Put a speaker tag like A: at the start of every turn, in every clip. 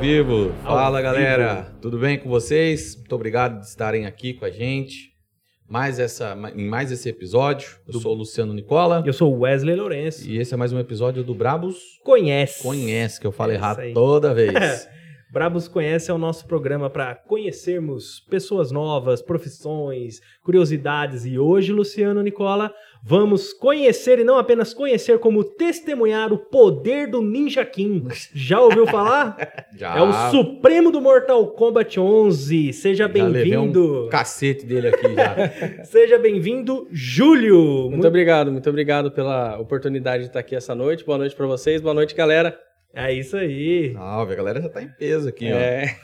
A: vivo.
B: Ao
A: Fala,
B: vivo.
A: galera. Tudo bem com vocês? Muito obrigado de estarem aqui com a gente. Mais essa, em mais esse episódio. Eu sou o Luciano Nicola.
B: Eu sou o Wesley Lourenço.
A: E esse é mais um episódio do Brabos
B: Conhece.
A: Conhece, que eu falo
B: É isso
A: errado
B: aí.
A: toda vez.
B: Brabos Conhece é o nosso programa para conhecermos pessoas novas, profissões, curiosidades. E hoje, Luciano Nicola, vamos conhecer e não apenas conhecer, como testemunhar o poder do Ninja Kim. Já ouviu falar?
A: Já
B: é o Supremo do Mortal Kombat 11.
A: Já
B: Seja
A: levei um
B: bem-vindo.
A: cacete dele aqui já.
B: Seja bem-vindo, Júlio.
C: Muito obrigado, muito obrigado pela oportunidade de estar aqui essa noite. Boa noite pra vocês, boa noite, galera.
B: É isso aí.
A: Salve, a galera já tá em peso aqui, ó.
C: É,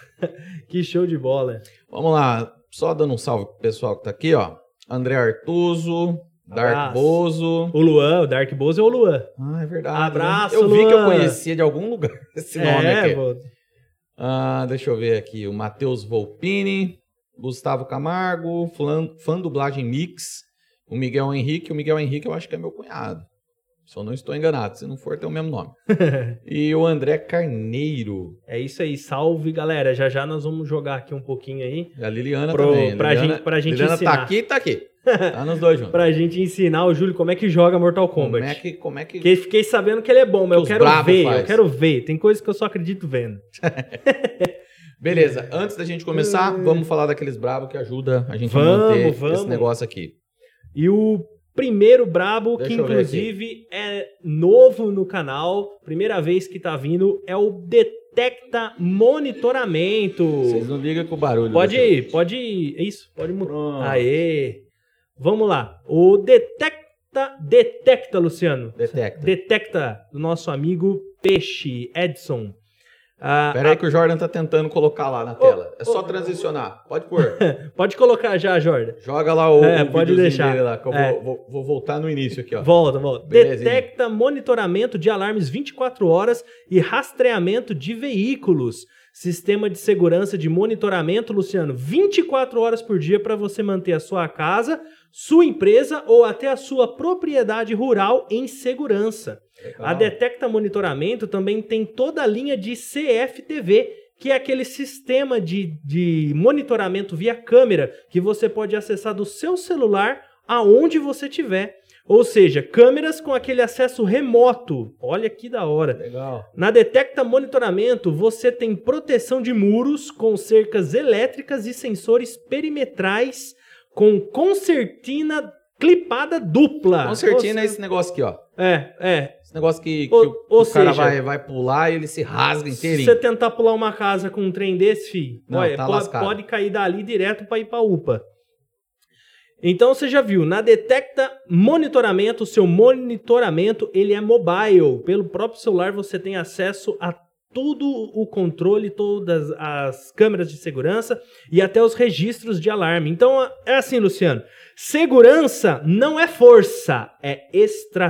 B: Que show de bola.
A: Vamos lá, só dando um salve pro pessoal que tá aqui, ó. André Artuso, Dark
B: Abraço.
A: Bozo.
B: O Luan, o Dark Bozo é o Luan.
A: Ah, é verdade. né?
B: Abraço,
A: Eu vi que eu
B: Luan. É,
A: conhecia de algum lugar esse nome aqui.
B: pô.
A: Ah, deixa eu ver aqui. O Matheus Volpini, Gustavo Camargo, flan- fã dublagem Mix, o Miguel Henrique. O Miguel Henrique eu acho que é meu cunhado. Se eu não estou enganado, se não for, tem o mesmo nome. e o André Carneiro.
B: É isso aí, salve galera. Já já nós vamos jogar aqui um pouquinho aí
A: E a Liliana
B: Pro-
A: também.
B: pra
A: Liliana,
B: gente- pra gente
A: Liliana tá
B: ensinar.
A: aqui, tá aqui. Tá nos dois juntos.
B: pra gente ensinar o Júlio como é que joga Mortal
A: Como
B: Kombat.
A: é que, como é que
B: Porque fiquei sabendo que ele é bom, mas
A: Que
B: eu
A: os
B: quero
A: brabo
B: ver,
A: faz.
B: eu quero ver. Tem coisas que eu só acredito vendo.
A: Beleza, antes da gente começar, vamos falar daqueles bravos que ajuda a gente a
B: Hum. Vamos,
A: manter
B: vamos.
A: esse negócio aqui.
B: E o primeiro brabo,
A: Deixa
B: que
A: eu ver aqui.
B: inclusive é novo no canal, primeira vez que tá vindo, é o Detecta Monitoramento.
A: Vocês não ligam com o barulho.
B: Pode
A: deixa eu-
B: ir, pode ir. É isso, pode mudar.
A: Pronto.
C: ah,
B: Aê! Vamos lá. O Detecta, Detecta, Luciano.
A: Detecta.
B: Detecta do nosso amigo Peixe, Edson. Ah,
A: Pera aí que o Jordan tá tentando colocar lá na tela. é só
B: ô.
A: transicionar. Pode pôr.
B: pode colocar já, Jordan.
A: Joga lá o,
B: É,
A: o
B: pode
A: videozinho
B: deixar.
A: dele lá, que eu vou-
B: É.
A: vou, vou voltar no início aqui, ó.
B: Volta, volta.
A: Belezinha.
B: Detecta monitoramento de alarmes 24 horas e rastreamento de veículos. Sistema de segurança de monitoramento, Luciano, 24 horas por dia para você manter a sua casa, sua empresa ou até a sua propriedade rural em segurança.
A: Legal.
B: A Detecta Monitoramento também tem toda a linha de CFTV, que é aquele sistema de, de monitoramento via câmera que você pode acessar do seu celular aonde você estiver. Ou seja, câmeras com aquele acesso remoto. Olha que da hora.
A: Legal.
B: Na Detecta Monitoramento, você tem proteção de muros com cercas elétricas e sensores perimetrais com concertina clipada dupla.
A: Concertina é
B: Ou
A: esse negócio aqui, ó.
B: se- É, é.
A: Esse negócio que, que
B: Ou-
A: o,
B: ou
A: o cara
B: seja-
A: vai, vai pular e ele se rasga
B: Se
A: inteirinho.
B: você tentar pular uma casa com um trem desse, fi,
A: Não,
B: olha,
A: tá
B: po- pode,
A: lascado.
B: cair dali direto para ir para UPA. Então você já viu, na Detecta Monitoramento, o seu monitoramento, ele é mobile. Pelo próprio celular você tem acesso a todo o controle, todas as câmeras de segurança e até os registros de alarme. Então é assim, Luciano, segurança não é força, é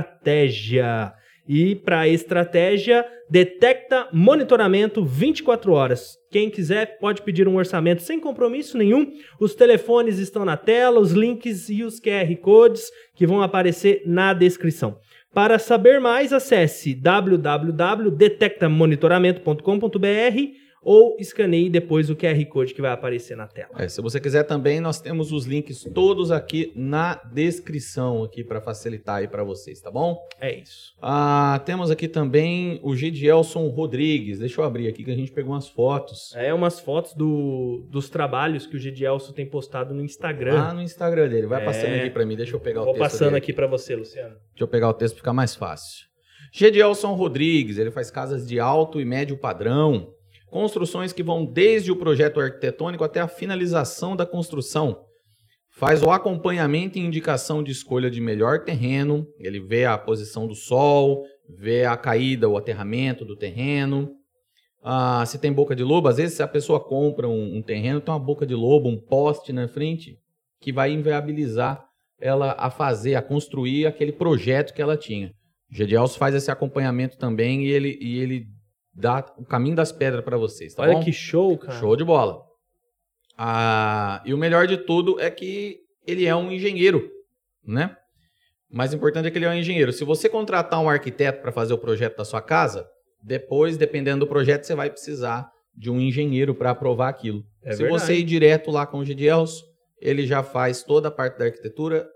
B: estratégia. E para estratégia, detecta monitoramento 24 horas. Quem quiser pode pedir um orçamento sem compromisso nenhum. Os telefones estão na tela, os links e os QR codes que vão aparecer na descrição. Para saber mais, acesse www.detectamonitoramento.com.br ou escaneie depois o QR Code que vai aparecer na tela.
A: É, se você quiser também, nós temos os links todos aqui na descrição aqui para facilitar aí para vocês, tá bom?
B: É isso.
A: Ah, temos aqui também o Gidielson Rodrigues. Deixa eu abrir aqui que a gente pegou umas fotos
B: É umas fotos do- dos trabalhos que o Gidielson tem postado no Instagram.
A: lá no Instagram dele. Vai
B: É.
A: passando aqui para mim, deixa eu pegar Ah, o
B: Vou
A: texto.
B: passando
A: dele.
B: aqui para você, Luciano.
A: Deixa eu pegar o texto pra ficar mais fácil. Gedielson Rodrigues, ele faz casas de alto e médio padrão, construções que vão desde o projeto arquitetônico até a finalização da construção. Faz o acompanhamento e indicação de escolha de melhor terreno, ele vê a posição do sol, vê a caída, o aterramento do terreno. Ah, se tem boca de lobo, às vezes se a pessoa compra um, um terreno, tem uma boca de lobo, um poste na frente, que vai inviabilizar ela a fazer, a construir aquele projeto que ela tinha. O Gedielso faz esse acompanhamento também e ele, e ele dá o caminho das pedras para vocês, tá
B: Olha
A: bom?
B: que show, cara.
A: Show de bola. Ah, e o melhor de tudo é que ele é um engenheiro, né? O mais importante é que ele é um engenheiro. Se você contratar um arquiteto para fazer o projeto da sua casa, depois, dependendo do projeto, você vai precisar de um engenheiro para aprovar aquilo.
B: É
A: Se
B: verdade.
A: você ir direto lá com o Gedielso, ele já faz toda a parte da arquitetura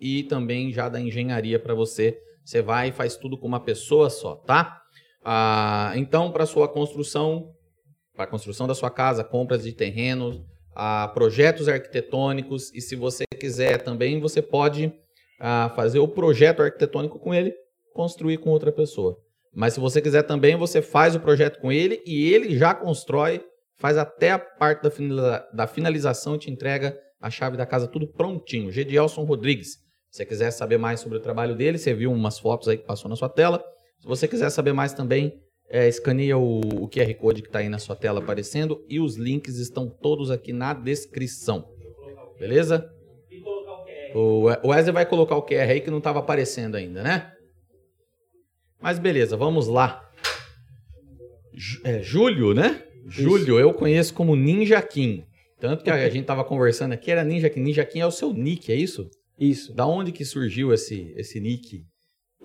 A: e também já da engenharia para você. Você vai e faz tudo com uma pessoa só, tá? Ah, então, para sua construção, para a construção da sua casa, compras de terrenos, ah, projetos arquitetônicos e se você quiser também, você pode ah, fazer o projeto arquitetônico com ele, construir com outra pessoa. Mas se você quiser também, você faz o projeto com ele e ele já constrói, faz até a parte da, finaliza- da finalização e te entrega a chave da casa tudo prontinho. Gedielson Rodrigues. Se você quiser saber mais sobre o trabalho dele, você viu umas fotos aí que passou na sua tela. Se você quiser saber mais também, é, escaneia o, o QR Code que está aí na sua tela aparecendo e os links estão todos aqui na descrição. Beleza? O o Wesley vai colocar o QR aí que não estava aparecendo ainda, né? Mas beleza, vamos lá. Ju- é, Júlio, né? Júlio, eu conheço como Ninja Kim. Tanto que a gente tava conversando aqui, era Ninja Kim. Ninja Kim é o seu nick, é isso?
C: Isso.
A: Da onde que surgiu esse, esse nick?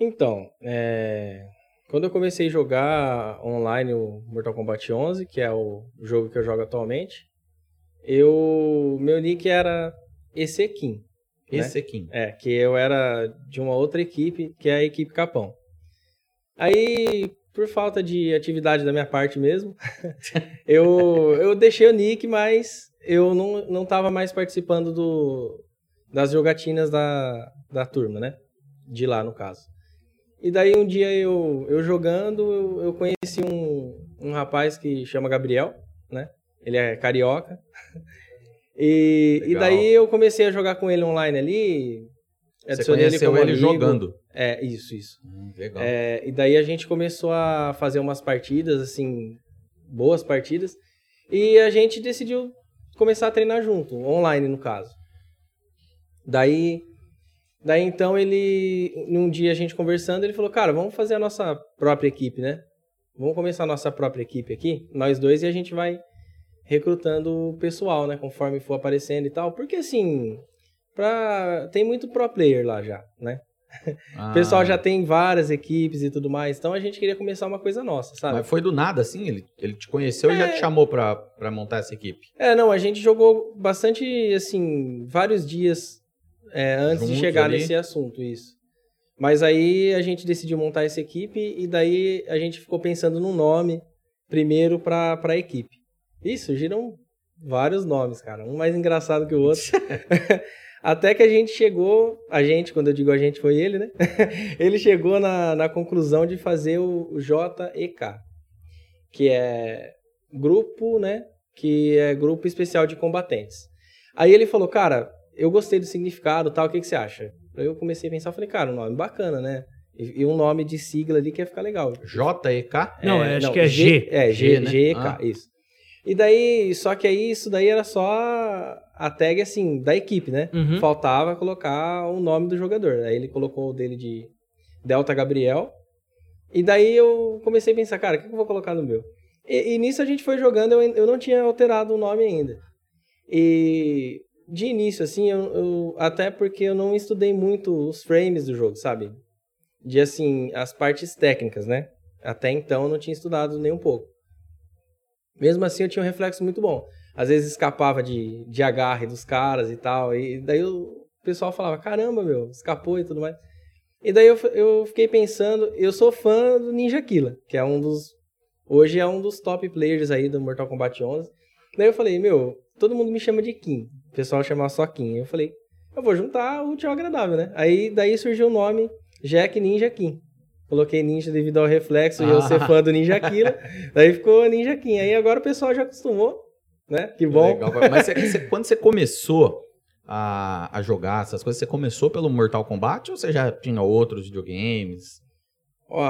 C: Então, é, quando eu comecei a jogar online o Mortal Kombat 11, que é o jogo que eu jogo atualmente, eu meu nick era Esequim, Né?
A: Esse Kim.
C: é, que eu era de uma outra equipe, que é a equipe Capão. Aí, por falta de atividade da minha parte mesmo, eu, eu deixei o nick, mas eu não, não tava mais participando do, das jogatinas da, da turma, né? De lá, no caso. E daí um dia eu, eu jogando, eu, eu conheci um, um rapaz que chama Gabriel, né? Ele é carioca. E, e
A: Legal.
C: daí eu comecei a jogar com ele online ali.
A: Você
C: adicionei
A: conheceu
C: como
A: ele,
C: amigo.
A: jogando.
C: É, isso, isso.
A: Hum, legal.
C: É, e daí a gente começou a fazer umas partidas, assim, boas partidas. E a gente decidiu começar a treinar junto, online no caso. Daí, daí então ele, num dia a gente conversando, ele falou, cara, vamos fazer a nossa própria equipe, né? Vamos começar a nossa própria equipe aqui, nós dois, e a gente vai recrutando o pessoal, né? Conforme for aparecendo e tal. Porque assim, pra... tem muito pro player lá já, né?
A: Ah,
C: O pessoal já tem várias equipes e tudo mais, então a gente queria começar uma coisa nossa, sabe?
A: Mas foi do nada, assim? Ele, ele te conheceu e já te chamou pra, pra montar essa equipe?
C: É, não, a gente jogou bastante, assim, vários dias é, antes de
A: Juntos
C: chegar
A: ali.
C: nesse assunto, isso. Mas aí a gente decidiu montar essa equipe e daí a gente ficou pensando num nome primeiro pra, pra equipe. E surgiram vários nomes, cara, um mais engraçado que o outro. Até que a gente chegou, a gente, quando eu digo a gente, foi ele, né? ele chegou na, na conclusão de fazer o, o JEK, que é grupo, né? Que é grupo especial de combatentes. Aí ele falou, cara, eu gostei do significado tal, o que, que você acha? Aí eu comecei a pensar, falei, cara, um nome bacana, né? E, e um nome de sigla ali que ia ficar legal.
A: J-E-K?
B: Não, acho que é G.
C: É, G,
A: G, né?
C: GK,
A: Ah.
C: isso. E daí, só que aí isso daí era só a tag, assim, da equipe, né?
B: Uhum.
C: Faltava colocar o nome do jogador. Aí ele colocou o dele de Delta Gabriel. E daí eu comecei a pensar, cara, o que que eu vou colocar no meu? E, e nisso a gente foi jogando, eu, ain- eu não tinha alterado o nome ainda. E de início, assim, eu, eu- até porque eu não estudei muito os frames do jogo, sabe? De assim, as partes técnicas, né? Até então eu não tinha estudado nem um pouco. Mesmo assim, eu tinha um reflexo muito bom às vezes escapava de, de agarre dos caras e tal. E daí o pessoal falava, caramba, meu, escapou e tudo mais. E daí eu, f- eu fiquei pensando, eu sou fã do Ninja Killa, que é um dos. Hoje é um dos top players aí do Mortal Kombat 11. Daí eu falei, meu, todo mundo me chama de Kim. O pessoal chamava só Kim. Eu falei, eu vou juntar o útil ao agradável, né? Aí daí surgiu o nome Jack Ninja Kim. Coloquei ninja devido ao reflexo e eu ser
A: Ah.
C: fã do Ninja Killa. daí ficou Ninja Kim. Aí agora o pessoal já acostumou, né? Que bom.
A: Legal. Mas você- você- quando você começou a, a jogar essas coisas, você começou pelo Mortal Kombat ou você já tinha outros videogames?
C: Ó,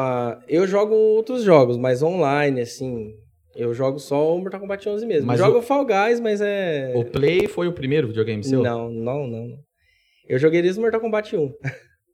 C: eu jogo outros jogos, mas online, assim. Eu jogo só o Mortal Kombat 11 mesmo.
A: Mas
C: jogo
A: o-
C: Fall Guys, mas é.
A: O Play foi o primeiro videogame seu?
C: Não, não, não. Eu joguei desde o Mortal Kombat É, 1.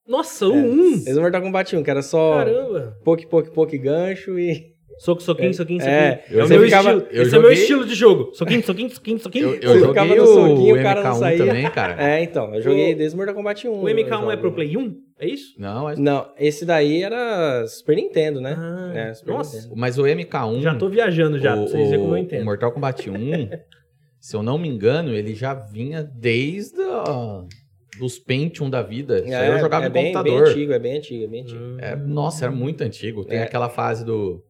B: Nossa, o 1!
A: É.
C: Desde o Mortal Kombat 1, que era só
B: Caramba!
C: poke, poke, poke, gancho e.
B: Soco, soquinho, soquinho, soquinho.
C: É,
B: É, o
A: você
B: meu
C: ficava-
B: estilo.
A: eu
B: Esse é o meu
A: joguei-
B: estilo de jogo. Soquinho, soquinho, soquinho, soquinho.
A: Eu, eu
C: Você ficava
A: joguei
C: no soquinho,
A: o,
C: o cara não
A: MK1
C: saía.
A: também, cara.
C: É, então, eu joguei
B: O-
C: desde Mortal Kombat 1.
B: O MK1 é
C: pro
B: pro Play 1? É isso?
A: Não, é-
C: Não, esse daí era Super Nintendo, né?
B: Ah,
C: É, Super
B: nossa.
C: Nintendo.
A: mas o MK1.
B: Já tô viajando já, pra
A: o,
B: vocês verem como eu
A: o- o
B: entendo.
A: Mortal Kombat 1, se eu não me engano, ele já vinha desde a, dos Pentium um da vida. Ah, Isso aí eu jogava
C: é
A: no
C: bem,
A: computador.
C: Bem antigo, é bem antigo, é bem antigo.
B: Hum.
A: É, nossa, era muito antigo. Tem
C: É.
A: aquela fase do,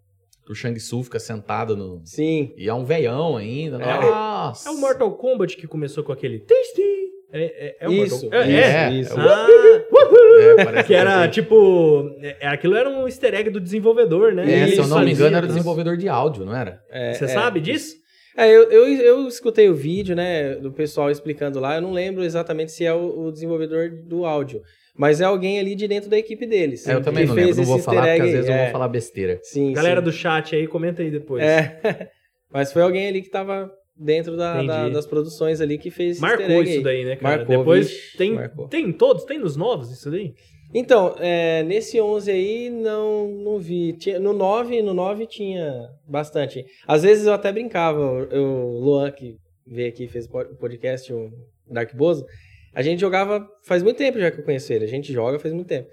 A: do Shang Tsung fica sentado no.
C: Sim.
A: E é um veião ainda.
B: É.
A: Nossa!
B: É
C: um
B: o Mortal Kombat que começou com aquele tasty. É, é, é o
C: isso,
B: Mortal
C: isso,
B: É, é.
A: um é.
C: isso.
B: Ah,
A: É, parece
B: que era
A: tem-
B: tipo. é, Aquilo era um easter egg do desenvolvedor, né?
A: É, se eu
B: Ele
A: não me
B: fazia,
A: engano, era
B: né?
A: desenvolvedor de áudio, não era?
C: É,
B: Você
C: é.
B: sabe disso?
C: É, eu, eu, eu escutei o vídeo, né, do pessoal explicando lá. Eu não lembro exatamente se é o, o desenvolvedor do áudio, mas é alguém ali de dentro da equipe deles.
A: É, eu também
C: que
A: não lembro.
C: fez
A: Não vou
C: esse
A: falar,
C: easter
A: porque às
C: egg,
A: vezes eu
C: é.
A: vou falar besteira.
C: Sim,
B: Galera
C: sim.
B: do chat aí, comenta aí depois.
C: É. Mas foi alguém ali que tava dentro da-
B: Entendi.
C: da- das produções ali que fez esse
B: Marcou
C: easter egg
B: isso
C: aí.
B: daí, né, cara?
C: Marcou,
B: Depois
C: vixe,
B: tem,
C: marcou.
B: tem em todos, tem nos novos isso daí?
C: Então, é, nesse 11 aí, não, não vi. Tinha- no 9, no 9 tinha bastante. Às vezes eu até brincava, eu, o Luan, que veio aqui e fez po- o podcast, o Dark Bozo, a gente jogava faz muito tempo já que eu conheço ele, a gente joga faz muito tempo.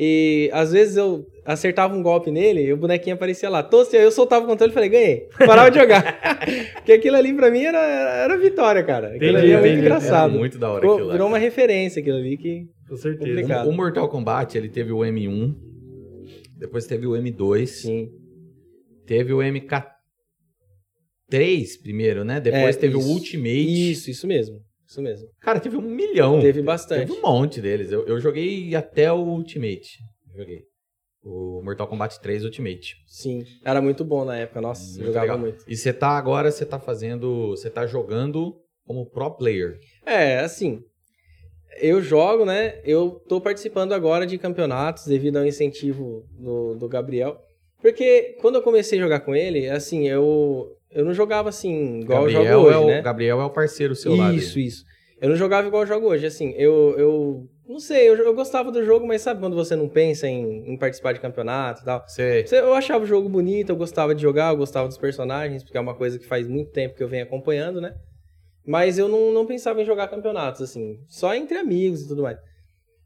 C: E às vezes eu acertava um golpe nele e o bonequinho aparecia lá. Tosse, eu soltava o controle e falei, ganhei. Parava de jogar. Porque aquilo ali pra mim era, era vitória, cara.
B: Entendi,
C: Aquilo ali é muito
B: entendi.
C: engraçado.
A: Era muito da hora
C: Ficou-
A: aquilo lá.
C: virou uma referência aquilo ali que.
B: Com certeza.
C: Complicado.
A: O, o Mortal Kombat, ele teve o M1, depois teve o M2,
C: Sim.
A: teve o MK3 primeiro, né? Depois
C: É,
A: teve
C: isso.
A: o Ultimate.
C: Isso, isso mesmo. Isso mesmo.
A: Cara, teve um milhão.
C: Teve bastante.
A: Teve um monte deles. Eu, eu joguei até o Ultimate. Joguei. O Mortal Kombat 3 Ultimate.
C: Sim. Era muito bom na época. Nossa,
A: Hum, Muito
C: jogava
A: legal.
C: muito.
A: E você tá agora, você tá fazendo. Você tá jogando como pro player.
C: É, assim. Eu jogo, né? Eu tô participando agora de campeonatos devido ao incentivo do, do Gabriel. Porque quando eu comecei a jogar com ele, assim, eu, eu não jogava assim, igual eu
A: Gabriel,
C: jogo hoje,
A: é o,
C: né?
A: Gabriel é o parceiro seu lá. dele.
C: Isso, isso. Eu não jogava igual eu jogo hoje, assim, eu, eu não sei, eu, eu gostava do jogo, mas sabe quando você não pensa em, em participar de campeonato e tal?
A: Você,
C: Você- Eu achava o jogo bonito, eu gostava de jogar, eu gostava dos personagens, porque é uma coisa que faz muito tempo que eu venho acompanhando, né? Mas eu não, não pensava em jogar campeonatos, assim, só entre amigos e tudo mais.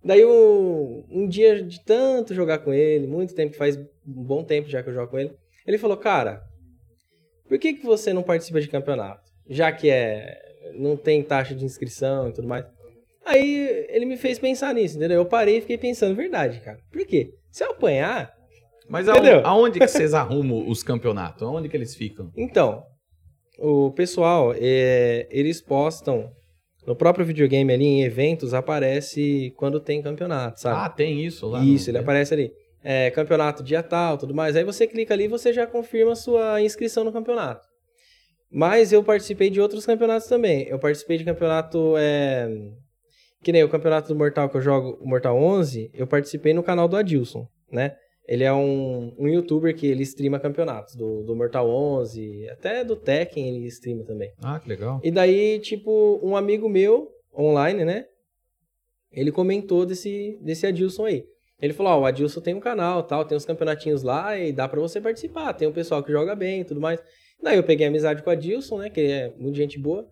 C: Daí um, um dia de tanto jogar com ele, muito tempo, faz um bom tempo já que eu jogo com ele, ele falou, cara, por que, que você não participa de campeonato? Já que é não tem taxa de inscrição e tudo mais. Aí ele me fez pensar nisso, entendeu? Eu parei e fiquei pensando, verdade, cara. Por quê? Se eu apanhar,
A: mas
C: Entendeu?
A: aonde, aonde que vocês arrumam os campeonatos? Aonde que eles ficam?
C: Então, o pessoal, é, eles postam no próprio videogame ali em eventos, aparece quando tem campeonato,
A: Ah,
C: sabe?
A: tem isso lá.
C: Isso,
A: no-
C: ele aparece ali. É, campeonato dia tal, tudo mais. Aí você clica ali e você já confirma a sua inscrição no campeonato. Mas eu participei de outros campeonatos também. Eu participei de campeonato. é, que nem o campeonato do Mortal que eu jogo, o Mortal 11, eu participei no canal do Adilson, né? Ele é um, um youtuber que ele streama campeonatos do, do Mortal 11, até do Tekken ele streama também.
A: Ah, que legal.
C: E daí, tipo, um amigo meu, online, né? Ele comentou desse, desse Adilson aí. Ele falou, ó, o Adilson tem um canal tal, tem uns campeonatinhos lá e dá pra você participar. Tem um pessoal que joga bem e tudo mais. Daí eu peguei amizade com o Adilson, né? Que ele é muito gente boa.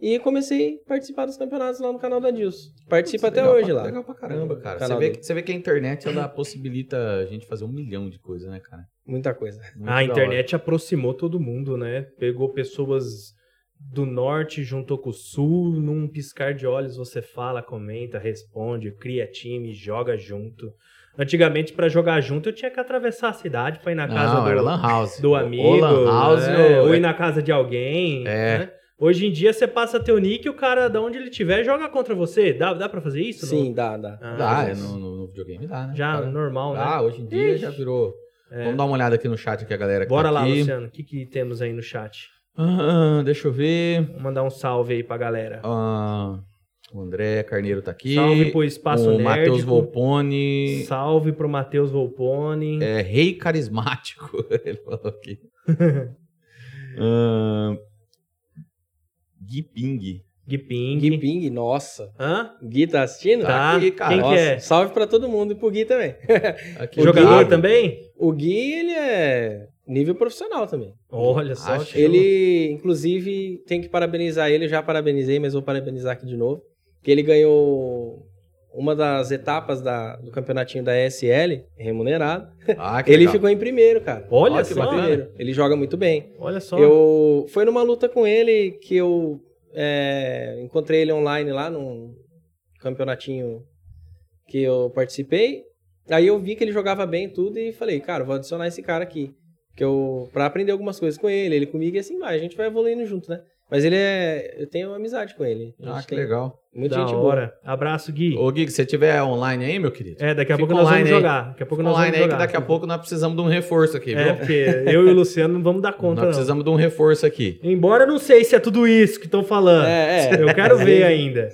C: E comecei a participar dos campeonatos lá no canal do Adilson. Participa
A: Putz,
C: até
A: é legal
C: hoje
A: pra-
C: lá.
A: Legal pra caramba, cara. Você
C: Canal
A: vê,
C: dele.
A: que, você vê que a internet ela possibilita a gente fazer um milhão de coisas, né, cara?
C: Muita coisa.
A: Muito da
B: A
A: hora.
B: Ah, internet aproximou todo mundo, né? Pegou pessoas do norte, juntou com o sul, num piscar de olhos você fala, comenta, responde, cria time, joga junto. Antigamente, pra jogar junto, eu tinha que atravessar a cidade pra ir na casa
C: Ah,
A: Não,
B: do,
A: era Lan House.
B: do amigo,
A: Ou Lan House é,
B: né?
A: ou...
B: ou ir na casa de alguém.
A: É.
B: né? Hoje em dia, você passa teu nick e o cara, da onde ele tiver, joga contra você. Dá, dá pra fazer isso?
C: Sim, dá, dá.
B: Não?
A: Dá, é no, no- no videogame dá, né?
B: Já
A: cara?
B: normal, né?
A: Dá, hoje em dia já virou.
B: É.
A: Vamos dar uma olhada aqui no chat que a galera que
B: Bora
A: tá
B: lá,
A: aqui.
B: Luciano. O que, que temos aí no chat?
A: Ah, ah, deixa eu ver.
B: Vou mandar um salve aí pra galera.
A: Ah, o André Carneiro tá aqui.
B: Salve pro Espaço
A: o
B: Nerd.
A: Matheus Volpone.
B: Salve pro Matheus Volpone.
A: É rei carismático, ele falou aqui. Ahn, Gui Ping.
B: Giping.
C: Gui Ping, nossa.
B: Hã?
C: Gui tá assistindo?
A: Tá. aqui, cara.
B: Quem
C: Nossa,
B: que é?
C: salve pra todo mundo e pro Gui também.
A: Aqui, Ah,
C: O
B: Jogador
A: Gui.
B: também?
C: O Gui, ele é Nível profissional também.
B: Olha só.
A: Acho.
B: chegou.
C: Ele, inclusive, tem que parabenizar ele, eu já parabenizei, mas vou parabenizar aqui de novo. Que ele ganhou uma das etapas da- do campeonatinho da ESL, remunerado.
A: Ah, que
C: Ele
A: legal.
C: ficou em primeiro, cara.
B: Olha
A: Ó, que
B: só.
A: bacana.
B: cara.
C: Primeiro. Ele joga muito bem.
B: Olha só.
C: Eu foi numa luta com ele que eu é, encontrei ele online lá num campeonatinho que eu participei. Aí eu vi que ele jogava bem tudo e falei, cara, vou adicionar esse cara aqui, que eu para aprender algumas coisas com ele, ele comigo e assim vai, a gente vai evoluindo junto, né? Mas ele é, eu tenho amizade com ele. A
A: Ah,
C: gente
A: que
C: tem
A: legal.
C: Muita
B: da
C: gente boa.
B: hora. Abraço, Gui.
A: Ô, Gui, se você estiver online aí, meu querido,
B: É, daqui a
A: Fica
B: pouco nós vamos
A: online aí.
B: jogar. Daqui a pouco
A: fica
B: nós
A: online
B: vamos
A: aí
B: jogar. né?
A: que daqui a pouco nós precisamos de um reforço aqui,
B: É,
A: viu?
B: porque eu e o Luciano não vamos dar conta,
A: Nós
B: não.
A: precisamos de um reforço aqui.
B: Embora eu não sei se é tudo isso que estão falando.
C: É, é.
B: Eu quero ver ainda.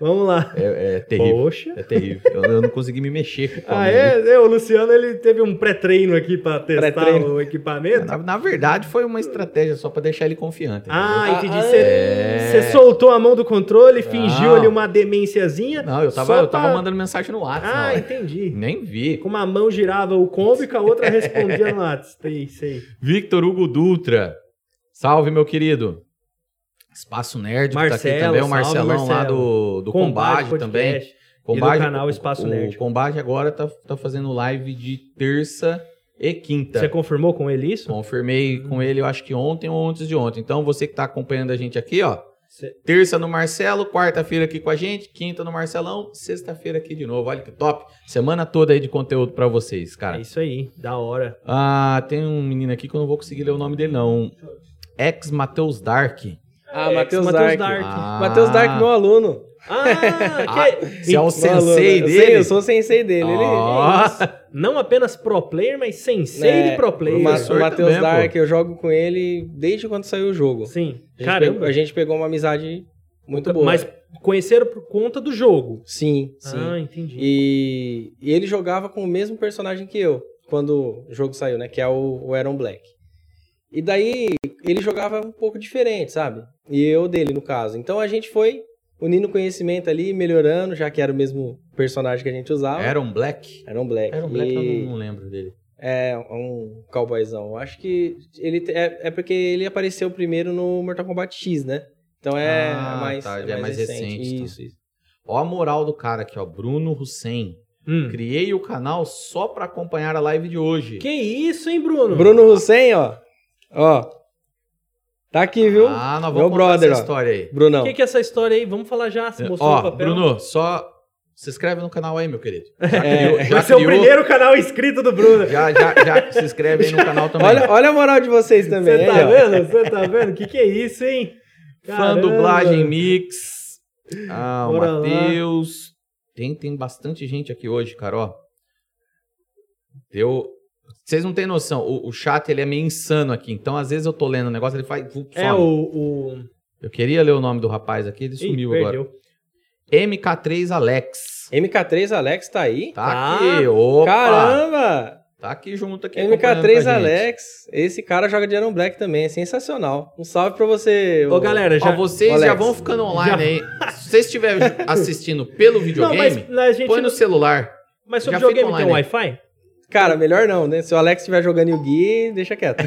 B: Vamos lá.
A: É, é terrível.
B: Poxa.
A: É terrível. Eu, eu não consegui me mexer. com o
B: Ah,
A: Palmeiras.
B: é? É, O Luciano ele teve um pré-treino aqui pra testar
C: Pré-treino.
B: o equipamento.
A: Na, na verdade, foi uma estratégia só pra deixar ele confiante. entendeu?
B: Ah, entendi.
C: Ah,
B: Você
A: é.
B: você soltou a mão do controle, fingiu
A: Não.
B: ali uma demênciazinha.
A: não, eu tava,
B: é? só
A: eu tava
B: pra-
A: mandando mensagem no WhatsApp. na
B: Ah,
A: hora.
B: entendi.
A: Nem vi.
B: Com uma mão girava o combo e com a outra respondia no WhatsApp. Sei, sei.
A: Victor Hugo Dutra. Salve, meu querido. Espaço Nerd, que tá
B: Marcelo,
A: aqui também. O
B: salve,
A: Marcelão lá
B: Marcelo.
A: do, do Combate, também.
B: podcast.
A: Combate,
B: canal Espaço
A: o,
B: Nerd.
A: O Combate agora tá, tá fazendo live de terça e quinta.
B: Você confirmou com ele isso?
A: Confirmei com ele, eu acho que ontem ou antes de ontem. Então, você que tá acompanhando a gente aqui, ó.
B: Cê-
A: Terça no Marcelo, quarta-feira aqui com a gente, quinta no Marcelão, sexta-feira aqui de novo. Olha que top. Semana toda aí de conteúdo pra vocês,
B: É
A: cara.
B: isso aí, da hora.
A: Ah, tem um menino aqui que eu não vou conseguir ler o nome dele, não. Ex Matheus Dark.
C: Ah,
B: Ex-
C: Matheus
B: Matheus
C: Dark.
B: Dark.
A: Ah.
C: Matheus Dark, meu aluno.
B: Ah, que...
A: Você é o
C: Meu aluno.
A: sensei
C: eu
A: dele?
C: Sei, eu sou o sensei dele. Ele,
A: Ó.
B: Não apenas pro player, mas sensei
C: É,
B: de pro player.
C: O Ma-
A: Professor
C: o Matheus
A: também, pô.
C: Dark, eu jogo com ele desde quando saiu o jogo.
B: Sim,
C: A gente pegou-
B: caramba. Então,
C: A gente pegou uma amizade muito boa.
B: Mas conheceram por conta do jogo.
C: Sim, sim.
B: Ah, entendi.
C: E, e ele jogava com o mesmo personagem que eu, quando o jogo saiu, né? Que é o, o Aaron Black. E daí, ele jogava um pouco diferente, sabe? E eu dele, no caso. Então a gente foi unindo conhecimento ali, melhorando, já que era o mesmo personagem que a gente usava.
A: Era um Black?
C: Aaron Black.
A: Era um Black,
C: E-
A: eu não lembro dele.
C: É, um cowboyzão. Eu Acho que ele te- é, é porque ele apareceu primeiro no Mortal Kombat X, né? Então é
A: Ah,
C: mais,
A: tá,
C: é
A: já é mais
C: mais recente.
A: recente, então.
C: Isso, isso.
A: Ó a moral do cara aqui, ó. Bruno Hussein.
B: Hum.
A: Criei o canal só pra acompanhar a live de hoje.
B: Que isso, hein, Bruno?
C: Bruno Hussein, ó. Ó. Tá aqui, viu?
A: Ah, nós vamos
C: Meu
A: contar
C: brother,
A: essa
C: ó.
A: história aí.
B: O
C: Brunão.
B: que, que é essa história aí? Vamos falar já, se mostrou
A: É, Ó,
B: no papel.
A: Bruno, só se inscreve no canal aí, meu querido.
C: É,
A: Já
B: Vai ser o
A: criou-
B: primeiro canal inscrito do Bruno.
A: Já, já, já se inscreve aí no canal também.
C: olha, olha a moral de vocês também.
B: Você tá
C: aí, ó.
B: vendo? Você tá vendo? Que que é isso, hein?
A: Fã
B: Caramba.
A: dublagem mix. Ah, o
B: Bora lá.
A: Matheus. Tem, tem bastante gente aqui hoje, cara, ó. Deu. Vocês não têm noção, o, o chat ele é meio insano aqui. Então, às vezes eu tô lendo o negócio, ele faz. vup,
B: É
A: some.
B: o... o...
A: Eu queria ler o nome do rapaz aqui, ele sumiu
B: Ih,
A: agora. MK3 Alex.
C: MK3 Alex tá aí?
A: Tá
B: Tá.
A: aqui, opa.
C: Caramba!
A: Tá aqui junto aqui. acompanhando com a
C: MK3
A: gente.
C: Alex. Esse cara joga de Aaron Black também. É sensacional. Um salve pra você.
B: Ô, galera, já...
A: Ó, vocês
C: Alex.
A: já vão ficando online
B: Já.
A: aí. Se vocês estiverem assistindo pelo
B: Não, mas
A: videogame,
B: a gente...
A: põe no celular.
B: Mas
A: já
B: sobre videogame
A: fica
B: tem um
A: online.
B: Wi-Fi?
C: Cara, melhor não, né? Se o Alex estiver jogando Yu-Gi, deixa quieto.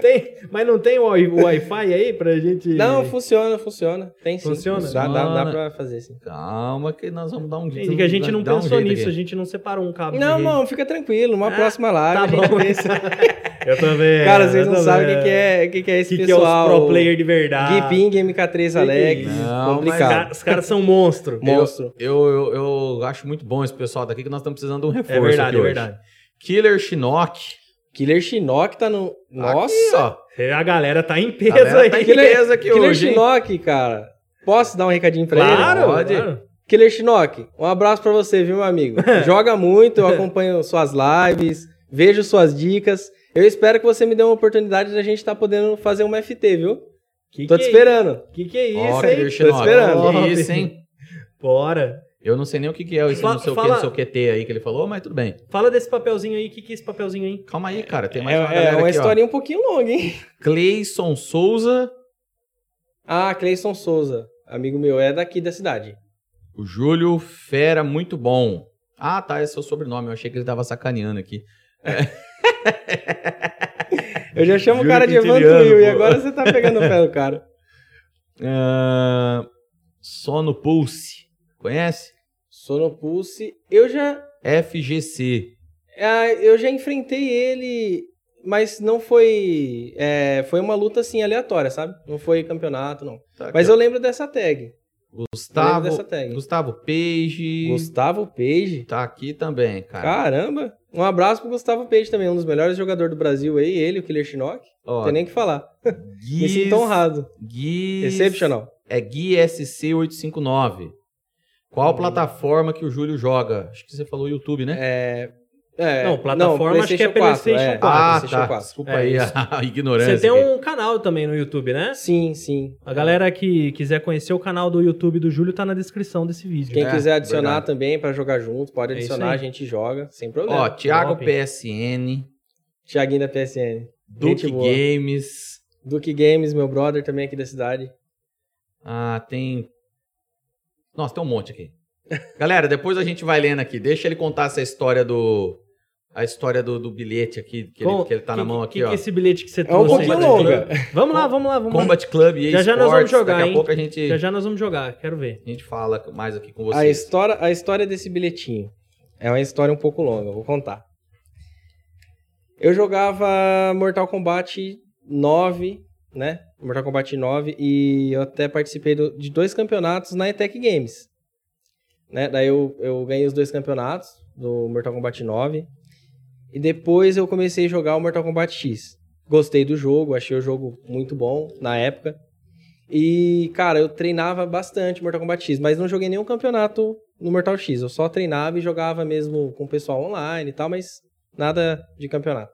B: Tem, mas não tem o Wi- o Wi-Fi aí pra gente...
C: Não, funciona, funciona. Tem sim.
B: Né? Funciona?
C: Dá, dá,
A: Funciona.
C: dá pra fazer sim.
A: Calma que nós vamos dar um
B: Entendi que a gente não
A: dá um
B: pensou
A: jeito
B: nisso, a
A: aqui.
B: gente não separou um cabo.
C: Não,
B: de rede.
C: não, fica tranquilo. Uma
B: Ah,
C: próxima live.
B: Tá
C: a gente
B: bom.
C: vê se-
B: Eu também.
C: Cara, vocês
B: eu também.
C: não sabem o que, que é, o que, que é
B: O
C: esse
B: que, que é os
C: pessoal.
B: pro player de verdade.
C: Gui Ping, MK3
B: que
C: Alex.
B: isso?
A: Não,
B: Os
C: complicado.
B: caras os caras são monstro.
C: Monstro.
A: Eu, eu, eu acho muito bom esse pessoal daqui que nós estamos precisando de um reforço.
B: É verdade,
A: aqui
B: é
A: hoje.
B: verdade.
A: Killer Shinnok.
C: Killer Shinnok tá no. Nossa!
A: Aqui,
B: A galera tá em
A: ó. A
B: peso
A: galera
B: aí.
A: tá em
C: Killer-
A: peso aqui
C: Killer
A: hoje, hein?
C: Shinnok, cara. Posso dar um recadinho pra ele?
B: Claro,
A: Pode.
B: claro.
C: Killer Shinnok, um abraço pra você, viu, meu amigo? Joga muito, eu acompanho suas lives, vejo suas dicas. Eu espero que você me dê uma oportunidade da gente estar podendo fazer uma FT, viu?
B: Que
C: Tô
B: que
C: te
B: é
C: esperando.
B: isso? Que que é
A: Ó,
B: isso,
A: Killer
B: hein?
A: Shinnok.
C: esperando.
A: Que isso, hein?
B: Bora.
A: Eu não sei nem o que, que é esse
B: Fa-
A: não sei o que,
B: fala-
A: não sei o que T aí que ele falou, mas tudo bem.
B: Fala desse papelzinho aí. Que que é esse papelzinho aí?
A: Calma aí, cara. Tem
C: É,
A: mais uma
C: é
A: galera
C: uma
A: aqui, ó.
C: historinha um pouquinho longa, hein?
A: Cleison Souza,
C: Ah, Cleison Souza, amigo meu, é daqui da cidade.
A: o Júlio Fera, muito bom. Ah, tá, esse é o sobrenome. Eu achei que ele tava sacaneando aqui.
C: Eu já chamo o
A: Juro
C: cara
A: que
C: de Evan
A: italiano,
C: Twill e
A: pô.
C: agora você tá pegando o pé do cara.
A: Ah, só no Pulse. Conhece?
C: Sonopulse, eu já,
A: FGC.
C: ah, eu já enfrentei ele, mas não foi, é, foi uma luta assim aleatória, sabe? Não foi campeonato, não.
A: Tá
C: Mas
A: aqui,
C: eu lembro dessa tag.
A: ó.
C: Eu lembro
A: Gustavo,
C: dessa tag.
A: Gustavo Page.
C: Gustavo Page.
A: Tá aqui também,
B: Ah,
A: cara.
C: Caramba! Um abraço pro Gustavo Page também, um dos melhores jogadores do Brasil aí, ele, o Killer Shinnok. Não
A: Ó,
C: tem nem o que falar.
A: Guis-
C: Me sinto honrado.
A: Guis-
C: Excepcional.
A: É Gui SC859. Qual
C: Hum.
A: plataforma que o Júlio joga? Acho que você falou YouTube, né?
C: É, é,
B: Não, plataforma acho que é PlayStation 4,
A: ah,
C: PlayStation
A: tá.
C: 4.
A: Desculpa
B: É
A: aí
B: isso.
A: a ignorância.
B: Você tem
A: aqui.
B: um canal também no YouTube, né?
C: Sim, sim.
B: A galera que quiser conhecer o canal do YouTube do Júlio tá na descrição desse vídeo. Né?
C: Quem
A: É,
C: quiser adicionar
A: verdade.
C: também pra jogar junto, pode
B: É isso
C: adicionar,
B: aí.
C: a gente joga, sem problema.
A: Ó, Thiago
B: né? Top.
A: PSN,
C: Thiaguinho da PSN.
A: Duke
C: boa.
A: Games.
C: Duke Games, meu brother também aqui da cidade.
A: Ah, tem. Nossa, tem um monte aqui. Galera, depois a gente vai lendo aqui. Deixa ele contar essa história do. A história do, do bilhete aqui, que,
B: Com-
A: ele, que ele tá na
B: que-
A: mão
B: que-
A: aqui,
B: que
A: ó.
B: é esse bilhete que você
C: É um
B: trouxe aí
C: pouquinho
B: pra
C: longa.
B: gente? Vamos lá, vamos lá, vamos lá.
A: Combat Club e
B: Já já nós vamos jogar,
A: Daqui a
B: hein?
A: pouco a gente,
B: Já já nós vamos jogar, quero ver.
A: a gente fala mais aqui com
C: A
A: vocês.
C: história, a história desse bilhetinho é uma história um pouco longa, eu vou contar. Eu jogava Mortal Kombat 9, né? Mortal Kombat 9 e eu até participei do- de dois campeonatos na Etec Games. Né? Daí eu, eu ganhei os dois campeonatos do Mortal Kombat 9 e depois eu comecei a jogar o Mortal Kombat X. Gostei do jogo, achei o jogo muito bom na época. E, cara, eu treinava bastante Mortal Kombat X, mas não joguei nenhum campeonato no Mortal X. Eu só treinava e jogava mesmo com o pessoal online e tal, mas nada de campeonato.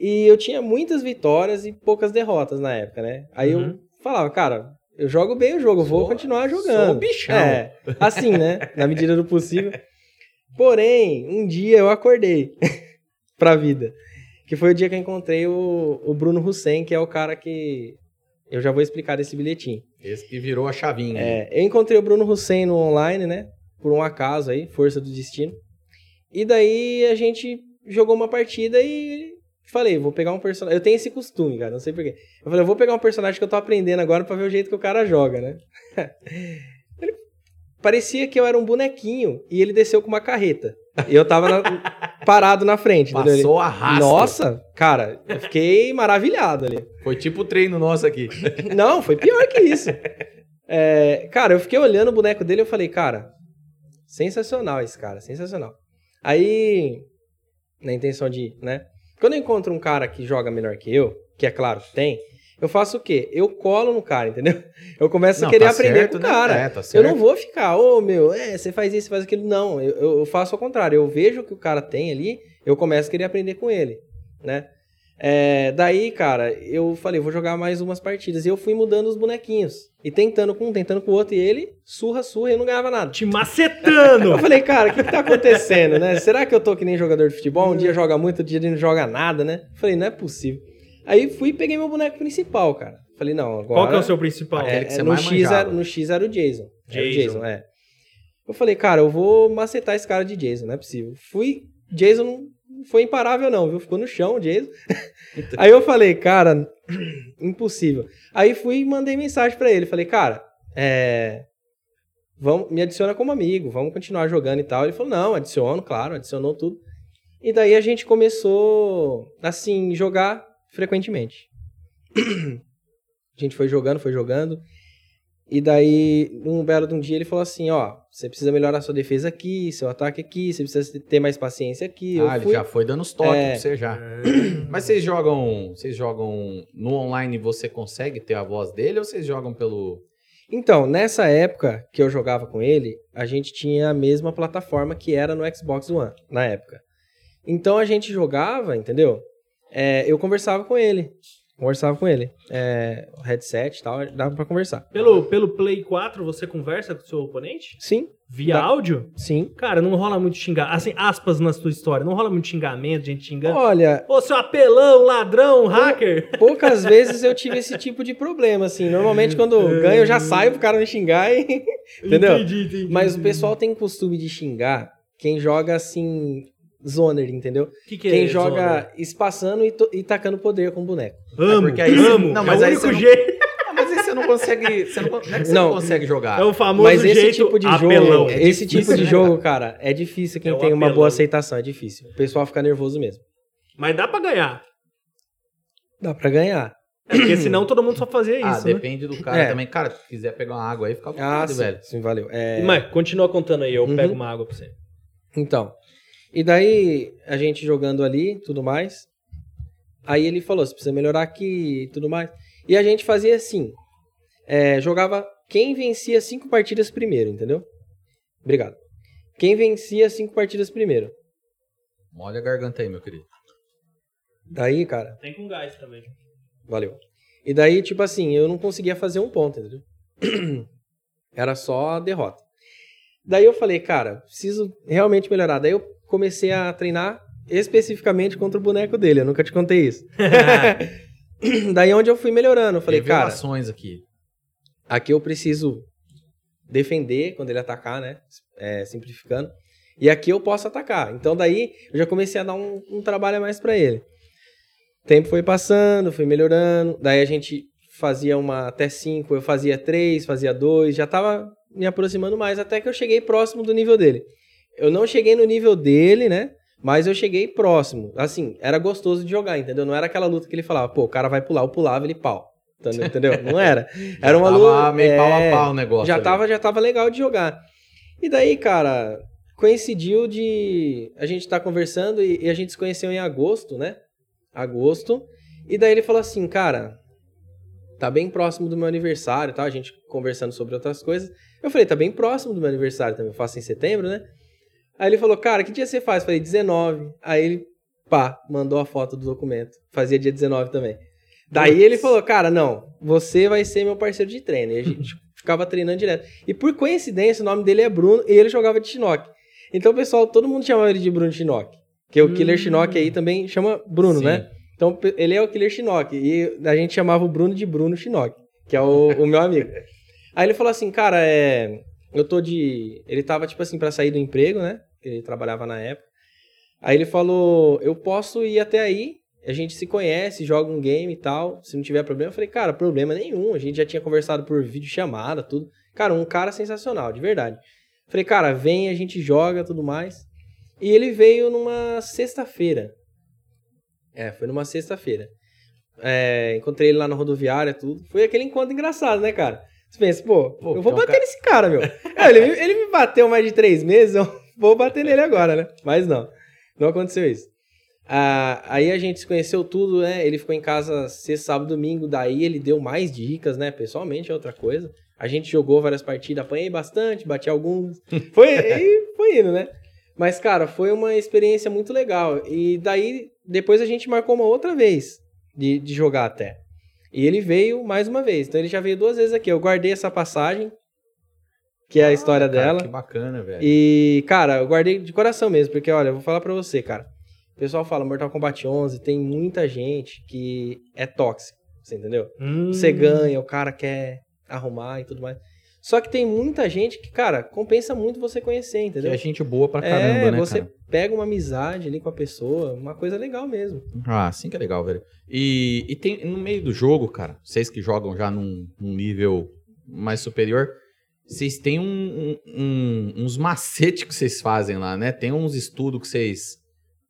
C: E eu tinha muitas vitórias e poucas derrotas na época, né? Aí
B: Uhum.
C: eu falava, cara, eu jogo bem o jogo, eu vou
A: Sou-
C: continuar
A: sou
C: jogando.
A: o bichão.
C: É, assim, né? Na medida do possível. Porém, um dia eu acordei pra vida. Que foi o dia que eu encontrei o, o Bruno Hussein, que é o cara que. Eu já vou explicar desse bilhetinho.
A: Esse que virou a chavinha.
C: É, eu encontrei o Bruno Hussein no online, né? Por um acaso aí, força do destino. E daí a gente jogou uma partida e falei, vou pegar um personagem. Eu tenho esse costume, cara, não sei porquê. Eu falei, eu vou pegar um personagem que eu tô aprendendo agora pra ver o jeito que o cara joga, né? Ele- Parecia que eu era um bonequinho e ele desceu com uma carreta. E eu tava na- parado na frente. entendeu? Ele-
A: Passou um a raça.
C: Nossa, cara, eu fiquei maravilhado ali.
A: Foi tipo o treino nosso aqui.
C: Não, foi pior que isso. É, cara, eu fiquei olhando o boneco dele e eu falei, cara, sensacional esse cara, sensacional. Aí, na intenção de, né? Quando eu encontro um cara que joga melhor que eu, que é claro que tem, eu faço o quê? Eu colo no cara, entendeu? Eu começo a
A: Não,
C: querer
A: tá
C: aprender
A: certo,
C: com o
A: né?
C: cara.
A: É, tá
C: Eu
A: certo.
C: não vou ficar, ô meu, é, você faz isso, você faz aquilo. Não, eu- eu, eu faço ao contrário. Eu vejo o que o cara tem ali, eu começo a querer aprender com ele, né? É, daí, cara, eu falei, vou jogar mais umas partidas. E eu fui mudando os bonequinhos. E tentando com um, tentando com o outro. E ele, surra, surra, e eu não ganhava nada.
B: Te macetando!
C: Eu falei, cara, o que, que tá acontecendo, né? Será que eu tô que nem jogador de futebol? Um dia joga muito, outro dia ele não joga nada, né? Falei, não é possível. Aí fui e peguei meu boneco principal, cara. Falei, não, agora...
B: Qual que é o seu principal?
A: Aquele
C: É,
A: que você
C: é, no,
A: mais
C: X
A: manjava.
C: era, no X era o Jason. Era o
B: Jason.
C: Jason, é. Eu falei, cara, eu vou macetar esse cara de Jason, não é possível. Fui. Jason não foi imparável, não, viu? Ficou no chão o Jason.
B: Então.
C: Aí eu falei, cara, impossível. Aí fui e mandei mensagem pra ele. Falei, cara, é. Vamos, me adiciona como amigo, vamos continuar jogando e tal. Ele falou, não, adiciono, claro, adicionou tudo. E daí a gente começou, assim, jogar frequentemente. A gente foi jogando, foi jogando. E daí, num belo de um dia, ele falou assim: Ó, você precisa melhorar sua defesa aqui, seu ataque aqui, você precisa ter mais paciência aqui.
A: Ah,
C: eu
A: ele
C: fui,
A: já foi dando os toques
C: É.
A: pra você já.
B: É.
A: Mas vocês jogam. Vocês jogam. No online você consegue ter a voz dele ou vocês jogam pelo.
C: Então, nessa época que eu jogava com ele, a gente tinha a mesma plataforma que era no Xbox One, na época. Então a gente jogava, entendeu? É, eu conversava com ele. Conversava com ele. É, o headset e tal, dava pra conversar.
B: Pelo, pelo Play 4 você conversa com o seu oponente?
C: Sim,
B: Via
C: Dá.
B: áudio?
C: sim.
B: Cara, não rola muito xingar. Assim, aspas na sua história. Não rola muito xingamento, gente xingando.
C: Olha,
B: Ô, seu apelão, ladrão, hacker!
C: poucas vezes eu tive esse tipo de problema, assim. Normalmente quando eu ganho eu já saio pro cara me xingar e. Entendeu?
B: Entendi, entendi.
C: Mas o pessoal tem costume de xingar quem joga assim zoner, entendeu?
B: O que, que
C: Quem
B: é
C: joga
B: zona?
C: espaçando e, to- e tacando poder com boneco.
B: Amo,
A: É porque aí-
B: amo.
A: Não, mas
B: é o
A: aí
B: único
A: você não-
B: jeito.
A: Ah, mas aí você não consegue. Você não, con- não é que você
C: Não.
A: não consegue jogar.
B: É o famoso
C: Mas esse
B: jeito
C: tipo de jogo,
B: apelão.
A: é
C: esse
A: difícil,
C: tipo de
A: né,
C: jogo, cara, é difícil quem
B: É o
C: tem uma
B: apelão.
C: boa aceitação, é difícil. O pessoal fica nervoso mesmo.
B: Mas dá pra ganhar.
C: Dá pra ganhar.
B: É porque senão todo mundo só fazia
A: Uhum. ah,
B: isso, né?
A: depende do cara
C: É.
A: também. Cara, se quiser pegar uma água aí, fica à
C: Ah,
A: vontade,
C: sim,
A: velho.
C: sim, valeu. É,
B: Mas continua contando aí, eu
C: Uhum.
B: pego uma água pra você.
C: Então. E daí, a gente jogando ali, tudo mais. Aí ele falou, você precisa melhorar aqui e tudo mais. E a gente fazia assim. é, jogava quem vencia cinco partidas primeiro, entendeu? Obrigado. Quem vencia cinco partidas primeiro.
A: Molha a garganta aí, meu querido.
C: Daí, cara,
B: Tem com gás também.
C: valeu. E daí, tipo assim, eu não conseguia fazer um ponto, entendeu? Era só a derrota. Daí eu falei, cara, preciso realmente melhorar. Daí eu comecei a treinar especificamente contra o boneco dele. Eu nunca te contei isso. Daí é onde eu fui melhorando, eu falei, cara,
A: Revelações aqui.
C: aqui eu preciso defender quando ele atacar, né? É, simplificando. E aqui eu posso atacar. Então daí eu já comecei a dar um, um trabalho a mais pra ele. O tempo foi passando, fui melhorando. Daí a gente fazia uma até 5, eu fazia 3, fazia 2, já tava me aproximando mais até que eu cheguei próximo do nível dele. Eu não cheguei no nível dele, né? Mas eu cheguei próximo. Assim, era gostoso de jogar, entendeu? Não era aquela luta que ele falava, pô, o cara vai pular, eu pulava, ele pau. Entendeu? Entendeu? Não era. Era uma
A: tava
C: luta.
A: meio pau
C: é,
A: a pau o negócio.
C: já
A: ali.
C: tava, já tava legal de jogar. E daí, cara, coincidiu de a gente tá conversando e, e a gente se conheceu em agosto, né? Agosto. E daí ele falou assim, cara, tá bem próximo do meu aniversário, tá? A gente conversando sobre outras coisas. Eu falei, tá bem próximo do meu aniversário também, eu faço em setembro, né? Aí ele falou, cara, que dia você faz? Eu falei, 19. Aí ele, pá, mandou a foto do documento. Fazia dia 19 também. Daí
B: Putz.
C: ele falou, cara, não, você vai ser meu parceiro de treino. E a gente ficava treinando direto. E por coincidência, o nome dele é Bruno e ele jogava de Shinnok. Então, pessoal, todo mundo chamava ele de Bruno Shinnok. Que o
B: Hum.
C: Killer Shinnok aí também chama Bruno,
A: Sim.
C: né? Então, pe- ele é o Killer Shinnok. E a gente chamava o Bruno de Bruno Shinnok, que é o, o meu amigo. Aí ele falou assim, cara, é... Eu tô de... Ele tava, tipo assim, pra sair do emprego, né? Ele trabalhava na época. Aí ele falou, eu posso ir até aí, a gente se conhece, joga um game e tal, se não tiver problema. Eu falei, cara, problema nenhum, a gente já tinha conversado por videochamada, tudo. Cara, um cara sensacional, de verdade. Falei, cara, vem, a gente joga, tudo mais. E ele veio numa sexta-feira. É, foi numa sexta-feira. É, encontrei ele lá na rodoviária, tudo. Foi aquele encontro engraçado, né, cara? Você pensa, pô,
A: Pô,
C: eu vou
A: então,
C: bater nesse cara, meu. É, ele, me- ele me bateu mais de três meses, eu vou bater nele agora, né? Mas não, não aconteceu isso. Ah, aí a gente se conheceu tudo, né? Ele ficou em casa sexta, sábado, domingo. Daí ele deu mais dicas, né? Pessoalmente é outra coisa. A gente jogou várias partidas, apanhei bastante, bati alguns. Foi, e foi indo, né? Mas, cara, foi uma experiência muito legal. E daí, depois a gente marcou uma outra vez de, de jogar até. E ele veio mais uma vez. Então ele já veio duas vezes aqui. Eu guardei essa passagem, que é a história
A: Ah, Cara,
C: dela.
A: Que bacana, velho.
C: E, cara, eu guardei de coração mesmo, porque, olha, eu vou falar pra você, cara. O pessoal fala, Mortal Kombat 11 tem muita gente que é tóxica, você entendeu?
B: Hum.
C: Você
A: Uhum.
C: ganha, o cara quer arrumar e tudo mais. Só que tem muita gente que, cara, compensa muito você conhecer,
A: Que
C: entendeu?
A: é gente boa pra
C: é,
A: caramba, né,
C: você
A: cara?
C: pega uma amizade ali com a pessoa, uma coisa legal mesmo.
A: Ah, sim que é legal, velho. E, e tem no meio do jogo, cara, vocês que jogam já num, num nível mais superior, vocês têm um- um- um- uns macetes que vocês fazem lá, né? Tem uns estudos que vocês.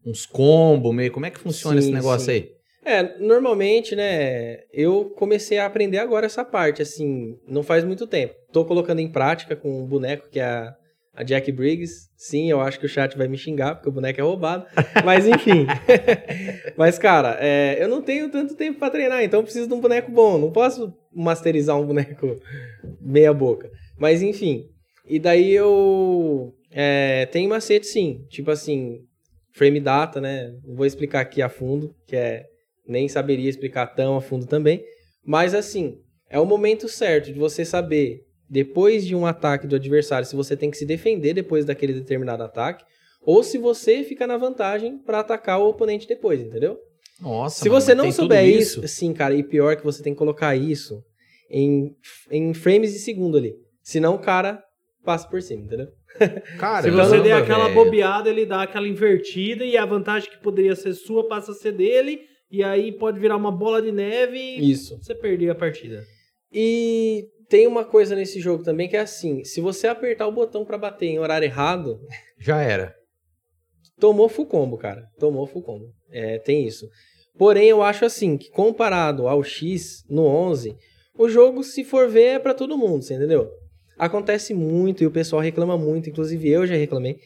A: Uns combos meio. Como é que funciona
C: Sim,
A: esse negócio
C: sim.
A: aí?
C: É, normalmente, né, eu comecei a aprender agora essa parte, assim, não faz muito tempo. Tô colocando em prática com um boneco que é a, a Jack Briggs. Sim, eu acho que o chat vai me xingar, porque o boneco é roubado. Mas enfim. Mas, cara, é, eu não tenho tanto tempo pra treinar, então eu preciso de um boneco bom. Não posso masterizar um boneco meia boca. Mas enfim. E daí eu. É, tem macete sim. Tipo assim, frame data, né? Não vou explicar aqui a fundo, que é nem saberia explicar tão a fundo também. Mas assim, é o momento certo de você saber, depois de um ataque do adversário, se você tem que se defender depois daquele determinado ataque, ou se você fica na vantagem pra atacar o oponente depois, entendeu?
A: Nossa,
C: se
A: mano,
C: você não
A: tem tudo
C: souber isso, sim, cara, e pior que você tem que colocar isso em, em frames de segundo ali. Senão o cara passa por cima, entendeu?
A: Cara,
B: Se você der
A: caramba,
B: aquela
A: velho.
B: bobeada, ele dá aquela invertida e a vantagem que poderia ser sua passa a ser dele. E aí pode virar uma bola de neve e
C: Isso.
B: você perder a partida.
C: E tem uma coisa nesse jogo também que é assim: se você apertar o botão pra bater em horário errado,
A: Já era.
C: tomou full combo, cara. Tomou full combo. É, tem isso. Porém, eu acho assim, que comparado ao X no 11, o jogo, se for ver, é pra todo mundo, você entendeu? Acontece muito e o pessoal reclama muito, inclusive eu já reclamei,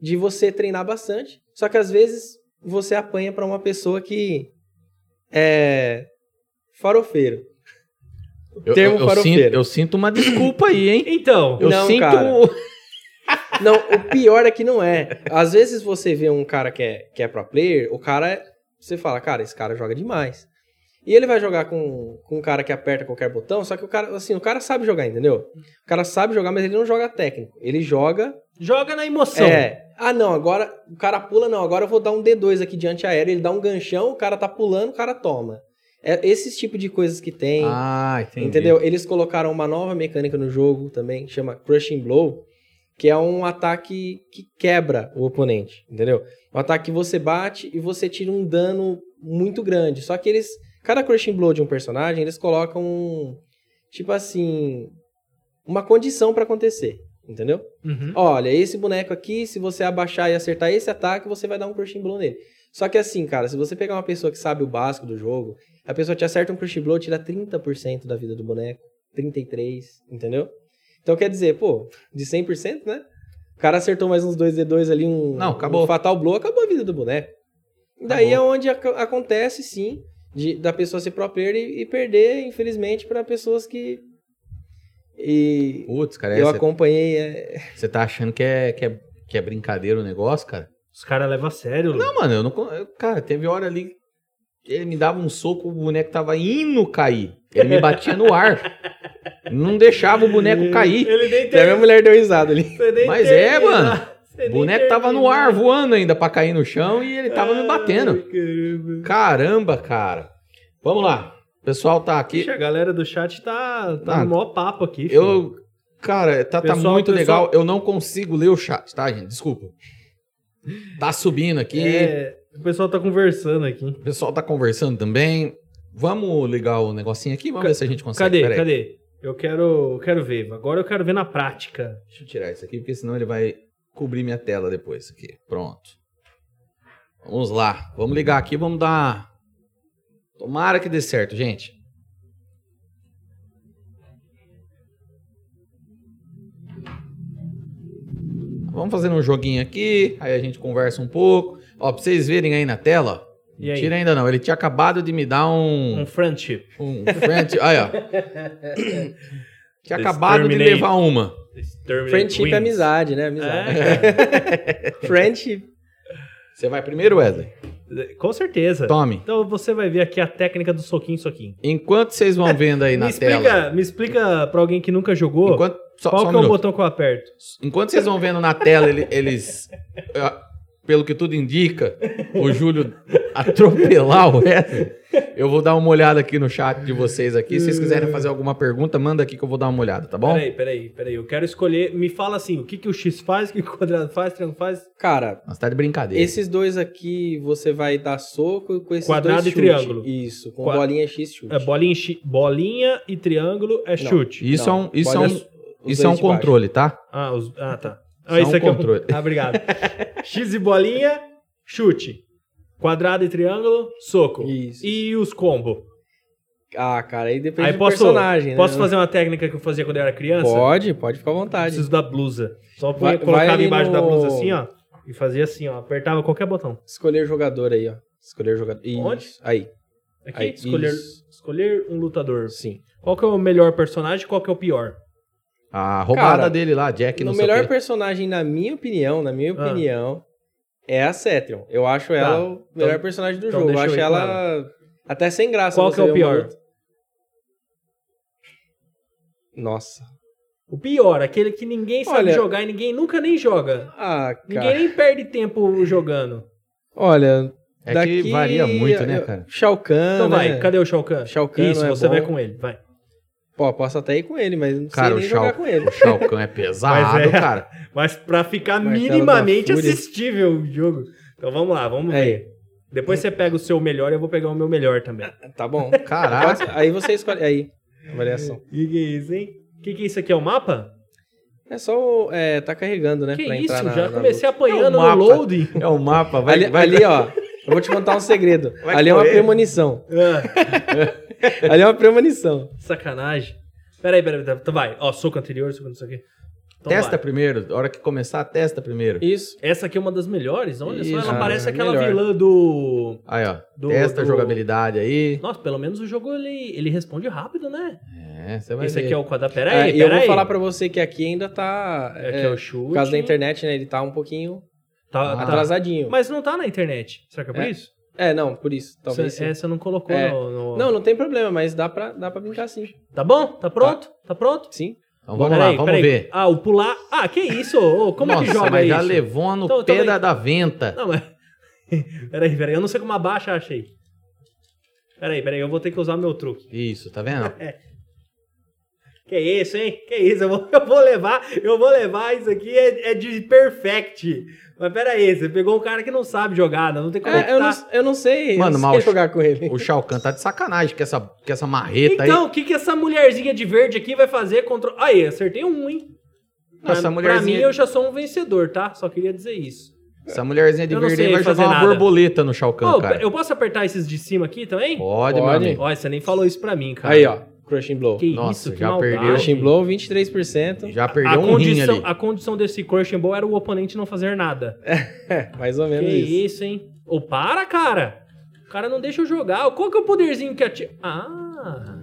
C: de você treinar bastante, só que às vezes você apanha pra uma pessoa que é farofeiro.
A: Eu,
C: Termo
A: eu, eu, sinto,
C: farofeiro.
A: eu sinto uma desculpa aí, hein?
B: Então,
A: Eu
C: Não,
A: sinto. um-
C: cara. Não, o pior é que não é. Às vezes você vê um cara que é, que é pro player, o cara, você fala, cara, esse cara joga demais. E ele vai jogar com, com um cara que aperta qualquer botão, só que o cara, assim, o cara sabe jogar, entendeu? O cara sabe jogar, mas ele não joga técnico. Ele joga.
B: joga na emoção.
C: É. Ah, não, agora o cara pula, não, agora eu vou dar um D2 aqui de antiaéreo, ele dá um ganchão, o cara tá pulando, o cara toma. É esses tipo de coisas que tem.
A: Ah, entendi.
C: Entendeu? Eles colocaram uma nova mecânica no jogo também, que chama Crushing Blow, que é um ataque que quebra o oponente, entendeu? Um ataque que você bate e você tira um dano muito grande. Só que eles. Cada Crushing Blow de um personagem, eles colocam um. Tipo assim. Uma condição pra acontecer, entendeu?
B: Uhum.
C: Olha, esse boneco aqui, se você abaixar e acertar esse ataque, você vai dar um crushing blow nele. Só que assim, cara, se você pegar uma pessoa que sabe o básico do jogo, a pessoa te acerta um crushing blow, tira 30% da vida do boneco, 33, entendeu? Então quer dizer, pô, de 100%, né? O cara acertou mais uns 2D2 ali, um,
A: Não, acabou.
C: um fatal blow, acabou a vida do boneco. Daí é onde ac- acontece, sim, de- da pessoa ser pro player e, e perder, infelizmente, pra pessoas que... E
A: Putz, cara,
C: eu
A: você
C: acompanhei... é,
A: tá achando que é, que, é, que é brincadeira o negócio, cara?
B: Os caras levam a sério. Lu.
A: Não, mano, eu não. con- eu- Cara, teve hora ali. Ele me dava um soco, o boneco tava indo cair. Ele me batia no ar. Não deixava o boneco é cair.
B: Ele nem
C: Até minha mulher deu risada ali.
B: ter...
A: Mas é, mano. O boneco tava no ar, voando ainda pra cair no chão e ele tava me batendo. Caramba, cara. Vamos lá. O pessoal tá aqui.
B: Ixi, a galera do chat tá, tá
A: Ah,
B: no maior papo aqui. filho.
A: Eu, cara, tá, tá
B: Pessoal,
A: muito
B: pessoal-
A: legal. Eu não consigo ler o chat, tá, gente? Desculpa. Tá subindo aqui.
B: É, o pessoal tá conversando aqui.
A: O pessoal tá conversando também. Vamos ligar o negocinho aqui? Vamos
B: Ca-
A: ver se a gente consegue.
B: Cadê?
A: Pera aí.
B: Cadê? Eu quero, eu quero ver. Agora eu quero ver na prática.
A: Deixa eu tirar isso aqui, porque senão ele vai cobrir minha tela depois aqui. Pronto. Vamos lá. Vamos ligar aqui, vamos dar. Tomara que dê certo, gente. Vamos fazer um joguinho aqui, aí a gente conversa um pouco. Ó, pra vocês verem aí na tela.
B: E aí?
A: Tira ainda não, ele tinha acabado de me dar um.
B: Um friendship.
A: Um friend. Aí, ó. Tinha acabado de
B: Exterminate.
A: levar uma.
C: Friendship é amizade, né? Amizade.
B: É,
C: Friendship.
A: Você vai primeiro, Wesley.
B: com certeza.
A: Tome.
B: Então você vai ver aqui a técnica do soquinho soquinho.
A: Enquanto vocês vão vendo aí
B: Me
A: na
B: explica,
A: tela.
B: me explica pra alguém que nunca jogou
A: Enquanto, só,
B: qual
A: só um
B: que é o
A: minuto.
B: botão que eu aperto.
A: Enquanto vocês vão vendo na tela, ele- eles. ah, Pelo que tudo indica, o Júlio atropelar o Wesley. Eu vou dar uma olhada aqui no chat de vocês aqui. Se vocês quiserem fazer alguma pergunta, manda aqui que eu vou dar uma olhada, tá bom?
B: Peraí, peraí, peraí. Eu quero escolher. Me fala assim, o que, que o X faz, o que que o quadrado faz, o triângulo faz.
C: Cara,
A: Mas tá de brincadeira.
C: esses dois aqui você vai dar soco e com esses
B: Quadrado
C: dois
B: e
C: chute.
B: triângulo.
C: Isso, com
B: Qua-
C: bolinha X chute.
B: É, bolinha, e chi- bolinha e triângulo é
C: Não.
B: chute.
A: Isso é um, isso é
C: bolinha-
A: um,
C: os
A: isso é um
C: dois de baixo.
A: controle, tá?
B: Ah, os- ah, tá.
A: Isso é
B: Ah, isso
A: um
B: aqui é um
A: controle.
B: Ah, obrigado. X e bolinha, chute. Quadrado e triângulo, soco.
C: Isso.
B: E os combo.
C: Ah, cara, aí depende
B: Aí
C: do
B: posso,
C: personagem,
B: posso
C: né?
B: fazer uma técnica que eu fazia quando eu era criança?
C: Pode, pode ficar à vontade.
B: Preciso da blusa. Só punha-
C: Vai-
B: colocava
C: vai ali
B: embaixo da
C: no-
B: blusa assim, ó. E fazia assim, ó. Apertava qualquer botão.
C: Escolher jogador aí, ó. Escolher jogador. Isso.
B: Onde?
C: Aí,
B: Aqui,
C: Aí,
B: escolher,
C: isso.
B: escolher um lutador.
C: sim.
B: Qual que é o melhor personagem e qual que é o pior?
A: A roubada
C: Cara,
A: dele lá, Jack, não
C: o
A: sei
C: melhor
A: o quê.
C: personagem, na minha opinião, na minha
B: Ah. Tá.
C: opinião, é a Cetrion. Eu acho ela o melhor personagem do
B: então
C: jogo. Eu
B: deixa eu
C: acho
B: ir com
C: ela, até sem graça.
B: Qual
C: você
B: que é o
C: ver uma
B: pior?
C: luta. Nossa.
B: O pior, aquele que ninguém sabe
C: Olha-
B: jogar e ninguém nunca nem joga.
C: Ah, cara.
B: Ninguém nem perde tempo jogando.
C: Olha,
A: É
C: daqui...
A: que varia muito, né, cara?
C: Shao Kahn,
B: Então vai,
C: né?
B: cadê o Shao Kahn?
C: Shao Kahn
B: Isso,
C: não é
B: você
C: bom.
B: vai com ele, vai.
C: Pô, posso até ir com ele, mas não
A: Cara,
C: sei
A: o
C: nem
A: Shao,
C: jogar com ele.
A: o Shao Kahn é pesado,
B: Mas é.
A: cara.
B: Mas pra ficar
C: Martelo da
B: minimamente
C: Fúria.
B: assistível o jogo. Então vamos lá, vamos ver.
C: Aí,
B: Depois você pega o seu melhor, eu vou pegar o meu melhor também.
C: tá bom.
A: Caraca.
C: Pode- aí você escolhe. Aí, avaliação.
B: E que é isso, hein? Que que é isso aqui? É o mapa?
C: É só o- é, tá carregando, né?
B: que
C: pra
B: isso?
C: entrar na,
B: Já
C: na
B: comecei apanhando
A: É o
B: no
A: mapa.
B: loading.
A: É o mapa, vai,
C: ali,
A: vai
C: ali, ó. Eu vou te contar um segredo.
A: Vai
C: ali é uma
A: correr.
C: premonição.
B: Ah,
C: Ali é uma premonição.
B: sacanagem. Peraí, peraí, peraí. Então vai. Ó, soco anterior, soco não sei o quê. Então
A: Testa
B: vai.
A: primeiro, a hora que começar, testa primeiro.
C: Isso.
B: Essa aqui é uma das melhores. Olha
C: Isso,
B: só, ela
C: ah,
B: parece aquela
C: melhor.
B: vilã do...
A: Aí, ó.
B: Do-
A: testa a
B: do-
A: jogabilidade aí.
B: Nossa, pelo menos o jogo ele, ele responde rápido, né?
A: É, você vai
B: Esse
A: ver.
B: aqui é o quadrado. Pera
C: Ah,
B: aí,
C: e
B: pera
C: eu vou
B: aí.
C: falar pra você que aqui ainda tá.
B: É,
C: é,
B: que é o chute.
C: por causa da internet, né? Ele tá um pouquinho
B: Tá, tá.
C: atrasadinho.
B: Mas não tá na internet. Será que é por
C: É,
B: isso?
C: É, não, por isso. Talvez.
B: Você,
C: sim.
B: é, você não colocou
C: É.
B: no, no-
C: Não, não tem problema, mas dá pra, dá pra brincar sim.
B: Tá bom? Tá pronto? Tá, pronto?
C: Sim.
A: Então vamos
B: Peraí,
A: lá, vamos
B: peraí.
A: ver.
B: Ah, o pular. Ah, que isso? Ô, ô, como é que
A: Nossa,
B: joga
A: mas
B: isso?
A: já levou no
B: Então,
A: pé
B: então
A: da, da venta.
B: Não, mas. peraí, peraí. Eu não sei como abaixa, achei. Peraí, peraí. Eu vou ter que usar meu truque.
A: Isso, tá vendo?
B: Que isso, hein? Que isso? Eu vou, eu vou levar. Eu vou levar isso aqui. É, é de perfect. Mas peraí, você pegou um cara que não sabe jogar. Não tem como. tá?
C: É, eu,
B: optar.
C: não, eu não sei.
A: Mano,
C: eu não
A: mal-
C: sei jogar com ele.
A: O Shao Kahn tá de sacanagem com essa, com essa marreta aí.
B: Então, o que, que essa mulherzinha de verde aqui vai fazer contra. Aí, acertei um, hein?
A: Não, essa
B: pra, pra
A: mulherzinha-
B: mim, eu já sou um vencedor, tá? Só queria dizer isso.
A: Essa mulherzinha de
B: Eu não
A: verde aí
B: sei
A: vai
B: fazer
A: jogar uma
B: nada.
A: borboleta no Shao Kahn,
B: Ô,
A: cara.
B: eu posso apertar esses de cima aqui também?
A: Pode, meu
C: Pode.
A: amigo.
B: Olha, você nem falou isso pra mim, cara.
C: Aí, ó. Crushing Blow.
B: Que
A: Nossa,
B: isso, que
A: já
B: maldade.
A: perdeu.
C: Crushing Blow, 23%.
A: Já
B: A
A: perdeu um rim
B: condição,
A: ali.
B: a condição desse Crushing Ball era o oponente não fazer nada.
C: É, mais ou
B: que
C: menos isso.
B: isso, hein? Ô, para, cara! O cara não deixa eu jogar. Qual que é o poderzinho que ativa? Ah!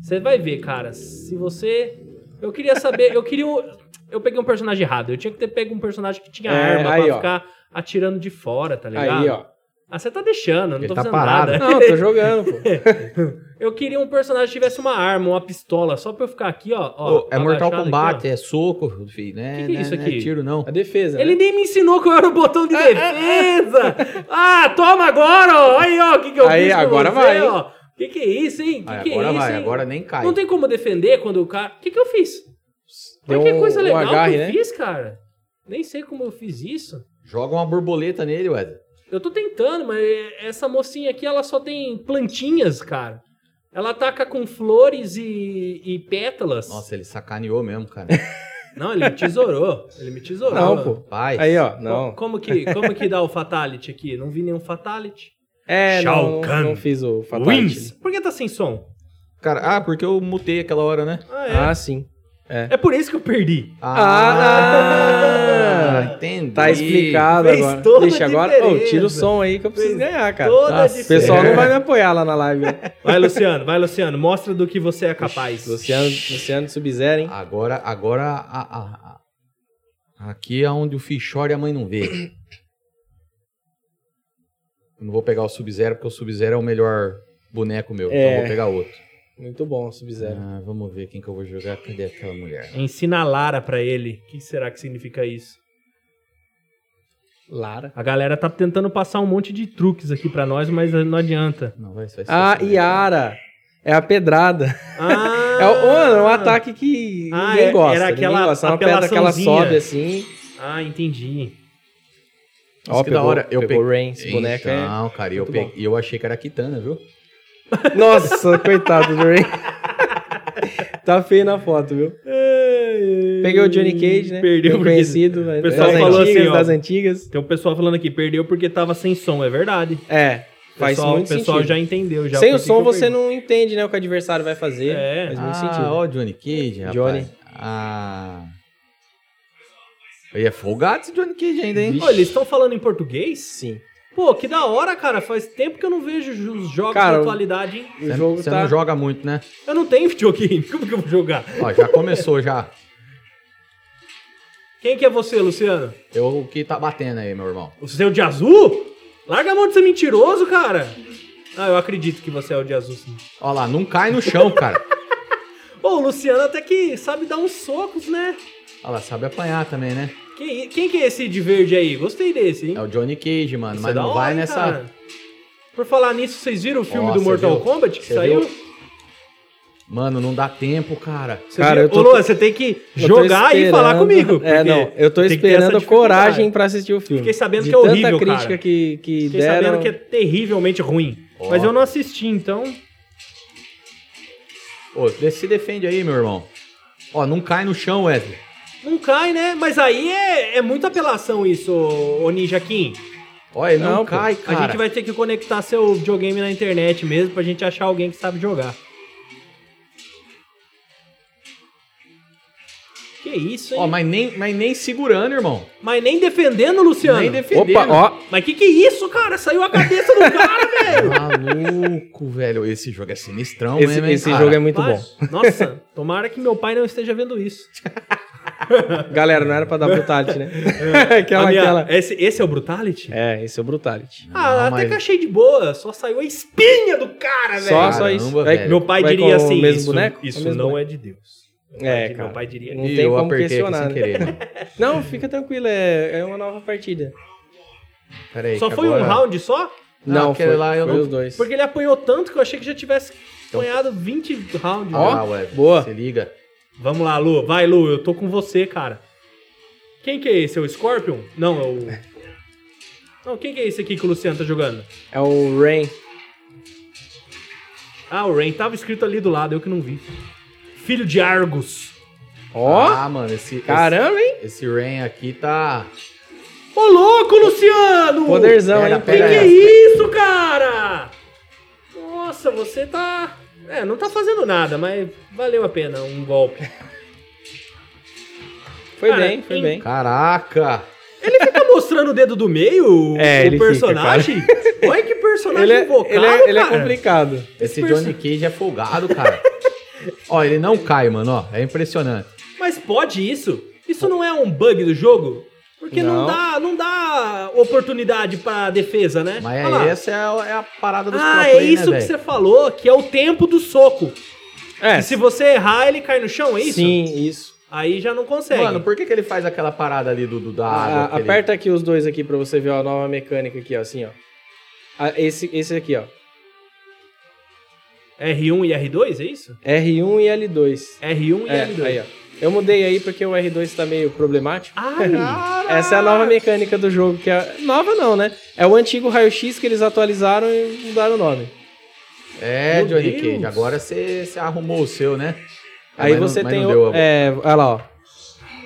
B: Você vai ver, cara. Se você... Eu queria saber... eu queria... o- Eu peguei um personagem errado. Eu tinha que ter pego um personagem que tinha
C: É,
B: arma
C: aí,
B: pra
C: ó.
B: ficar atirando de fora, tá ligado?
C: Aí, ó.
B: Ah, você tá deixando. eu Não
A: Ele
B: tô
A: tá
B: fazendo
A: parado.
B: nada.
C: Não, tô jogando, pô.
B: Eu queria um personagem que tivesse uma arma, uma pistola, só pra eu ficar aqui, ó. ó,
A: Ô, é Mortal
B: abaixado aqui,
A: Kombat,
B: ó.
A: é soco, filho. Né,
B: Que que é
A: né,
B: isso
A: né,
B: aqui?
A: tiro, não.
C: A defesa.
B: Ele
C: né?
B: nem me ensinou qual era o botão de defesa! ah, toma agora, ó! Aí, ó, o que, que eu
C: Aí,
B: fiz com
C: agora
B: você,
C: vai, hein?
B: ó? Que que é isso, hein? Que
A: Aí,
B: que é
A: Ah, agora
B: isso,
A: vai,
B: hein?
A: agora nem cai.
B: Não tem como defender quando o cara... O que que eu fiz? Olha
C: Deu
B: que
C: um-
B: coisa
C: um
B: legal
C: agarre,
B: que eu
C: né?
B: fiz, cara. Nem sei como eu fiz isso.
A: Joga uma borboleta nele, ué.
B: Eu tô tentando, mas essa mocinha aqui, ela só tem plantinhas, cara. Ela ataca com flores e, e pétalas.
A: Nossa, ele sacaneou mesmo, cara.
B: Não, ele me tesourou. Ele me tesourou.
C: Não,
B: mano.
C: pô.
A: Rapaz.
C: Aí, ó.
B: Co-
C: Não.
B: Como que, como que dá o Fatality aqui? Não vi nenhum Fatality.
C: É,
B: Shao
C: não,
B: Kahn
C: não, não fiz o fatality.
B: Por que tá sem som?
A: Cara, ah, porque eu mutei aquela hora, né?
B: Ah, é.
C: Ah, sim.
B: É por isso que eu perdi.
C: Ah,
A: entendi.
C: Tá explicado
B: Fez
C: agora.
B: toda a
C: Deixa agora. Ô,
B: diferença.
C: tira o som aí que eu preciso
B: Fez
C: ganhar, cara.
B: toda a
C: Tá, o pessoal
A: diferença.
C: não vai me apoiar lá na live.
B: Vai, Luciano, vai, Luciano. Mostra do que você é capaz.
C: Luciano, Luciano Sub-Zero, hein?
A: Agora, agora, a- a- a- aqui é onde o fish chora e a mãe não vê. Eu não vou pegar o Sub-Zero, porque o Sub-Zero é o melhor boneco meu. Então
C: É.
A: eu vou pegar outro.
C: Muito bom, Sub-Zero.
A: Ah, vamos ver quem que eu vou jogar. Cadê aquela mulher?
B: Ensina a Lara pra ele. O que será que significa isso?
C: Lara.
B: A galera tá tentando passar um monte de truques aqui pra nós, mas não adianta.
A: Não, vai, vai ser
C: Ah,
A: essa mulher.
C: Yara. É a pedrada.
B: Ah,
C: É o- mano, é um ataque que
B: Ah,
C: ninguém
B: é-
C: gosta.
B: era
C: ninguém
B: aquela
C: gosta. É uma pedra que ela
B: apelaçãozinha.
C: sobe assim.
B: Ah, entendi.
A: Isso que da hora, eu
C: pegou
A: peguei-
C: Rain, esse boneco é-
A: Não, cara, e eu,
C: muito
A: peguei- e eu achei que era a Kitana, viu?
C: Nossa, coitado do Rain. tá feio na foto, viu? Peguei o Johnny Cage, né?
B: Perdeu
C: Bem
B: porque-
C: conhecido. né?
B: O pessoal
C: das
B: falou
C: antigas,
B: assim, ó.
C: das antigas.
B: Tem um pessoal falando aqui, perdeu porque tava sem som, é verdade.
C: É, faz
B: pessoal,
C: muito
B: o pessoal
C: sentido.
B: já entendeu. Já
C: Sem
B: por
C: o
B: que
C: som
B: que eu
C: você
B: perdi.
C: não entende, né, o que o adversário vai fazer.
B: É.
C: Faz
A: ah,
C: muito sentido.
A: ó, o Johnny Cage, rapaz.
C: Johnny.
A: Ah. Ele é folgado esse Johnny Cage ainda, hein? tá-
B: Ô, eles estão falando em português?
C: Sim.
B: Pô, que da hora, cara. Faz tempo que eu não vejo ju- os jogos
C: Cara,
B: da atualidade, hein?
C: O jogo
A: você
C: tá.
A: não joga muito, né?
B: Eu não tenho videogame. Como que eu vou jogar?
A: Ó, já começou, já.
B: Quem que é você, Luciano? é
A: Eu o que tá batendo aí, meu irmão.
B: O seu de azul? Larga a mão de ser mentiroso, cara. Ah, eu acredito que você é o de azul, sim.
A: Ó lá, não cai no chão, cara.
B: Ô, o Luciano até que sabe dar uns socos, né?
A: Ó lá, sabe apanhar também, né?
B: Quem, quem que é esse de verde aí? Gostei desse, hein?
A: É o Johnny Cage, mano.
B: Isso é
A: mas
B: da
A: não
B: hora,
A: vai
B: hein,
A: nessa.
B: cara? Por falar nisso, vocês viram o filme
A: Ó,
B: do
A: você
B: Mortal
A: viu?
B: Kombat que
A: Você
B: saiu?
A: viu? Mano, não dá tempo, cara.
B: Você
C: Cara,
B: tem-
C: eu tô-
B: Ô, Luan, você tem que
C: Eu tô
B: jogar e falar
C: esperando-
B: comigo.
C: É,
B: porque
C: não. Eu tô
B: tem que ter essa
C: esperando a coragem pra assistir o filme.
B: Fiquei sabendo
C: De
B: que é horrível,
C: tanta crítica
B: cara.
C: que, que
B: Fiquei
C: deram.
B: sabendo que é terrivelmente ruim.
A: Ó.
B: Mas eu não assisti, então.
A: Ô, de- se defende aí, meu irmão. Ó, não cai no chão, Wesley.
B: Não cai, né? Mas aí é, é muita apelação isso, ô ô Ninja Kim.
A: Ó, ele não,
C: Não, pô.
A: cai,
B: A
A: cara.
B: gente vai ter que conectar seu videogame na internet mesmo pra gente achar alguém que sabe jogar. Que isso, hein?
A: Ó,
B: mas...
A: mas nem, mas nem segurando, irmão.
B: nem defendendo, Luciano.
A: Nem defendendo.
C: Opa, ó.
B: Mas que que é isso, cara? Saiu a cabeça do cara, velho.
A: Maluco, velho. Esse jogo é sinistrão,
C: Esse,
A: mesmo, hein,
C: esse
A: cara?
C: jogo é muito bom.
B: Mas, Nossa, tomara que meu pai não esteja vendo isso.
C: Galera, não era pra dar brutality, né? aquela,
B: A minha-
C: aquela.
B: Esse, esse é o Brutality?
C: É, esse é o brutality.
B: Ah,
A: Não,
B: até
A: mas-
B: que achei de boa. Só saiu a espinha do cara, Ah, velho.
C: Só, só
A: Caramba,
C: isso.
A: velho.
C: É,
B: Meu pai
C: Vai
B: diria
C: com o
B: assim,
C: mesmo
B: isso,
C: boneco?
B: isso
C: O mesmo
B: não é
C: boneco.
B: de Deus.
C: É,
B: Meu
C: cara.
B: pai diria.
C: Não
A: Ih,
C: tem
A: eu
C: como
A: apertei aqui
C: questionar,
A: sem
C: né?
A: querer, mano.
C: Não, fica tranquilo, é, é uma nova partida.
A: Pera aí,
B: Só
A: que
B: foi
A: agora-
B: um round só?
A: Não,
C: Não,
A: aquele
C: foi,
A: lá eu
C: foi um-
A: não-
C: os dois.
B: Porque ele apanhou tanto que eu achei que já tivesse
C: Então-
B: apanhado 20 rounds.
A: Ó,
B: né?
A: Wesley,
C: boa.
A: Se liga.
B: Vamos lá, Lu. Vai, Lu. Eu tô com você, cara. Quem que é esse? É o Scorpion? Não, é o... Não, quem que é esse aqui que o Luciano tá jogando?
C: É o Rain.
B: Ah, o Rain. Tava escrito ali do lado, eu que não vi. Filho de Argus.
C: Ó,
A: Ah, mano, esse... esse-
C: caramba, hein?
A: Esse Ren aqui tá...
B: Ô, louco, Luciano!
C: Poderzão,
A: Pera,
C: hein?
B: Que que
A: pera
B: é
A: aí.
B: isso, cara? Nossa, você tá... É, não tá fazendo nada, mas valeu a pena um golpe.
C: Foi
B: Cara,
C: bem, foi
B: em-
C: bem.
A: Caraca!
B: Tá mostrando o dedo do meio, o-
C: É,
B: o
C: ele
B: personagem? Olha que personagem
C: Ele é,
B: invocado,
C: ele é, ele é
B: tá cara.
C: complicado.
A: Esse
B: perso-
A: Johnny Cage é folgado, cara. ó, ele não cai, mano, ó. É impressionante.
B: Mas pode isso? Isso não é um bug do jogo? Porque não,
C: Não.
B: dá, não dá oportunidade pra defesa, né?
A: Mas
B: Olha lá.
A: aí essa é a, é a parada dos
B: Ah,
A: pro
B: é
A: play, né,
B: isso que
A: velho?
B: você falou, que é o tempo do soco.
C: É,
B: E se você errar, ele cai no chão, é isso?
C: sim, isso.
B: Aí já não consegue.
A: Mano, por que, que ele faz aquela parada ali do, do da água?
C: A-
A: Ah, aquele-
C: Ah, aperta aqui os dois aqui pra você ver ó, a nova mecânica aqui, ó, assim, ó. Ah, esse, esse aqui, ó.
B: R1 e R2, é isso?
C: R1 e L2.
B: R1 e
C: É,
B: L2.
C: aí, ó. Eu mudei aí porque o R2 tá meio problemático.
B: Ah! Ai,
C: Essa é a nova mecânica do jogo, que é. Nova não, né? É o antigo raio-x que eles atualizaram e mudaram o nome.
A: É,
B: Meu
A: Johnny
B: Deus.
A: Cage, agora você você arrumou o seu, né?
C: Aí
A: Mas não-
C: você
A: mas
C: tem
A: não
C: o.
A: deu a-
C: É, olha lá, ó.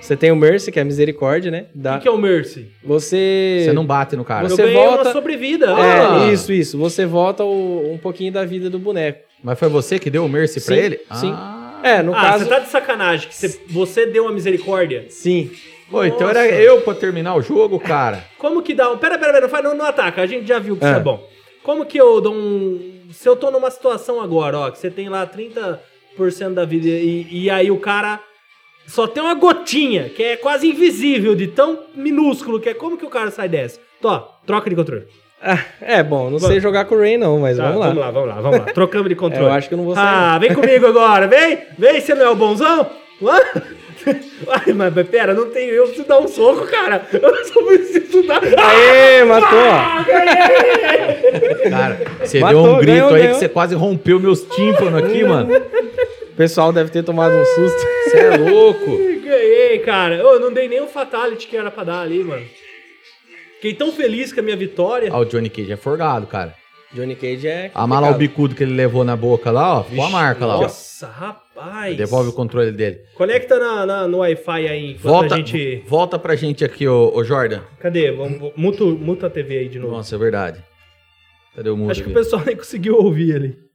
C: Você tem o Mercy, que é a misericórdia, né?
B: o
C: Dá,
B: que, que é o Mercy?
C: Você.
A: Você não bate no cara.
C: Você
B: eu ganhei uma
C: volta-
B: sobrevida. Ah!
C: É, isso, isso. Você volta o- um pouquinho da vida do boneco.
A: Mas foi você que deu o Mercy pra
C: Sim,
A: ele?
C: sim.
A: Ah.
C: É, no
B: ah,
C: caso.
B: você tá de sacanagem que você, você deu a misericórdia.
C: Sim.
A: Pô, então era
B: Nossa.
A: eu pra terminar o jogo, cara.
B: Como que dá um... Pera, pera, pera, não, faz- não, não ataca, a gente já viu que
C: Ah.
B: isso é bom. Como que eu dou um... Se eu tô numa situação agora, ó, que você tem lá 30% da vida e, e aí o cara só tem uma gotinha, que é quase invisível, de tão minúsculo que é. Como que o cara sai dessa? Tô, troca de controle.
C: Ah, é, bom, não
B: Vamos.
C: sei jogar com o Rain, não, mas
B: Tá,
C: vamos lá.
B: Vamos lá, vamos lá, vamos lá. Trocamos de
C: É,
B: controle.
C: eu acho que eu não vou sair.
B: Ah, vem comigo agora, vem! Vem, você não é o bonzão? Hã? Ai, mas mas pera, não tem. Eu preciso dar um soco, cara! Eu só preciso dar. Ah,
C: não. Aê, matou! ó.
A: Cara, você
C: Matou,
A: deu um grito
C: ganhou,
A: aí
C: ganhou.
A: que você quase rompeu meus tímpanos aqui, mano.
C: O pessoal deve ter tomado um susto.
A: Você é louco.
B: Ganhei, cara! Eu não dei nem o fatality que era pra dar ali, mano. Fiquei tão feliz com a minha vitória.
A: Ó, o Johnny Cage é forgado, cara.
C: Johnny Cage é.
A: A mala o
C: complicado.
A: bicudo que ele levou na boca lá, ó. Ficou a marca lá, ó.
B: Nossa, rapaz!
A: Devolve o controle dele.
B: Conecta tá na, na- no Wi-Fi aí enquanto
A: Volta,
B: a gente.
A: volta pra gente aqui, ô, ô Jordan.
B: Cadê? Vamos, muta, muta a TV aí de novo.
A: Nossa, é verdade. Cadê o mundo?
B: Acho que o
A: aqui?
B: pessoal nem conseguiu ouvir ali.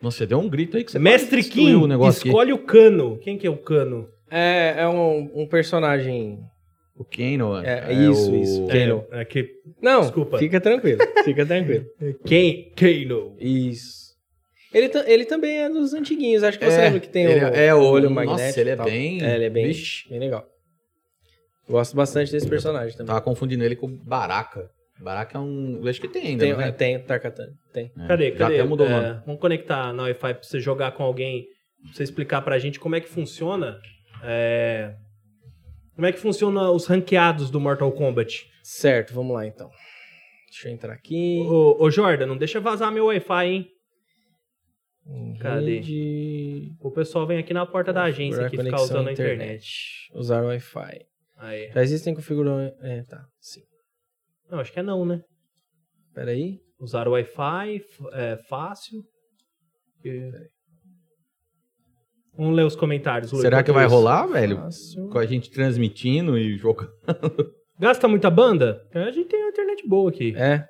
A: Nossa, você deu um grito aí que você
B: Mestre
A: quase destruiu
B: Kim,
A: o negócio aqui.
B: escolhe o cano. Quem que é o cano?
C: É, é um, um personagem.
A: O Kano, ó.
C: É, é isso,
A: o-
C: isso.
A: É.
C: Kano.
B: É, é que,
C: Não,
B: Desculpa.
C: fica tranquilo, fica tranquilo.
B: quem? Kano.
C: Isso. Ele, ta- ele também é dos antiguinhos, acho que você
A: É,
C: lembra que tem
A: ele
C: o,
A: é- é o-
C: olho
A: nossa,
C: magnético.
A: ele é
C: e tal.
A: bem-
C: É, ele é bem,
A: Vixe.
C: bem legal. Gosto bastante desse personagem também.
A: Tava confundindo ele com o Baraka. Baraka é um. Acho que tem ainda,
C: Tem,
A: não é?
C: tem o Tarkatan, tem.
A: É.
B: Cadê?
A: Já
B: cadê?
A: até mudou o
B: É,
A: nome.
B: Vamos conectar na Wi-Fi pra você jogar com alguém, pra você explicar pra gente como é que funciona. é, Como é que funciona os ranqueados do Mortal Kombat?
C: Certo, vamos lá então. Deixa eu entrar aqui.
B: Ô, ô Jordan, não deixa vazar meu Wi-Fi, hein? Cadê?
C: Rede- e
B: O pessoal vem aqui na porta da agência aqui ficar
C: conexão
B: usando a
C: à
B: internet.
C: Usar Wi-Fi.
B: Aí.
C: Já existem configurações. É, tá. Sim.
B: Não, acho que é não, né?
C: Peraí.
B: Usar o Wi-Fi f- é fácil. E- Vamos ler os comentários, Lu,
A: Será
B: enquanto
A: que vai
B: isso.
A: rolar, velho?
C: Fácil.
A: Com a gente transmitindo e jogando.
B: Gasta muita banda? A gente tem uma internet boa aqui.
C: É.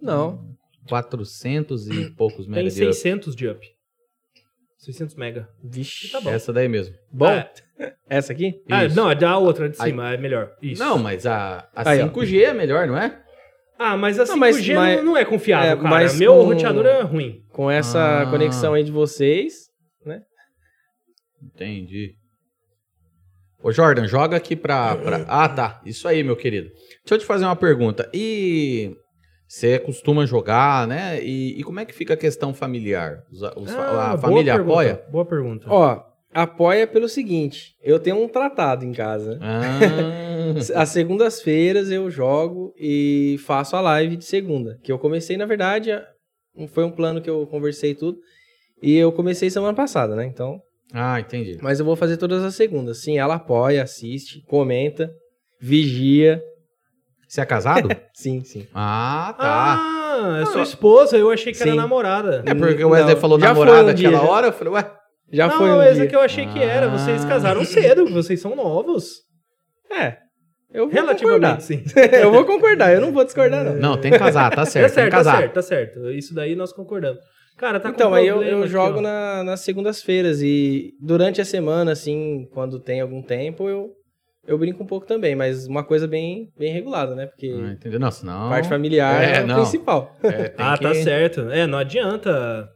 C: Não.
A: 400 e poucos
B: tem
A: mega de up.
B: 600 de up. 600 mega.
C: Vixe.
B: Tá bom.
A: Essa daí mesmo.
C: Bom,
B: Ah,
C: essa aqui?
B: ah,
A: Isso.
B: não, é da outra de
A: Aí.
B: cima, é melhor. Isso.
A: Não, mas a, a
C: Aí, ó.
A: 5G é melhor, não é?
B: Ah, mas a 5G
C: Não, mas- mas-
B: não, não é confiável,
C: é,
B: cara.
C: mas
B: Meu
C: com-
B: roteador é ruim.
C: Com essa
A: Ah.
C: conexão aí de vocês.
A: Entendi. Ô, Jordan, joga aqui pra, pra- Ah, tá. Isso aí, meu querido. Deixa eu te fazer uma pergunta. E você costuma jogar, né? E, e como é que fica a questão familiar? Os- os-
B: Ah,
A: a
B: boa
A: família
B: pergunta,
A: apoia? tá.
B: Boa pergunta.
C: Ó, apoia pelo seguinte: eu tenho um tratado em casa.
A: Ah,
C: As segundas-feiras eu jogo e faço a live de segunda. Que eu comecei, na verdade, a- foi um plano que eu conversei e tudo. E eu comecei semana passada, né? Então.
A: ah, entendi.
C: Mas eu vou fazer todas as segundas. Sim, ela apoia, assiste, comenta, vigia.
A: Você é casado?
C: Sim, sim.
A: Ah, tá.
B: Ah, é
A: Ah,
B: sua esposa, eu achei que era
C: Sim.
B: namorada.
A: é porque o Wesley
C: Não,
A: falou
C: já foi
A: namorada
C: um dia,
A: aquela
C: já-
A: hora. Eu falei, ué,
C: Já
B: não,
C: foi um
B: esse
C: dia.
B: que eu achei que era. Vocês casaram cedo, vocês são novos.
C: É. Eu vou
B: Relativamente, sim.
C: concordar. eu vou concordar, eu não vou discordar, não.
A: não, tem que casar, tá certo. tem que
B: tá certo, tá
A: casar.
B: certo, tá certo. Isso daí nós concordamos. Cara, tá com
C: então, aí eu,
B: problema
C: eu
B: aqui,
C: jogo
B: ó.
C: na- nas segundas-feiras e durante a semana, assim, quando tem algum tempo, eu, eu brinco um pouco também, mas uma coisa bem, bem regulada, né? Porque
A: Ah, entendeu? Não, senão.
C: parte familiar
A: É,
C: é, o
A: não.
C: principal.
A: é, tem
B: Ah,
A: que-
B: tá certo. É, não adianta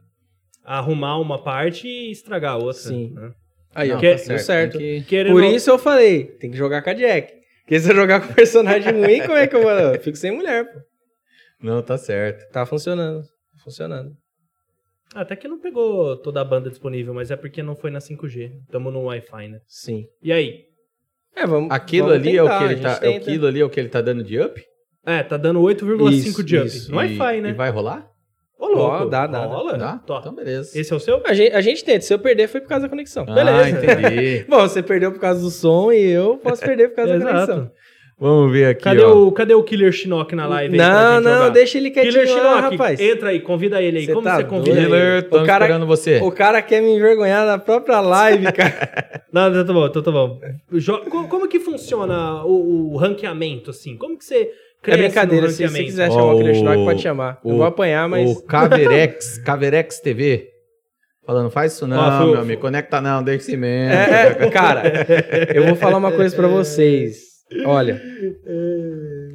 B: arrumar uma parte e estragar a outra.
C: Sim.
B: né?
C: Aí, ó,
A: Não,
B: Que-
A: tá
C: deu certo.
A: tem que-
B: Querendo
C: Por
B: ou-
C: isso eu falei, tem que jogar com a Jack. Porque se eu jogar com um personagem ruim, como é que eu vou? Eu fico sem mulher, pô.
A: Não, tá certo.
C: Tá funcionando. tá Funcionando.
B: Até que não pegou toda a banda disponível, mas é porque não foi na 5G. Tamo no Wi-Fi, né?
C: Sim.
B: E aí?
C: É, vamos.
A: Aquilo
C: vamos
A: ali é
C: tentar,
A: o que
C: a
A: ele
C: gente
A: tá. é
C: tenta.
A: Aquilo ali é o que ele tá dando de up?
B: É, tá dando 8,5
C: Isso,
B: de up.
C: isso. é
B: No Wi-Fi,
A: E-
B: né?
A: E vai rolar?
B: Ô, louco.
C: Ó, dá, dá,
B: Rola?
A: Tá?
B: Tó.
A: Então beleza.
B: Esse é o seu?
C: A gente, a gente tenta. Se eu perder, foi por causa da conexão.
A: Ah,
B: Beleza.
A: entendi.
C: Bom, você perdeu por causa do som e eu posso perder por causa da conexão.
B: Exato.
A: Vamos ver aqui,
B: Cadê
A: ó.
B: o, cadê o Killer Shinnok na live aí pra
C: não,
B: gente
C: não,
B: jogar?
C: deixa ele quietinho
B: Killer
C: lá,
B: Shinnok,
C: rapaz.
B: entra aí, convida ele aí.
C: Cê
B: Como
C: tá
B: você convida ele?
A: Killer, estamos
C: O cara-
A: esperando você.
C: O cara quer me envergonhar na própria live, cara.
B: Não, tá, tá bom, tá, tá bom. Jo- co- como que funciona o, o ranqueamento, assim? Como que você
C: é
B: cresce
C: brincadeira,
B: no
C: se você
B: ranqueamento?
C: quiser
A: Ó,
C: chamar o Killer
A: o-
C: Shinnok, pode chamar.
A: o-
C: eu vou apanhar, mas...
A: O Caverex, Caverex TV. Falando, faz isso não,
B: Ó, foi-
A: meu amigo. Conecta não, deixa esse mesmo.
C: É, é, cara, eu vou falar uma coisa pra vocês. Olha,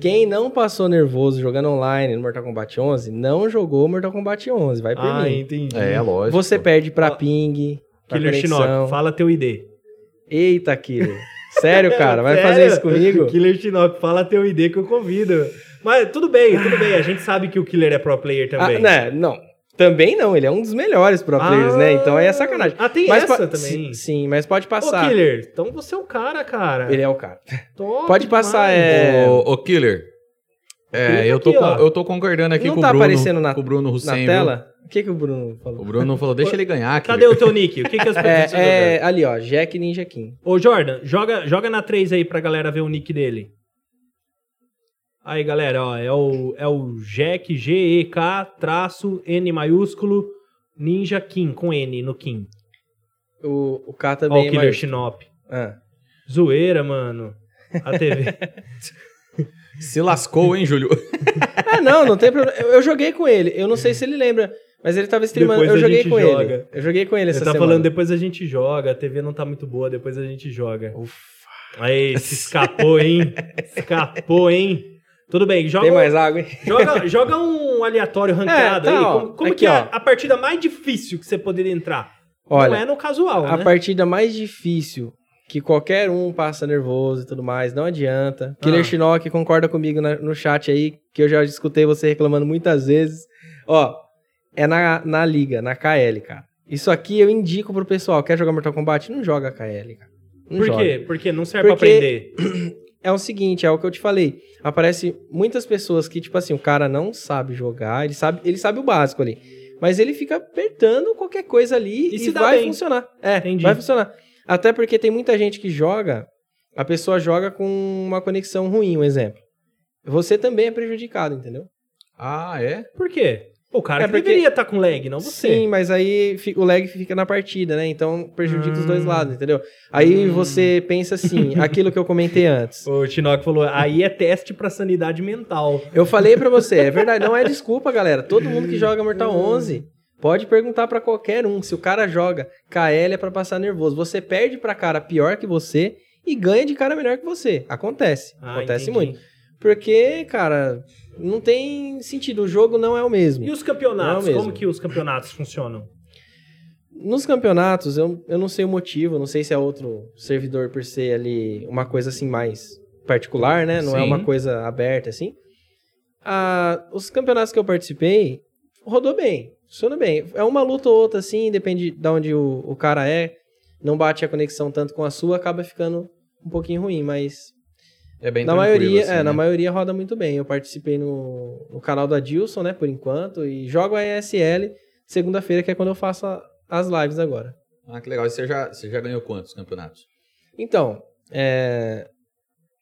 C: quem não passou nervoso jogando online no Mortal Kombat 11, não jogou Mortal Kombat 11, vai por
B: Ah,
C: mim.
B: entendi.
A: É, lógico.
C: Você perde pra
B: Ó,
C: ping, pra
B: Killer
C: conexão.
B: Shinnok, fala teu ID.
C: Eita, Killer. Sério, cara, vai fazer
B: Sério?
C: isso comigo?
B: Killer Shinnok, fala teu ID que eu convido. Mas tudo bem, tudo bem. A gente sabe que o Killer é pro player também.
C: Ah, né, não, também não, ele é um dos melhores pro players,
B: Ah.
C: né? Então aí é sacanagem.
B: Ah, tem
C: Mas
B: essa
C: po-
B: também.
C: si- Sim, mas pode
B: Ô,
C: passar.
B: Killer, então você é o cara, cara.
C: Ele é o cara.
B: Top
C: Pode passar,
B: demais.
C: é,
A: Ô, ô, Killer.
B: Killer tá
A: É, eu tô,
B: aqui,
A: con-
B: ó.
A: eu tô concordando aqui
C: Não
A: com,
C: tá
A: o Bruno,
C: aparecendo na-
A: com o Bruno
C: Na
A: Hussein. viu?
C: tela, o que, que o Bruno falou?
A: O Bruno falou, deixa ele ganhar.
B: Cadê
A: Killer.
B: o teu nick? O que, que as pessoas precisam
C: É, é, ali, ó, Jack Ninja King.
B: Ô, Jordan, joga, joga na 3 aí pra galera ver o nick dele. Aí, galera, ó, é o, é o Jack, G-E-K, traço, N maiúsculo, Ninja Kim, com N no Kim.
C: O, o K
B: Ó, o
C: também é
B: Killer
C: maior.
B: Shinop.
C: Ah.
B: Zoeira, mano. A TV.
A: Se lascou, hein, Júlio?
C: Ah, não, não tem problema. Eu, eu joguei com ele. Eu não sei se ele lembra, mas ele tava streamando.
B: Depois
C: eu
B: a
C: joguei
B: gente
C: com ele.
B: joga.
C: Eu joguei com ele
B: Você
C: essa
B: tá
C: semana.
B: falando, depois a gente joga, a TV não tá muito boa, depois a gente joga. Aí, se escapou, hein? Escapou, hein? Tudo bem, joga, um
C: Tem mais água, hein?
B: joga, joga um aleatório ranqueado
C: É, tá,
B: aí.
C: ó.
B: Como, como
C: Aqui,
B: que é
C: ó.
B: a partida mais difícil que você poderia entrar?
C: Olha,
B: não é no casual,
C: a
B: né?
C: partida mais difícil que qualquer um passa nervoso e tudo mais, não adianta. Killer
B: Ah.
C: Shinnok concorda comigo na- no chat aí, que eu já escutei você reclamando muitas vezes. Ó, é na, na liga, na KL, cara. Isso aqui eu indico pro pessoal. Quer jogar Mortal Kombat? Não joga KL, cara. Não
B: Por
C: joga.
B: quê? Porque não serve
C: Porque-
B: pra aprender.
C: é o seguinte, é o que eu te falei. Aparece muitas pessoas que, tipo assim, o cara não sabe jogar, ele sabe, ele sabe o básico ali. Mas ele fica apertando qualquer coisa ali
B: E
C: e,
B: se dá
C: vai
B: bem.
C: funcionar. É,
B: Entendi.
C: vai funcionar. Até porque tem muita gente que joga, a pessoa joga com uma conexão ruim, um exemplo. Você também é prejudicado, entendeu?
A: Ah, é?
B: Por quê? Pô, O cara
C: É
B: que
C: porque-
B: deveria estar com lag, não Então você.
C: Sim, mas aí fi- o lag fica na partida, né? Então prejudica os dois
B: Hum.
C: lados, entendeu? Aí
B: Hum.
C: você pensa assim, aquilo que eu comentei antes.
B: O Tinoco falou, aí é teste pra sanidade mental.
C: Eu falei pra você, é verdade, não é desculpa, galera. Todo mundo que joga Mortal
B: Hum.
C: 11 pode perguntar pra qualquer um se o cara joga KL é pra passar nervoso. Você perde pra cara pior que você e ganha de cara melhor que você. Acontece,
B: Ah,
C: acontece
B: entendi.
C: muito. Porque, cara, não tem sentido. O jogo não é o mesmo.
B: E os
C: É
B: campeonatos?
C: o mesmo.
B: Como que os campeonatos funcionam?
C: Nos campeonatos, eu, eu não sei o motivo, não sei se é outro servidor por ser ali uma coisa assim mais particular, né? Não é
A: Sim.
C: uma coisa aberta assim. Ah, os campeonatos que eu participei, rodou bem, funcionou bem. É uma luta ou outra assim, depende de onde o, o cara é. Não bate a conexão tanto com a sua, acaba ficando um pouquinho ruim, mas
A: É bem
C: na
A: tranquilo,
C: maioria,
A: assim,
C: é,
A: né?
C: na maioria roda muito bem. Eu participei no, no canal da Dilson, né, por enquanto, e jogo a ESL segunda-feira, que é quando eu faço a- as lives agora.
A: Ah, que legal. E você já, você já ganhou quantos campeonatos?
C: Então, é,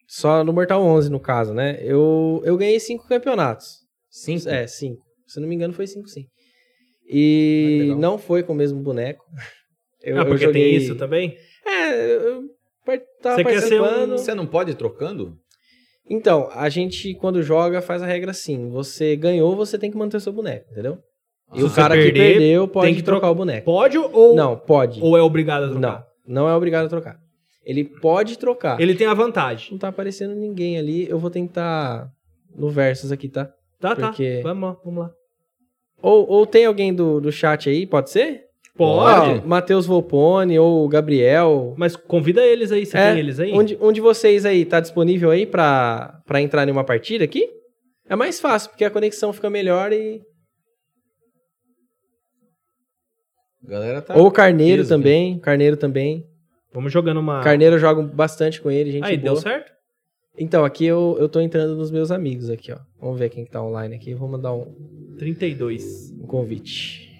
C: só no Mortal 11, no caso, né, eu, eu ganhei cinco campeonatos.
A: Cinco?
C: É, cinco. Se eu não me engano, foi cinco, sim.
A: Ah, que
C: E
A: legal.
C: não foi com o mesmo boneco. Eu,
B: ah,
C: eu
B: porque
C: joguei-
B: tem isso também?
C: É, eu- eu par- tava
B: Você quer ser um-
C: participando...
A: Você não pode ir trocando?
C: Então, a gente, quando joga, faz a regra assim: você ganhou, você tem que manter seu boneco, entendeu? E
A: Ah,
C: o cara que
B: perder,
C: perdeu pode
B: tem que
C: trocar
B: trocar.
C: o boneco.
B: Pode ou,
C: É. Não, pode.
B: ou é obrigado a
C: Não,
B: trocar?
C: não é obrigado a trocar. Ele pode trocar.
B: Ele tem a vantagem.
C: Não tá aparecendo ninguém ali. Eu vou tentar no versus aqui, tá?
B: Tá, tá.
C: Porque-
B: Vamos lá, vamos lá.
C: Ou, ou tem alguém do, do chat aí, pode ser?
B: Pode.
A: Pode.
C: Ah, Matheus Volpone ou o Gabriel.
B: Mas convida eles aí, você
C: É,
B: tem eles aí?
C: Um de, um de vocês aí tá disponível aí pra, pra entrar em uma partida aqui? É mais fácil, porque a conexão fica melhor e
A: A galera tá...
C: Ou o Carneiro
A: Beleza,
B: né?
C: também. Carneiro também.
B: Vamos jogando uma...
C: Carneiro eu jogo bastante com ele, gente.
B: aí,
C: boa.
B: Ah. deu certo?
C: Então, aqui eu, eu tô entrando nos meus amigos aqui, ó. Vamos ver quem que tá online aqui. Vou mandar um,
B: 32.
C: um convite.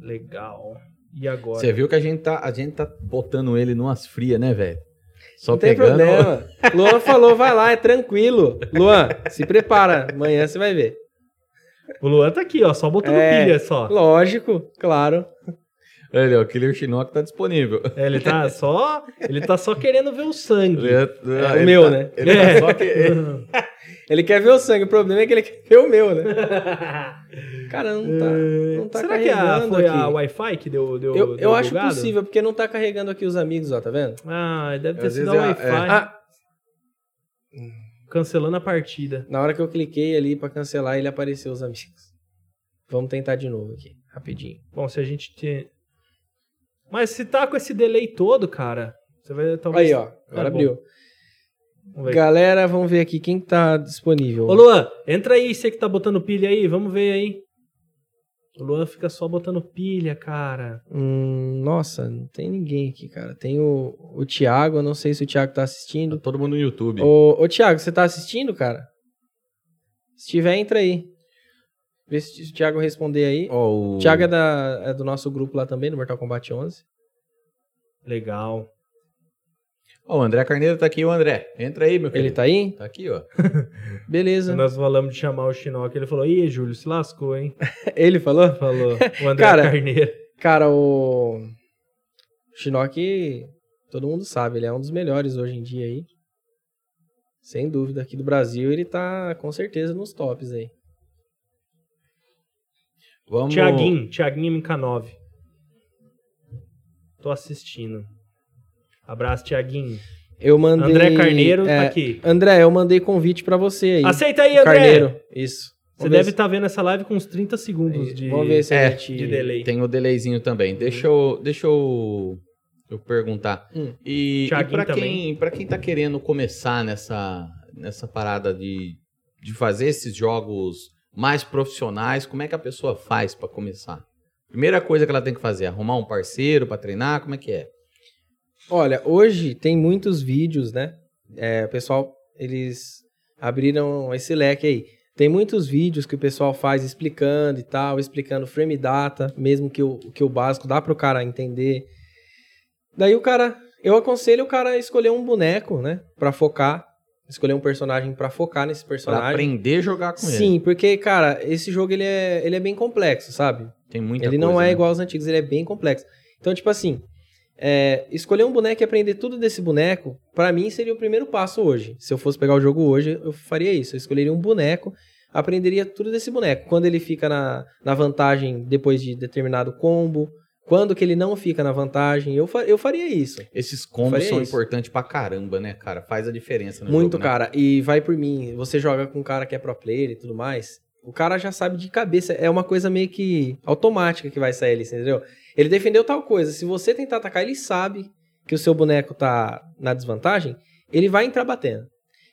B: Legal. E agora?
A: Você viu que a gente tá, a gente tá botando ele numas frias, né, velho? Só
C: Não tem
A: pegando...
C: problema. Luan falou, vai lá, é tranquilo. Luan, se prepara. Amanhã você vai ver.
B: O Luan tá aqui, ó, só botando
C: É.
B: pilha só.
C: Lógico, claro.
A: Olha, ó, o Killer Shinnok tá disponível.
B: É, ele tá só, ele tá só querendo ver o sangue.
A: é,
C: o meu,
A: tá-
C: né?
A: Ele
B: É.
A: tá só que...
C: Ele quer ver o sangue. O problema é que ele quer ver o meu, né? Cara, não tá. não tá
B: Será que a,
C: carregando
B: foi a
C: aqui.
B: Wi-Fi que deu deu
C: Eu,
B: deu
C: eu acho
B: bugado?
C: possível, porque não tá carregando aqui os amigos, ó, tá vendo?
B: Ah, deve ter
A: Às
B: sido a
A: vezes é a-
B: Wi-Fi.
A: é.
C: Ah,
B: Cancelando a partida.
C: Na hora que eu cliquei ali pra cancelar, ele apareceu os amigos. Vamos tentar de novo aqui, rapidinho.
B: Bom, se a gente te... Mas se tá com esse delay todo, cara, você vai talvez...
C: Aí, ó,
B: Tá
C: agora
B: bom.
C: abriu.
B: Vamos ver.
C: Galera, vamos ver aqui quem tá disponível.
B: Ô, Luan, entra aí, você que tá botando pilha aí, vamos ver aí. O Luan fica só botando pilha, cara.
C: Hum, nossa, não tem ninguém aqui, cara. Tem o, o Thiago, eu não sei se o Thiago tá assistindo.
A: Todo mundo no YouTube.
C: Ô, ô Thiago, você tá assistindo, cara? Se tiver, entra aí. Vê se o Thiago responder aí.
A: Ó,
C: O
A: o...
C: Thiago é, da- é do nosso grupo lá também, do Mortal Kombat 11.
B: Legal.
A: Ó, o André Carneiro tá aqui, o André. Entra aí, meu
C: Ele
A: querido.
C: tá aí?
A: Tá aqui, ó.
C: Beleza.
B: Nós falamos de chamar o Shinnok, ele falou, ih, Júlio, se lascou, hein?
C: Ele falou?
B: Falou o André
C: Cara,
B: Carneiro.
C: Cara, o Shinnok, todo mundo sabe, ele é um dos melhores hoje em dia aí. Sem dúvida, aqui do Brasil ele tá com certeza nos tops aí.
A: Vamos...
B: Tiaguinho, Tiaguinho MK9. Tô assistindo. Abraço, Tiaguinho.
C: Eu mandei
B: André Carneiro
C: é,
B: tá aqui.
C: André, eu mandei convite pra você aí.
B: Aceita aí, André!
C: Carneiro, isso.
B: Você
C: Vamos ver
B: deve
C: se-
B: estar vendo essa live com uns 30 segundos de...
C: Vamos ver se
A: É,
C: a gente
B: de delay.
A: Tem o delayzinho também.
C: Uhum.
A: Deixa eu, deixa eu, eu perguntar.
C: Hum.
A: E, e
B: Thiaguinho
A: para quem,
B: também.
A: para quem tá querendo começar nessa nessa parada de, de fazer esses jogos mais profissionais, como é que a pessoa faz pra começar? Primeira coisa que ela tem que fazer, arrumar um parceiro pra treinar, como é que é?
C: Olha, hoje tem muitos vídeos, né? É, o pessoal, eles abriram esse leque aí. Tem muitos vídeos que o pessoal faz explicando e tal, explicando frame data, mesmo que o, que o básico dá pro cara entender. Daí o cara, eu aconselho o cara a escolher um boneco, né, Pra focar, escolher um personagem pra focar nesse
A: Pra
C: personagem.
A: aprender a jogar com ele.
C: Sim, porque cara, esse jogo ele é, ele é bem complexo, sabe?
A: Tem muita
C: ele não
A: coisa,
C: é
A: né?
C: igual aos antigos, ele é bem complexo. Então, tipo assim, é, escolher um boneco e aprender tudo desse boneco, pra mim seria o primeiro passo hoje. Se eu fosse pegar o jogo hoje, eu faria isso. Eu escolheria um boneco, aprenderia tudo desse boneco. Quando ele fica na, na vantagem depois de determinado combo, quando que ele não fica na vantagem, eu, fa- eu faria isso.
A: Esses combos
C: Faria
A: são
C: isso.
A: importantes pra caramba, né, cara? Faz a diferença no
C: Muito,
A: jogo, né?
C: cara. E vai por mim. Você joga com um cara que é pro player e tudo mais. O cara já sabe de cabeça. É uma coisa meio que automática que vai sair ali, você entendeu? Ele defendeu tal coisa. Se você tentar atacar, ele sabe que o seu boneco tá na desvantagem. Ele vai entrar batendo.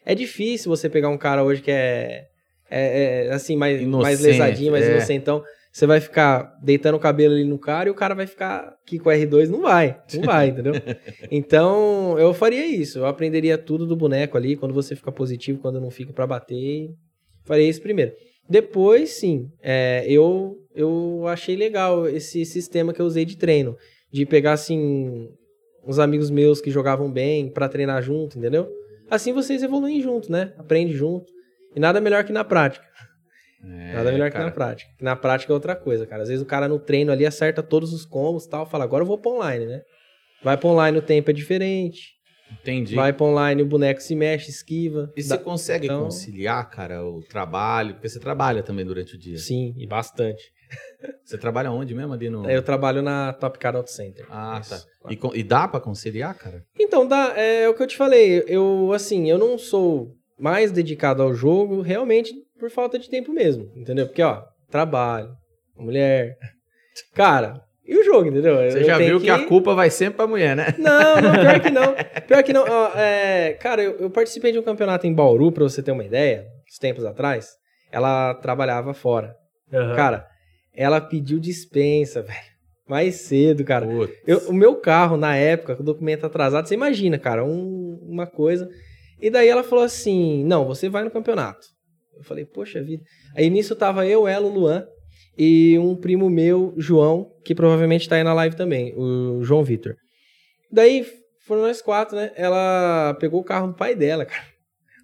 C: É difícil você pegar um cara hoje que é. é- é, assim, mais, mais
A: Inocente,
C: lesadinho, mais
A: é.
C: inocentão. Você vai ficar deitando o cabelo ali no cara e o cara vai ficar aqui com o R2. Não vai. Não vai, entendeu? Então, eu faria isso. Eu aprenderia tudo do boneco ali, quando você fica positivo, quando não fica pra bater. Faria isso primeiro. Depois, sim, é, eu, eu achei legal esse sistema que eu usei de treino. De pegar, assim, uns amigos meus que jogavam bem pra treinar junto, entendeu? Assim vocês evoluem junto, né? Aprende junto. E nada melhor que na prática.
A: É,
C: Nada melhor que
A: cara.
C: na prática. Que Na prática é outra coisa, cara. Às vezes o cara no treino ali acerta todos os combos e tal, fala, agora eu vou pra online, né? Vai pra online, o tempo é diferente.
A: Entendi.
C: Vai pra online, o boneco se mexe, esquiva.
A: E você
C: Dá-
A: consegue
C: Então-
A: conciliar, cara, o trabalho? Porque você trabalha também durante o dia.
C: Sim, e bastante.
A: Você trabalha onde mesmo ali no.
C: É, Eu trabalho na Top Car Auto Center.
A: Ah, tá.
C: Isso.
A: E, co- e dá pra conciliar, cara?
C: Então, dá, é, o que eu te falei. Eu, assim, eu não sou mais dedicado ao jogo realmente por falta de tempo mesmo, entendeu? Porque, ó, trabalho, mulher... Cara, e o jogo, entendeu?
A: Você
C: Eu
A: já
C: tenho
A: viu que... a culpa vai sempre pra mulher, né?
C: Não, não, pior que não. Pior que não. Ó, é, cara, eu, eu participei de um campeonato em Bauru, pra você ter uma ideia, uns tempos atrás. Ela trabalhava fora.
B: Aham.
C: Cara, ela pediu dispensa, velho. Mais cedo, cara.
A: Putz.
C: Eu- o meu carro, na época, com o documento atrasado, você imagina, cara, um- uma coisa. E daí ela falou assim: não, você vai no campeonato. Eu falei, poxa vida. Aí nisso tava eu, ela, o Luan e um primo meu, João, que provavelmente tá aí na live também, o João Vitor. Daí foram nós quatro, né? Ela pegou o carro do pai dela, cara.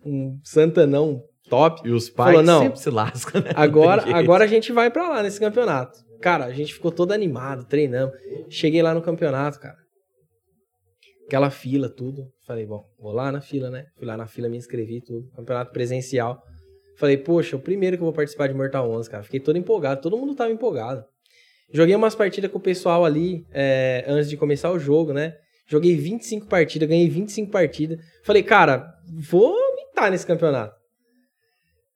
C: Um Santanão top.
A: E os pais
C: Falou, não.
A: sempre se lascam, né?
C: Agora,
A: jeito.
C: agora a gente vai pra lá nesse campeonato. Cara, a gente ficou todo animado, treinamos. Cheguei lá no campeonato, cara. Aquela fila, tudo. Falei, bom, vou lá na fila, né? Fui lá na fila, me inscrevi, tudo. Campeonato presencial. Falei, poxa, o primeiro que eu vou participar de Mortal 11, cara. Fiquei todo empolgado, todo mundo tava empolgado. Joguei umas partidas com o pessoal ali, é, antes de começar o jogo, né? Joguei 25 partidas, ganhei 25 partidas. Falei, cara, vou mitar nesse campeonato.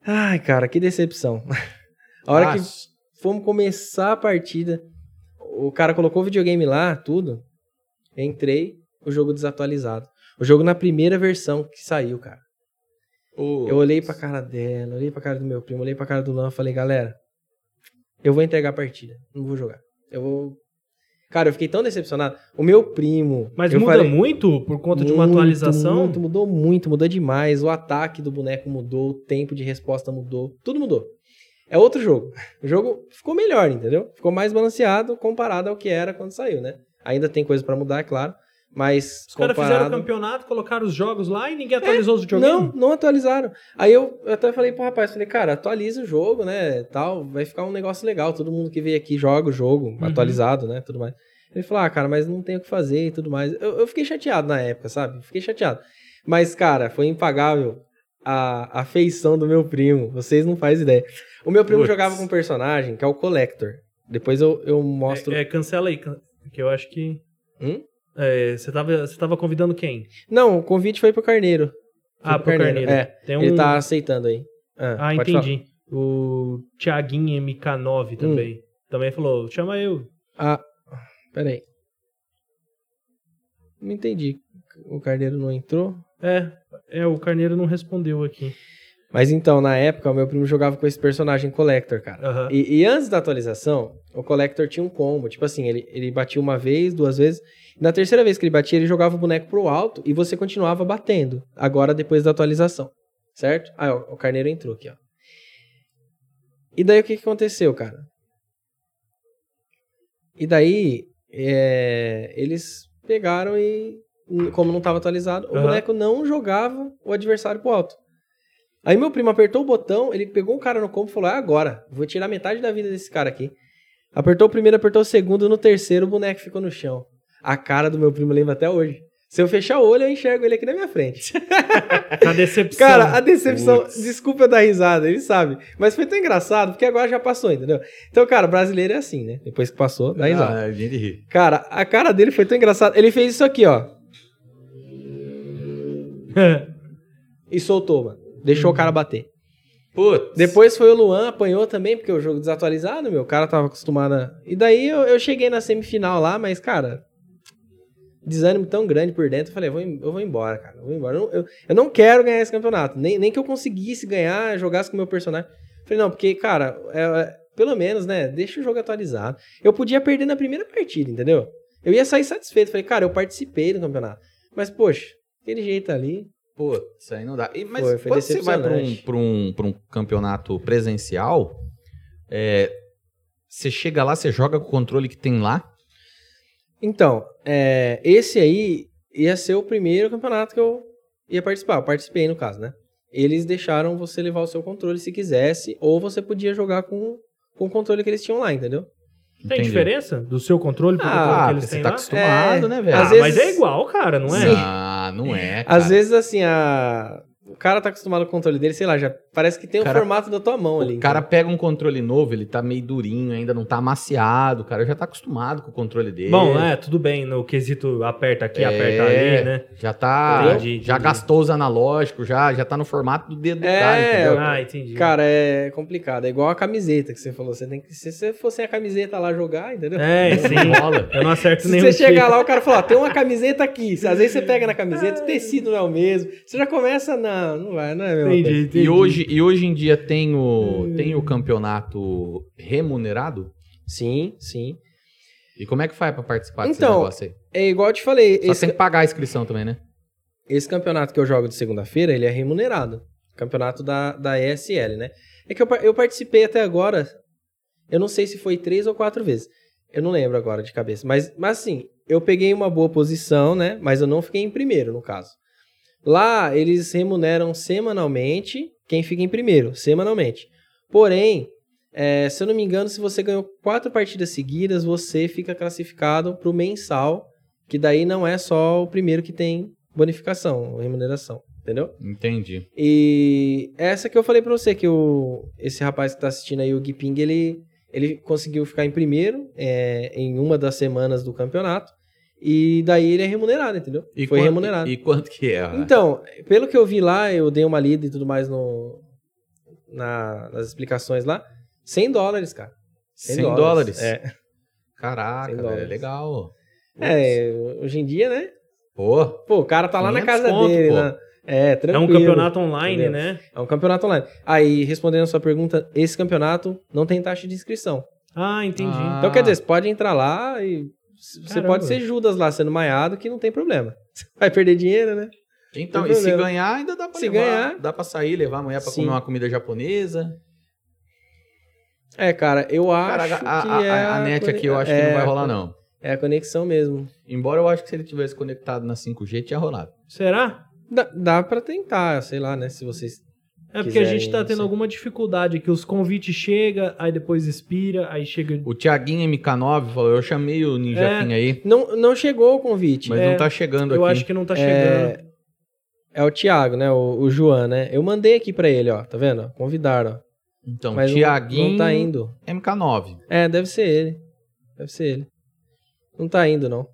C: Ai, cara, que decepção. A hora que
A: Nossa.
C: fomos começar a partida. O cara colocou o videogame lá, tudo. Entrei, o jogo desatualizado. O jogo na primeira versão que saiu, cara.
A: Ah, Putz.
C: Eu olhei pra cara dela, olhei pra cara do meu primo, olhei pra cara do Lan, falei, galera, eu vou entregar a partida. Não vou jogar. Eu vou. Cara, eu fiquei tão decepcionado. O meu primo.
B: Mas
C: eu
B: muda
C: falei,
B: muito por conta de uma
C: muito,
B: atualização?
C: Muito, mudou muito, mudou demais. O ataque do boneco mudou, o tempo de resposta mudou, tudo mudou. É outro jogo. O jogo ficou melhor, entendeu? Ficou mais balanceado comparado ao que era quando saiu, né? Ainda tem coisa pra mudar, é claro, mas
B: Os caras fizeram o
C: comparado... É,
B: campeonato, colocaram os jogos lá e ninguém atualizou os videogames? É,
C: Não, não atualizaram. Aí eu eu até falei pro rapaz, falei, cara, atualiza o jogo, né, tal, vai ficar um negócio legal, todo mundo que veio aqui joga o jogo
B: Uhum.
C: atualizado, né, tudo mais. Ele falou, ah, cara, mas não tem o que fazer e tudo mais. Eu, eu fiquei chateado na época, sabe? Fiquei chateado. Mas, cara, foi impagável a a afeição do meu primo. Vocês não fazem ideia. O meu primo
A: Putz.
C: jogava com um personagem que é o Collector. Depois eu, eu mostro.
B: É, é, cancela aí, can- que eu acho que...
C: Hum?
B: É, Você tava, você tava convidando quem?
C: Não, o convite foi pro Carneiro. Foi
B: ah, pro Carneiro.
C: É,
B: Tem
C: ele
B: um-
C: tá aceitando aí.
B: Ah,
C: pode Hum. falar.
B: entendi. O Thiaguinho MK9 também. Também falou, chama eu.
C: Ah, peraí. Não entendi. O Carneiro não entrou.
B: É, é, o Carneiro não respondeu aqui.
C: Mas então, na época, o meu primo jogava com esse personagem Collector, cara.
B: Aham.
C: E, e antes da atualização, o Collector tinha um combo. Tipo assim, ele, ele batia uma vez, duas vezes. Na terceira vez que ele batia, ele jogava o boneco pro alto e você continuava batendo. Agora, depois da atualização. Certo? Ah, ó, o Carneiro entrou aqui, ó. E daí o que, que aconteceu, cara? E daí é, eles pegaram e, n- como não estava atualizado, o
B: Aham.
C: boneco não jogava o adversário pro alto. Aí meu primo apertou o botão, ele pegou o cara no combo e falou: é agora, vou tirar metade da vida desse cara aqui. Apertou o primeiro, apertou o segundo, no terceiro o boneco ficou no chão. A cara do meu primo lembra até hoje. Se eu fechar o olho, eu enxergo ele aqui na minha frente.
B: A decepção.
C: Cara, a decepção.
A: é Putz.
C: Desculpa eu dar risada, ele sabe. Mas foi tão engraçado, porque agora já passou, entendeu? Então, cara, brasileiro é assim, né? Depois que passou, dá risada.
A: Ah, a gente ri.
C: Cara, a cara dele foi tão engraçada. Ele fez isso aqui, ó. E soltou, mano. Deixou o cara bater.
A: Putz.
C: Depois foi o Luan, apanhou também, porque o jogo desatualizado, meu. O cara tava acostumado a... E daí eu, eu cheguei na semifinal lá, mas, cara. Desânimo tão grande por dentro, eu falei, eu vou, em- eu vou embora, cara. Eu vou embora. Eu, não- eu- eu não quero ganhar esse campeonato. Nem, nem que eu conseguisse ganhar, jogasse com o meu personagem. Falei, não, porque, cara, é- é- pelo menos, né? Deixa o jogo atualizado. Eu podia perder na primeira partida, entendeu? Eu ia sair satisfeito. Falei, cara, eu participei do campeonato. Mas, poxa, aquele jeito ali.
A: Putz, aí não dá. E, mas
C: Foi, foi
A: quando você vai para um,
C: decepcionante.
A: pra um, pra um campeonato presencial, é, você chega lá, você joga com o controle que tem lá.
C: Então, é, esse aí ia ser o primeiro campeonato que eu ia participar. Eu participei, no caso, né? Eles deixaram você levar o seu controle se quisesse, ou você podia jogar com, com o controle que eles tinham lá, entendeu?
B: Tem
A: Entendi.
B: diferença do seu controle pro
C: Ah,
B: controle
A: Ah,
B: que
A: porque
B: eles
A: você
B: têm
A: tá
B: lá?
A: acostumado,
C: É.
A: né, velho?
B: Ah,
C: Às vezes-
B: mas é igual, cara, não é?
C: Sim.
A: Ah, não é.
C: Às
A: cara.
C: vezes, assim, a... o cara tá acostumado com o controle dele, sei lá, já parece que tem
A: Cara,
C: o formato da tua mão ali.
A: O cara pega um controle novo, ele tá meio durinho, ainda não tá amaciado, o cara já tá acostumado com o controle dele.
B: Bom, é, tudo bem, no quesito aperta aqui,
A: É.
B: aperta ali, né?
A: Já tá.
B: Entendi,
A: já
B: entendi.
A: gastou os analógicos, já, já tá no formato do dedo do
C: É,
A: cara, entendeu?
C: eu-
B: Ah, entendi.
C: Cara, é complicado. É igual a camiseta que você falou. Você tem que... Se você fosse a camiseta lá jogar, entendeu?
B: É, sim.
A: Rola.
B: Eu não acerto
C: Se
B: nenhum
C: você chegar
B: tiro.
C: lá, o cara fala, ó, tem uma camiseta aqui. Às vezes você pega na camiseta, o tecido não é o mesmo. Você já começa, não, não vai, não é a mesma
B: Entendi,
C: coisa.
B: entendi.
A: E hoje, e hoje em dia tem o, tem o campeonato remunerado?
C: Sim, sim.
A: E como é que faz pra participar desse
C: Então,
A: negócio aí?
C: É igual eu te falei,
A: Só
C: esse,
A: tem que pagar a inscrição também, né?
C: esse campeonato que eu jogo de segunda-feira, ele é remunerado. Campeonato da, da ESL, né? É que eu, par- eu participei até agora, eu não sei se foi três ou quatro vezes. Eu não lembro agora de cabeça. Mas, mas assim, eu peguei uma boa posição, né? Mas eu não fiquei em primeiro, no caso. Lá, eles remuneram semanalmente quem fica em primeiro, semanalmente. Porém, é, se eu não me engano, se você ganhou quatro partidas seguidas, você fica classificado para o mensal, que daí não é só o primeiro que tem bonificação, remuneração, entendeu?
A: Entendi.
C: E essa que eu falei pra você, que o, esse rapaz que tá assistindo aí, o Giping, ele, ele conseguiu ficar em primeiro é, em uma das semanas do campeonato. E daí ele é remunerado, entendeu?
A: E
C: Foi
A: quanto-
C: remunerado.
A: E quanto que é? a-
C: Então, pelo que eu vi lá, eu dei uma lida e tudo mais no, na- nas explicações lá. 100 dólares, cara.
A: 100 dólares?
C: É.
A: Caraca,
C: 100
A: velho,
C: dólares.
A: legal.
C: É, hoje em dia, né?
A: Pô,
C: Pô, o cara tá lá na
A: 500
C: casa
A: conto,
C: dele.
A: pô.
C: né? É,
B: É um
C: tranquilo.
B: campeonato online,
C: entendeu?
B: né?
C: É um campeonato online. Aí, respondendo a sua pergunta, esse campeonato não tem taxa de inscrição.
B: Ah, entendi.
A: Ah.
C: Então, quer dizer, você pode entrar lá e c- você
B: Caramba.
C: pode ser Judas lá sendo maiado, que não tem problema. Vai perder dinheiro, né?
A: então,
C: Tem
A: e se
C: problema.
A: ganhar, ainda dá pra
C: Se
A: levar.
C: ganhar-
A: Dá pra sair, levar a mulher pra
C: Sim.
A: comer uma comida japonesa.
C: É, cara, eu
A: Cara,
C: acho
A: a, a,
C: que é
A: a- a net
C: cone-
A: aqui eu acho que
C: é,
A: não vai rolar, não.
C: É a conexão mesmo.
A: Embora eu acho que se ele tivesse conectado na 5G, tinha rolado.
B: Será?
C: Dá, dá pra tentar, sei lá, né? Se vocês.
B: É porque a
C: Quiserem,
B: gente tá tendo
C: sim.
B: alguma dificuldade que os convites chegam, aí depois expira, aí chega.
A: O Thiaguinho MK9 falou, eu chamei o Ninjaquinho
C: É.
A: aí,
C: Não, não chegou o convite.
A: mas
B: É,
A: não tá chegando
B: Eu
A: aqui.
B: acho que não tá
C: É,
B: chegando.
C: É o Thiago, né? O, o João, né? Eu mandei aqui pra ele, ó. Tá vendo? ó? Convidaram, ó.
A: Então,
C: Mas não-
A: Thiaguinho
C: não tá indo.
A: MK9.
C: É, deve ser ele. Deve ser ele. Não tá indo, não.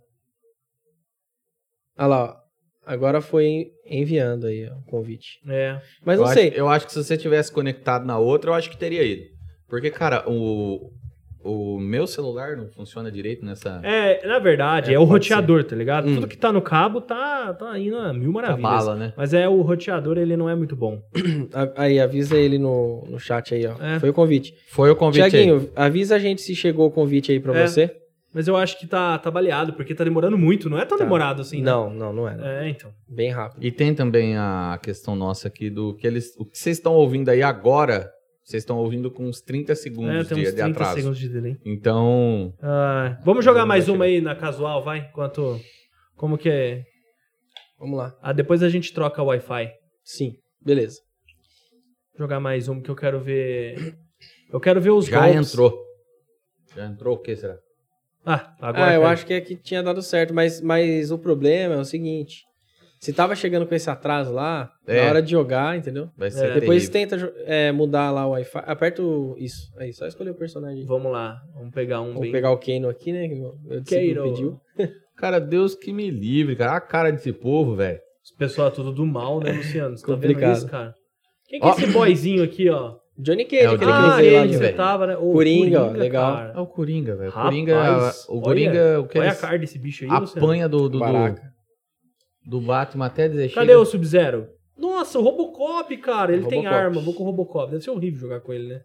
C: Olha lá, ó. Agora foi enviando aí ó, o convite.
B: É.
C: Mas
A: eu
C: não
A: acho-
C: sei.
A: eu acho que se você tivesse conectado na outra, eu acho que teria ido. Porque, cara, o, o meu celular não funciona direito nessa...
B: É, na verdade,
A: É,
B: é, o
A: pode ser.
B: roteador, tá ligado?
A: Hum.
B: Tudo que tá no cabo tá, tá indo a mil
A: nessa
B: maravilhas.
A: bala, né?
B: Mas é, o roteador, ele não é muito bom.
C: A- Aí, avisa ele no, no chat aí, ó.
B: É.
C: Foi o convite.
A: Foi o convite aí.
C: Tiaguinho, avisa a gente se chegou o convite aí pra
B: É.
C: você.
B: Mas eu acho que tá, tá baleado, porque tá demorando muito. Não é tão
C: Tá.
B: demorado assim, né?
C: não, não, não era.
B: É, então.
C: Bem rápido.
A: E tem também a questão nossa aqui do que eles... O que vocês estão ouvindo aí agora, Vocês estão ouvindo com uns 30 segundos
B: É,
A: de,
B: tem uns
A: de
B: 30
A: atraso.
B: segundos de delay.
A: Então,
B: Ah, vamos jogar
A: Não é
B: mais
A: vai
B: uma aí na casual, vai? Enquanto. Como que é?
C: Vamos lá.
B: Ah, depois a gente troca o Wi-Fi.
C: Sim, beleza.
B: Jogar mais uma que eu quero ver. Eu quero ver os
A: já
B: golpes.
A: entrou. Já entrou o que será?
B: Ah, agora.
C: Ah, eu
B: caiu.
C: acho que aqui tinha dado certo, mas, mas o problema é o seguinte. Se tava chegando com esse atraso lá,
A: É.
C: na hora de jogar, entendeu?
A: Vai ser
B: É.
C: Depois
A: terrível.
C: tenta jo- é, mudar lá o Wi-Fi. Aperta o. Isso. Aí, só escolher o personagem.
B: Vamos lá, vamos pegar um
C: Vou
B: bem.
C: pegar o Kano aqui, né? que meu- Meu
B: Keiro.
C: discípulo pediu.
A: Cara, Deus que me livre, cara. A cara desse povo, velho.
B: Esse pessoal é tudo do mal, né, Luciano? Você tá vendo
C: Complicado.
B: isso, cara? Quem que é
A: Ó.
B: esse boyzinho aqui, ó?
C: Johnny
A: É, o
C: Kano, aquele que eu
B: ah,
A: Johnny
C: usei lá.
A: Cage,
B: ele que
C: no-
B: você
A: velho.
B: tava, né? Ô,
C: Coringa, ó, legal.
A: É
B: Cara.
A: o Coringa, velho. O
B: Rapaz,
A: Coringa, o
B: olha,
A: Coringa, o que
B: Olha
A: ele
B: a cara desse bicho aí, Luciano.
A: apanha do, do, do,
C: Baraca.
A: do Batman até dizer
B: Cadê
A: chega.
B: o Sub-Zero? Nossa, o Robocop, cara. Ele tem
C: Robocop.
B: arma. Vou com o Robocop. Deve ser horrível jogar com ele, né?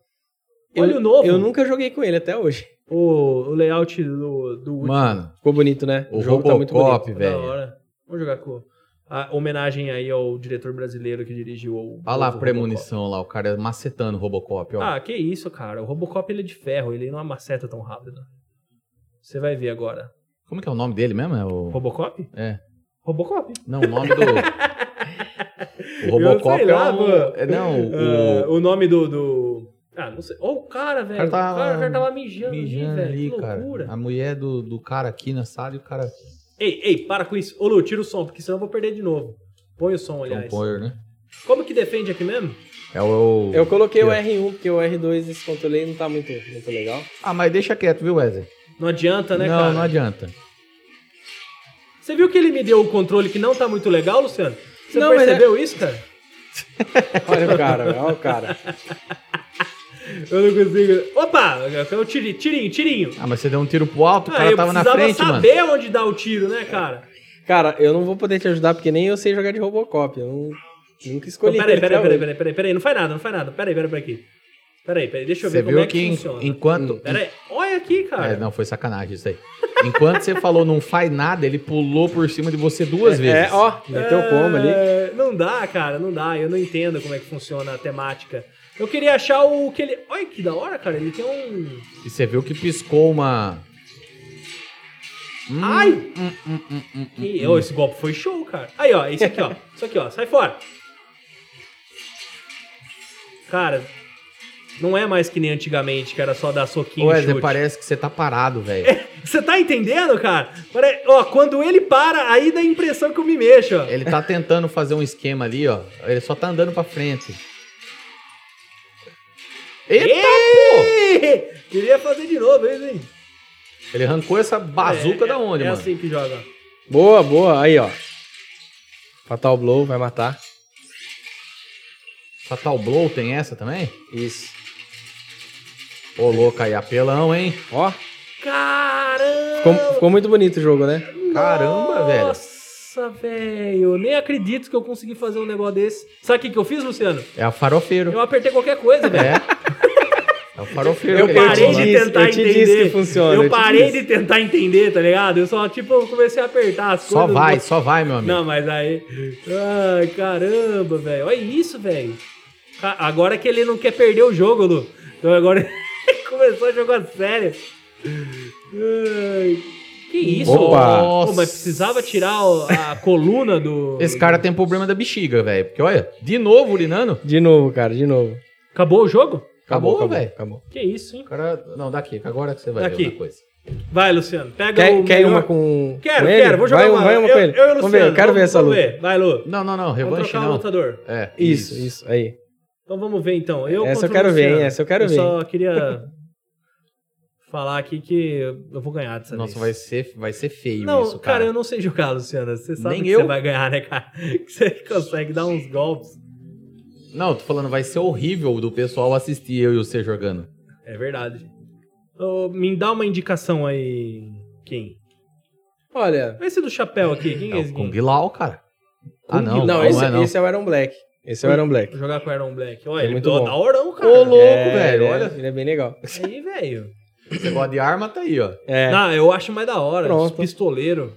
C: Eu-
B: Olha o novo.
C: Eu nunca joguei com ele até hoje.
B: O, o layout do, do último. é
A: Mano,
C: Ficou bonito, né?
A: o, tá Robocop,
B: Da
A: velho.
B: hora. Vamos jogar com. A homenagem aí ao diretor brasileiro que dirigiu o.
A: Olha lá a
B: novo
A: premonição lá, o cara macetando o Robocop, ó.
B: Ah, que isso, cara. O Robocop ele é de ferro, ele não amaceta tão rápido. Você vai ver agora.
A: Como que é o nome dele mesmo? É o...
B: Robocop?
A: É.
B: Robocop?
A: Não, o nome do. o Robocop
B: sei lá,
A: é um.
B: mano.
A: É, não, o.
B: Ah, o nome do. do- Ah, não sei. Ó, o cara, velho.
A: cara
B: O
A: tava-
B: cara, o cara tava mijando,
A: Mijando
B: ali,
A: ali,
B: velho. Que loucura.
A: cara. A mulher do, do cara aqui na sala e o cara.
B: Ei, ei, para com isso. Ô, Lu, tira o som, porque senão eu vou perder de novo. Põe o som, aliás.
A: Compor, né?
B: Como que defende aqui mesmo?
A: É o,
C: Eu coloquei o
A: Aqui,
C: R1, porque o R2 esse controle aí não tá muito, muito legal.
A: Ah, mas deixa quieto, viu, Wesley?
B: Não adianta, né,
A: não,
B: cara?
A: não adianta.
B: Você viu que ele me deu o controle que não tá muito legal, Luciano? Você
C: Não, mas
A: é-
B: percebeu isso, cara?
C: Olha o cara, velho, olha o cara.
B: Eu não consigo. Opa! Eu tiri, tirinho, tirinho.
A: Ah, mas você deu um tiro pro alto, o
B: Ah,
A: cara
B: eu
A: tava na
B: precisava
A: frente, mano. É.
B: saber onde dá o tiro, né, cara?
C: Cara, eu não vou poder te ajudar, porque nem eu sei jogar de Robocop. Eu não- nunca
B: Então,
C: escolhi
B: peraí,
C: ele
B: peraí,
C: até
B: peraí,
C: hoje.
B: peraí, peraí, peraí. Não faz nada, não faz nada. Peraí, peraí, peraí aqui. Peraí, peraí. Deixa eu
A: Você
B: ver como
A: viu
B: é
A: que
B: que,
A: en-
B: funciona.
A: enquanto.
B: Peraí. Olha aqui, cara.
A: É, não, foi sacanagem isso aí. Enquanto você falou não faz nada, ele pulou por cima de você duas vezes.
C: É, ó, meteu o combo ali.
B: É, Não dá, cara, não dá. Eu não entendo como é que funciona a temática. Eu queria achar o que ele. Olha que da hora, cara. Ele tem um.
A: E você viu que piscou uma.
B: Ai! Que- Ô, esse golpe foi show, cara. Aí, ó, isso aqui, ó. Isso aqui, ó. Sai fora. Cara, não é mais que nem antigamente, que era só dar soquinho e
A: Wesley,
B: chute.
A: parece que você tá parado, velho.
B: Você tá entendendo, cara? Pare- Ó, quando ele para, aí dá a impressão que eu me mexo, ó.
A: Ele tá tentando fazer um esquema ali, ó. Ele só tá andando pra frente. Eita, pô!
B: Ih, Queria fazer de novo, hein, hein?
A: Ele arrancou essa bazuca
B: é,
A: da onde,
B: é
A: mano?
B: assim que joga.
C: Boa, boa. Aí, ó. Fatal Blow, vai matar.
A: Fatal Blow tem essa também?
C: Isso.
A: Ô, louco aí, é apelão, hein?
C: Ó,
B: Caramba!
C: ficou, ficou muito bonito o jogo, né?
A: Caramba, velho.
B: Nossa, velho. Nem acredito que eu consegui fazer um negócio desse. Sabe o que, que eu fiz, Luciano?
A: É a farofeiro.
B: Eu apertei qualquer coisa, velho.
A: É. É o farofeiro.
C: Eu
A: que ele tá
B: Parei
C: te
B: de
A: falando.
C: disse,
B: tentar
C: eu te
B: entender.
C: disse que funciona, eu
B: eu
C: te
B: parei
C: disse.
B: de tentar entender, tá ligado? Eu só, tipo, eu comecei a apertar as
A: Só
B: coisas.
A: vai, só vai, meu amigo.
B: Não, mas aí. Ai, caramba, velho. Olha isso, velho. Ca- Agora que ele não quer perder o jogo, Lu. Então agora ele começou a jogar sério. Ai, que isso,
C: Opa.
B: ó. Pô, mas precisava tirar o- a coluna do.
A: Esse cara tem problema da bexiga, velho. Porque olha, de novo urinando.
C: De novo, cara, de novo.
B: Acabou o jogo?
A: Acabou, velho.
C: Acabou.
B: Que isso, hein?
A: O cara. Não, daqui. Agora que você vai
B: Daqui.
A: ver uma coisa.
B: Vai, Luciano. Pega
C: Quer,
B: o.
C: quer
B: Então, melhor-
C: uma com.
B: Quero,
C: com ele?
B: quero. Vou jogar
C: vai, um-
B: uma.
C: Vai uma
B: eu,
C: com ele.
B: Eu e o Luciano.
C: Vamos ver, eu quero
B: vamos-
C: ver essa
B: vamos
C: luta.
B: ver. Vai, Lu.
A: Não, não, não.
B: Vamos
A: Revanche
B: trocar o
A: não.
B: lutador.
A: É.
C: Isso, isso, aí.
B: Então vamos ver então. Eu
C: Essa
B: contra
C: eu
B: o
C: quero ver, hein?
B: Luciano.
C: Essa eu quero ver,
B: só queria falar aqui que eu vou ganhar dessa
A: Nossa, vai
B: vez.
A: ser, vai ser feio
B: Não,
A: isso,
B: cara.
A: cara.
B: eu não sei jogar, Luciana. Você sabe
A: Nem
B: que
A: eu.
B: você vai ganhar, né, cara? Que você consegue dar uns golpes.
A: Não, eu tô falando, vai ser horrível do pessoal assistir eu e você jogando.
B: É verdade. Ô, me dá uma indicação aí, Kim.
C: Olha.
B: Esse do chapéu aqui, quem
A: É
B: é esse
A: o Kung
B: Kim?
A: Lao, cara. Ah, não,
C: Não,
A: não,
C: esse,
A: é não.
C: esse é o Aaron Black. Esse é o Aaron Black.
B: Vou jogar com o Iron Black. Olha,
C: É
B: ele
C: muito
B: deu
C: bom.
B: da horão, cara.
A: Ô, louco,
C: É,
A: velho,
C: ele é-
A: olha.
C: Ele é bem legal.
B: Aí, velho.
A: Você gosta de arma, tá aí, ó.
C: É.
B: Tipo, Não, eu acho mais da hora.
C: Pronto.
B: Pistoleiro.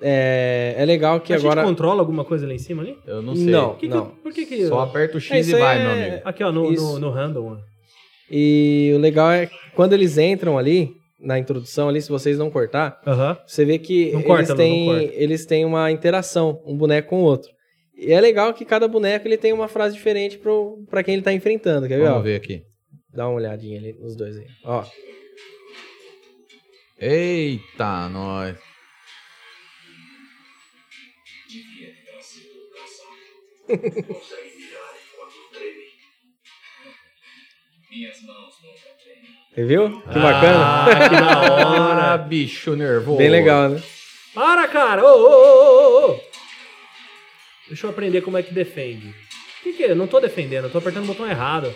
C: É, é legal que
B: a
C: agora.
B: gente controla alguma coisa lá em cima ali?
A: Eu não sei.
C: Não.
B: Por que que
C: Não.
B: eu- por que que...
A: Só aperta o X
C: É, isso
A: e vai,
C: aí é-
A: meu amigo.
B: Aqui, ó, no, no,
C: Isso.
B: no handle. né? ó.
C: E o legal é que quando eles entram ali, na introdução ali, se vocês não cortar,
B: Aham.
C: você vê que
B: Não
C: eles,
B: corta, Lu,
C: têm,
B: não corta.
C: eles têm uma interação, um boneco com o outro. E é legal que cada boneco ele tem uma frase diferente pro, pra quem ele tá enfrentando, quer ver? ó?
A: Vamos ver aqui.
C: Dá uma olhadinha ali nos dois aí. Ó,
A: Eita, nós.
C: você viu? Que bacana.
B: Ah, que da
A: Ah,
B: hora.
A: bicho nervoso.
C: Bem legal, né?
B: Para, cara! Ô, ô, ô, ô, ô, ô! Deixa eu aprender como é que defende. O que que é? Eu não tô defendendo, eu tô apertando o botão errado.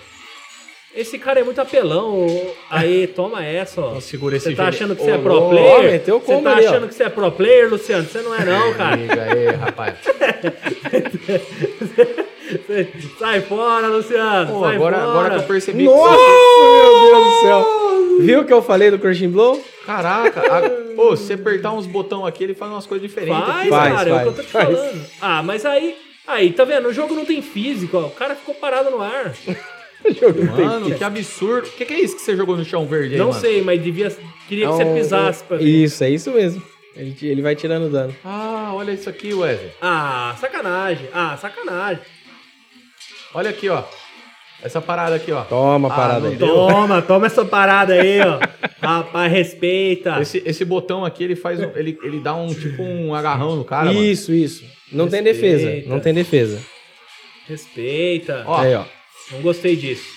B: Esse cara é muito apelão. ô. Aí, toma essa, ó.
A: Então segura esse
B: Você tá
A: gene-
B: achando que você é
A: Ô,
B: pro
A: louco,
C: ó,
B: player?
C: meteu o
B: Você
C: combo
B: tá
C: ali, ó.
B: achando que você é pro player, Luciano? Você não é não, cara.
A: Amiga, aí, rapaz.
B: sai fora, Luciano.
A: Pô,
B: sai
A: agora,
B: fora.
A: agora que eu percebi
C: Nossa,
A: que
C: meu Deus do céu. Viu o que eu falei do Crushing Blow?
A: você... Caraca, a... pô, se você apertar uns botão aqui, ele faz umas coisas diferentes.
B: Faz,
A: aqui.
C: Faz,
B: cara, é o
C: faz,
B: que eu tô te
C: faz.
B: falando. Ah, mas aí, aí, tá vendo? O jogo não tem físico, ó. O cara ficou parado no ar.
A: Mano, que absurdo. O que, que é isso que você jogou no chão verde aí,
B: não
A: mano?
B: sei, mas devia, queria que você pisasse pra ver.
C: É um- Isso, é isso mesmo. Ele, te- ele vai tirando dano.
A: Ah, olha isso aqui, Wesley.
B: Ah, sacanagem. Ah, sacanagem.
A: Olha aqui, ó. Essa parada aqui, ó.
C: Toma a
A: Ah,
C: parada
A: não
C: aí.
A: deu.
B: Toma, toma essa parada aí, ó. Rapaz, respeita.
A: Esse, esse botão aqui, ele faz. um- Ele, ele dá um tipo um agarrão no cara, mano.
C: isso, isso. Não tem
B: Respeita.
C: defesa. Não tem defesa.
B: Respeita.
A: Ó.
C: Aí, ó.
B: Não gostei disso.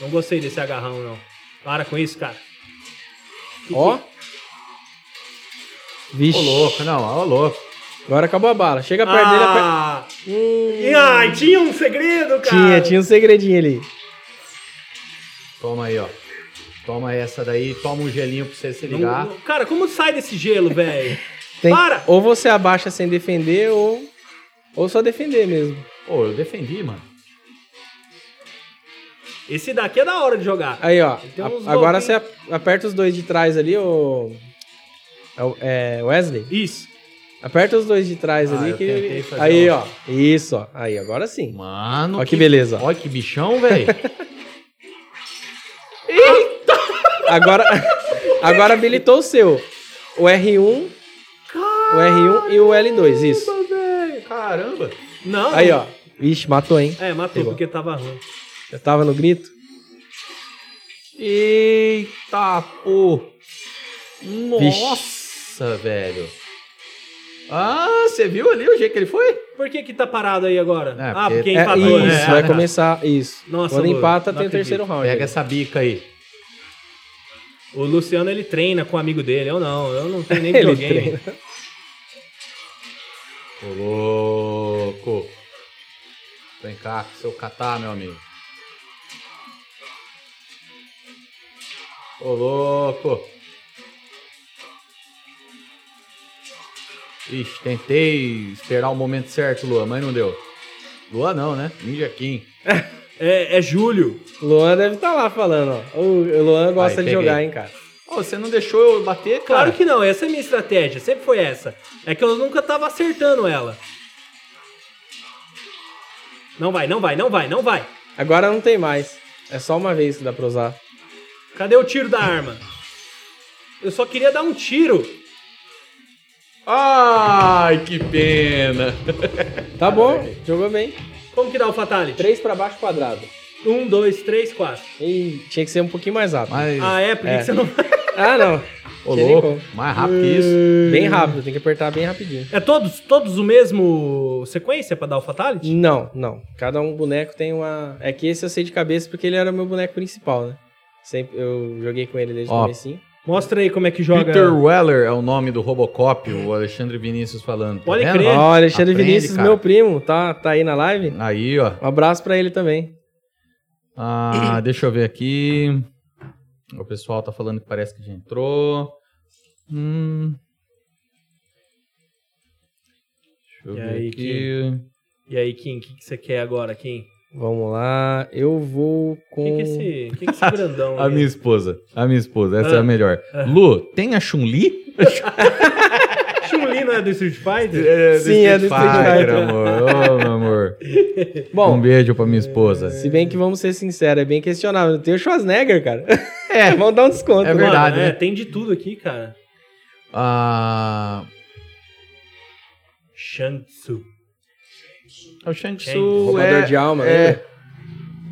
B: Não gostei desse agarrão, não. Para com isso, cara.
C: Ó. Vixe.
A: Ô, louco, não, ó, louco.
C: Agora acabou a bala. Chega perto dele.
B: né?
C: Aper...
B: ah, e, ai, tinha um segredo, cara.
C: Hum. Tinha, tinha um segredinho ali.
A: Toma aí, ó. Toma essa daí, toma um gelinho pra você se
B: Não-
A: ligar.
B: não- cara, como sai desse gelo, velho?
C: Tem...
B: Para!
C: Ou você abaixa sem defender, ou. Ou só defender mesmo.
A: Pô, eu defendi, mano.
B: Esse daqui é da hora de jogar.
C: Aí, ó.
B: Tem uns
C: a- Agora
B: golpes,
C: você a- aperta os dois de trás ali, ô. é o- É, Wesley?
B: Isso.
C: Aperta os dois de trás
A: Ah,
C: ali
A: eu
C: que.
A: tentei fazer
C: Aí,
A: uma-
C: ó. Isso, ó. Aí, agora sim.
A: Mano.
C: Ó que beleza.
A: Olha que bichão, velho.
C: Agora, agora habilitou o seu. O R1, o R1 e o L2, isso.
A: Caramba, velho. Caramba.
B: Não.
C: Aí, ó. Vixe, matou, hein?
B: É, matou
C: Pegou.
B: porque tava ruim.
C: Eu tava no grito.
A: Eita, pô. Nossa, velho. Ah, você viu ali o jeito que ele foi?
B: Por que que tá parado aí agora?
A: É,
B: ah,
A: porque-
B: porque
C: É,
B: empatou, né?
C: isso,
B: Ah,
C: vai
B: tá.
C: começar. Isso.
B: Nossa,
C: Quando
B: Lu,
C: empata,
B: não
C: tem o
B: acredito.
C: terceiro round.
A: Pega essa bica aí.
B: O Luciano, ele treina com o amigo dele. Eu não, eu não tenho nem
C: Ele
B: videogame.
A: Ô, louco. Vem cá, com seu catar, meu amigo. Ô, louco. Ixi, tentei esperar o momento certo, Lua, mas não deu. Lua não, né? Ninja Kim.
B: É, é Júlio.
C: Luan deve estar lá falando, ó. O Luan gosta
A: Aí,
C: de
A: peguei.
C: jogar, hein, cara.
A: Ô, você não deixou eu bater, cara?
B: Claro que não, essa é a minha estratégia. Sempre foi essa. É que eu nunca tava acertando ela. Não vai, não vai, não vai, não vai.
C: Agora não tem mais. É só uma vez que dá pra usar.
B: Cadê o tiro da arma? Eu só queria dar um tiro.
A: Ai, que pena.
C: Tá bom, jogou bem.
B: Como que dá o Fatality?
C: Três pra baixo quadrado.
B: Um, dois, três, quatro.
C: E tinha que ser um pouquinho mais rápido.
A: Mas,
B: Ah, é? Por que
C: É.
B: que você não...
C: Ah, não.
A: ô,
C: Tinha nem
A: louco,
C: como.
A: mais rápido que isso.
C: Bem rápido, tem que apertar bem rapidinho.
B: É todos, todos o mesmo sequência pra dar o Fatality?
C: Não, não. Cada um boneco tem uma. É que esse eu sei de cabeça porque ele era o meu boneco principal, né? Sempre eu joguei com ele desde
A: Ó.
C: o comecinho.
B: Mostra aí como é que joga.
A: Peter Weller é o nome do Robocop, o Alexandre Vinícius falando. Tá
B: Pode
A: vendo?
B: crer.
C: Ó, Alexandre
A: Aprende,
C: Vinícius,
A: cara.
C: meu primo, tá, tá aí na live.
A: Aí, ó.
C: Um abraço pra ele também.
A: Ah, deixa eu ver aqui. O pessoal tá falando que parece que já entrou. Hum. Deixa eu
B: E
A: ver
B: aí,
A: aqui.
B: E aí, Kim, o que, que você quer agora, Kim?
C: Vamos lá, eu vou
B: O
A: é
B: que,
C: com.
B: que esse, que que esse grandão
A: A
B: aí?
A: minha esposa. A minha esposa, essa é
B: Ah.
A: a melhor. Lu, tem a Chun-Li?
B: Chun-Li não é do Street Fighter?
A: É,
C: Sim, é do Street Fighter.
A: amor. Ô, meu amor. um
C: Bom,
A: beijo pra minha esposa.
C: se bem que vamos ser sinceros, é bem questionável. Tem o Schwarzenegger, cara. É, vamos dar um desconto.
A: É verdade, né?
B: Tem de tudo aqui, cara.
A: Ah,
B: Shang Tzu.
A: o Shang
B: Quem?
A: Tsu é,
C: Roubador de alma.
A: é.
C: né?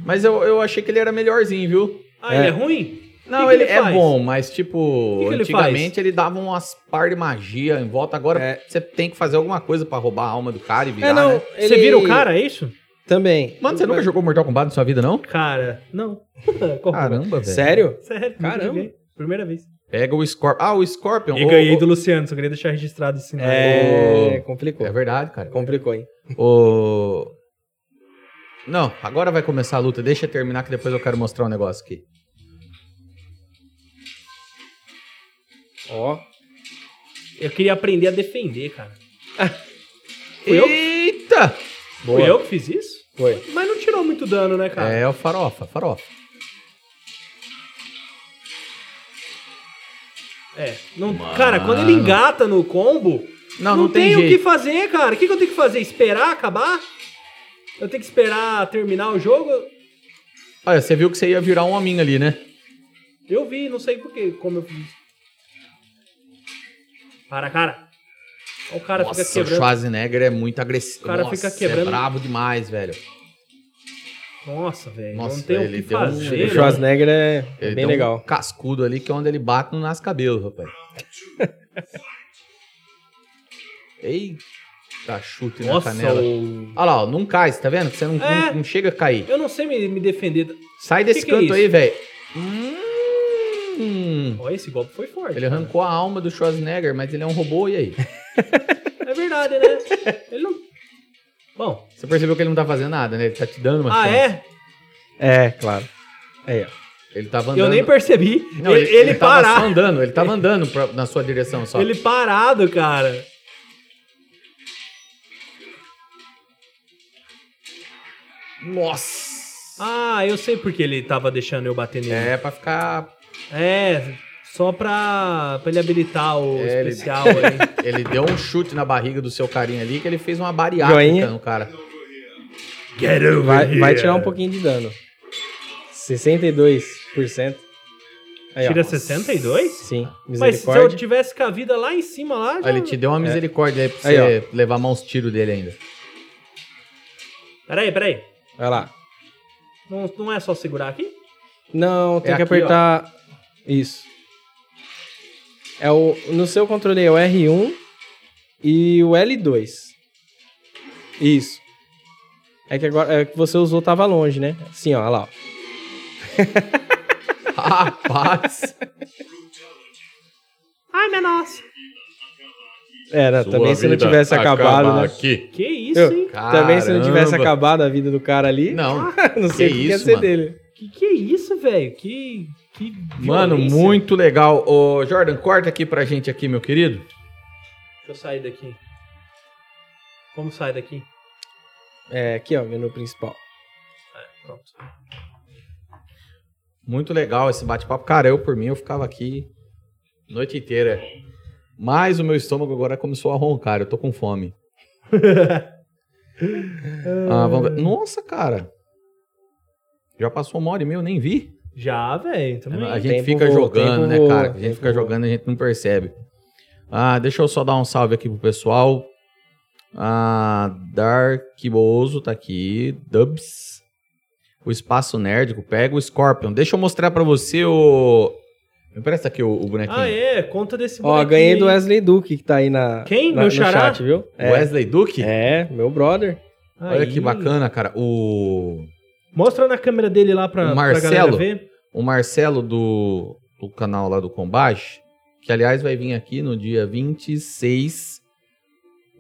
A: Mas eu, eu achei que ele era melhorzinho, viu?
B: Ah,
C: É.
B: ele é ruim?
A: Não,
B: que
A: ele,
B: ele
A: é
B: faz?
A: bom, mas tipo,
B: Que que ele
A: antigamente
B: faz?
A: ele dava umas par de magia em volta. Agora
C: É.
A: você tem que fazer alguma coisa pra roubar a alma do cara e virar,
C: É, não.
A: né?
B: Você
C: ele-
B: vira o cara, é isso?
C: Também.
A: Mano, você nunca jogou Mortal Kombat na sua vida, não?
B: Cara, não. Como?
A: Caramba, velho.
C: Sério?
B: Sério, nunca
C: Caramba.
B: joguei. Primeira vez.
A: Pega o Scorpion. Ah, o Scorpion.
B: E
A: Ô,
B: ganhei
A: ô,
B: do Luciano, só queria deixar registrado esse sinal.
C: É,
A: Ô.
C: complicou.
A: É verdade, cara.
C: Complicou, hein?
A: O... Não, agora vai começar a luta. Deixa eu terminar que depois eu quero mostrar um negócio aqui.
C: Ó.
B: Eu queria aprender a defender, cara. Fui eu?
A: Eita!
C: Boa.
B: Foi eu que fiz isso?
C: Foi.
B: Mas não tirou muito dano, né, cara?
A: É o farofa, farofa.
B: É. Não,
A: Mano.
B: cara, quando ele engata no combo,
A: Não,
B: não,
A: não, tem,
B: tem, o
A: jeito.
B: que fazer, cara. O que, que eu tenho que fazer? Esperar acabar? Eu tenho que esperar terminar o jogo?
A: Olha, você viu que você ia virar um hominho ali, né?
B: Eu vi, não sei por que, como eu fiz. Para, cara. Ó, O cara
A: Nossa,
B: fica
A: o
B: quebrando.
A: Schwarzenegger é muito agressivo.
B: O cara
A: Nossa,
B: fica quebrando.
A: é brabo demais, velho.
B: Nossa, velho. Não
A: Nossa,
B: tem
A: ele
B: o que
A: deu um-
B: fazer.
A: ele
C: O
A: deu
B: mano.
C: Schwarzenegger é
A: Ele
C: bem
A: tem um
C: legal.
A: cascudo ali que é onde ele bate não nasce cabelo, rapaz. Eita, chute
B: Nossa,
A: um na canela.
B: o-
A: Olha lá, ó, não cai, você tá vendo? Que Você não,
B: É.
A: não- não chega a cair.
B: eu não sei me, me defender.
A: Sai desse
B: Que que é
A: canto
B: isso?
A: aí, velho. Hum.
B: Ó, esse golpe foi forte.
A: Ele arrancou a alma do Schwarzenegger, mas ele é um robô, e aí?
B: É verdade, né? Ele não. Bom.
A: Você percebeu que ele não tá fazendo nada, né? Ele tá te dando uma
B: ah,
A: chance.
B: é?
C: É, claro. Aí, ó.
A: Ele tava andando.
B: Eu nem percebi.
A: Não,
B: ele, ele,
A: tava só
B: parado.
A: andando, ele tava andando pra- na sua direção só.
B: Ele parado, cara.
A: Nossa!
B: Ah, eu sei porque ele tava deixando eu bater nele.
A: É, pra ficar...
B: É, só pra, pra ele habilitar o
A: É, ele-
B: especial aí.
A: Ele deu um chute na barriga do seu carinha ali, que ele fez uma bariátrica
C: Joinha.
A: no cara.
B: Get over
C: Vai, vai
B: here.
C: tirar um pouquinho de dano. 62%. Aí, ó.
B: Tira 62?
C: Sim,
B: Mas se eu
C: misericórdia.
B: tivesse com a vida lá em cima, lá já...
A: Ele te deu uma misericórdia aí pra
C: É. Aí,
A: você levar mais uns tiros dele ainda.
B: Peraí, peraí.
C: Vai lá.
B: Não, não é só segurar aqui?
C: Não, tem
A: É
C: que
A: aqui,
C: apertar. Isso. É o. No seu controle é o R1 e o L2. Isso. É que agora. É que você usou tava longe, né? Sim, ó, olha lá. ó.
A: Rapaz!
B: Ai, meu nossa.
C: Era, É, né? também se não tivesse
A: tá
C: acabado, né?
A: Aqui.
B: Que isso,
C: Eu-
B: hein?
C: Também se não tivesse
A: Caramba.
C: acabado a vida do cara ali. Não,
A: Não,
C: sei o
A: que
C: que ia
A: isso,
C: ser
A: mano.
C: dele.
B: Que que é isso, velho? Que, que
A: Mano,
B: violência.
A: muito legal. Ô, Jordan, corta aqui pra gente aqui, meu querido.
B: Deixa eu sair daqui. Como sai daqui?
C: É, aqui, ó, menu principal.
B: Pronto.
A: Muito legal esse bate-papo. Cara, eu por mim, eu ficava aqui noite inteira. Mas o meu estômago agora começou a roncar, eu tô com fome. Ah, vamos ver. Nossa, cara. Já passou uma hora e meia, eu nem vi.
B: Já, velho.
C: É,
B: Também.
A: É, A gente
C: tempo
A: fica
C: voa,
A: jogando,
C: tempo
A: né,
C: voa,
A: cara? A gente
C: tempo
A: fica
C: voa.
A: jogando e a gente não percebe. Ah, deixa eu só dar um salve aqui pro pessoal. Ah, Dark Bozo tá aqui. Dubs. O Espaço Nerdico. Pega o Scorpion. Deixa eu mostrar pra você o. Me presta aqui o, o bonequinho.
B: Ah, é? Conta desse
C: tá Ó,
B: bonequinho
C: ganhei
B: aí.
C: do Wesley Duke, que tá aí na,
B: Quem?
C: na-
B: Meu
C: no
B: xará?
C: chat, viu? É,
A: Wesley Duke?
C: é, meu brother.
A: Olha
B: Aí.
A: que bacana, cara. O,
B: Mostra na câmera dele lá pra,
A: O
B: pra galera
A: Marcelo.
B: ver.
A: o Marcelo do, do canal lá do Combate, que aliás vai vir aqui no dia 26.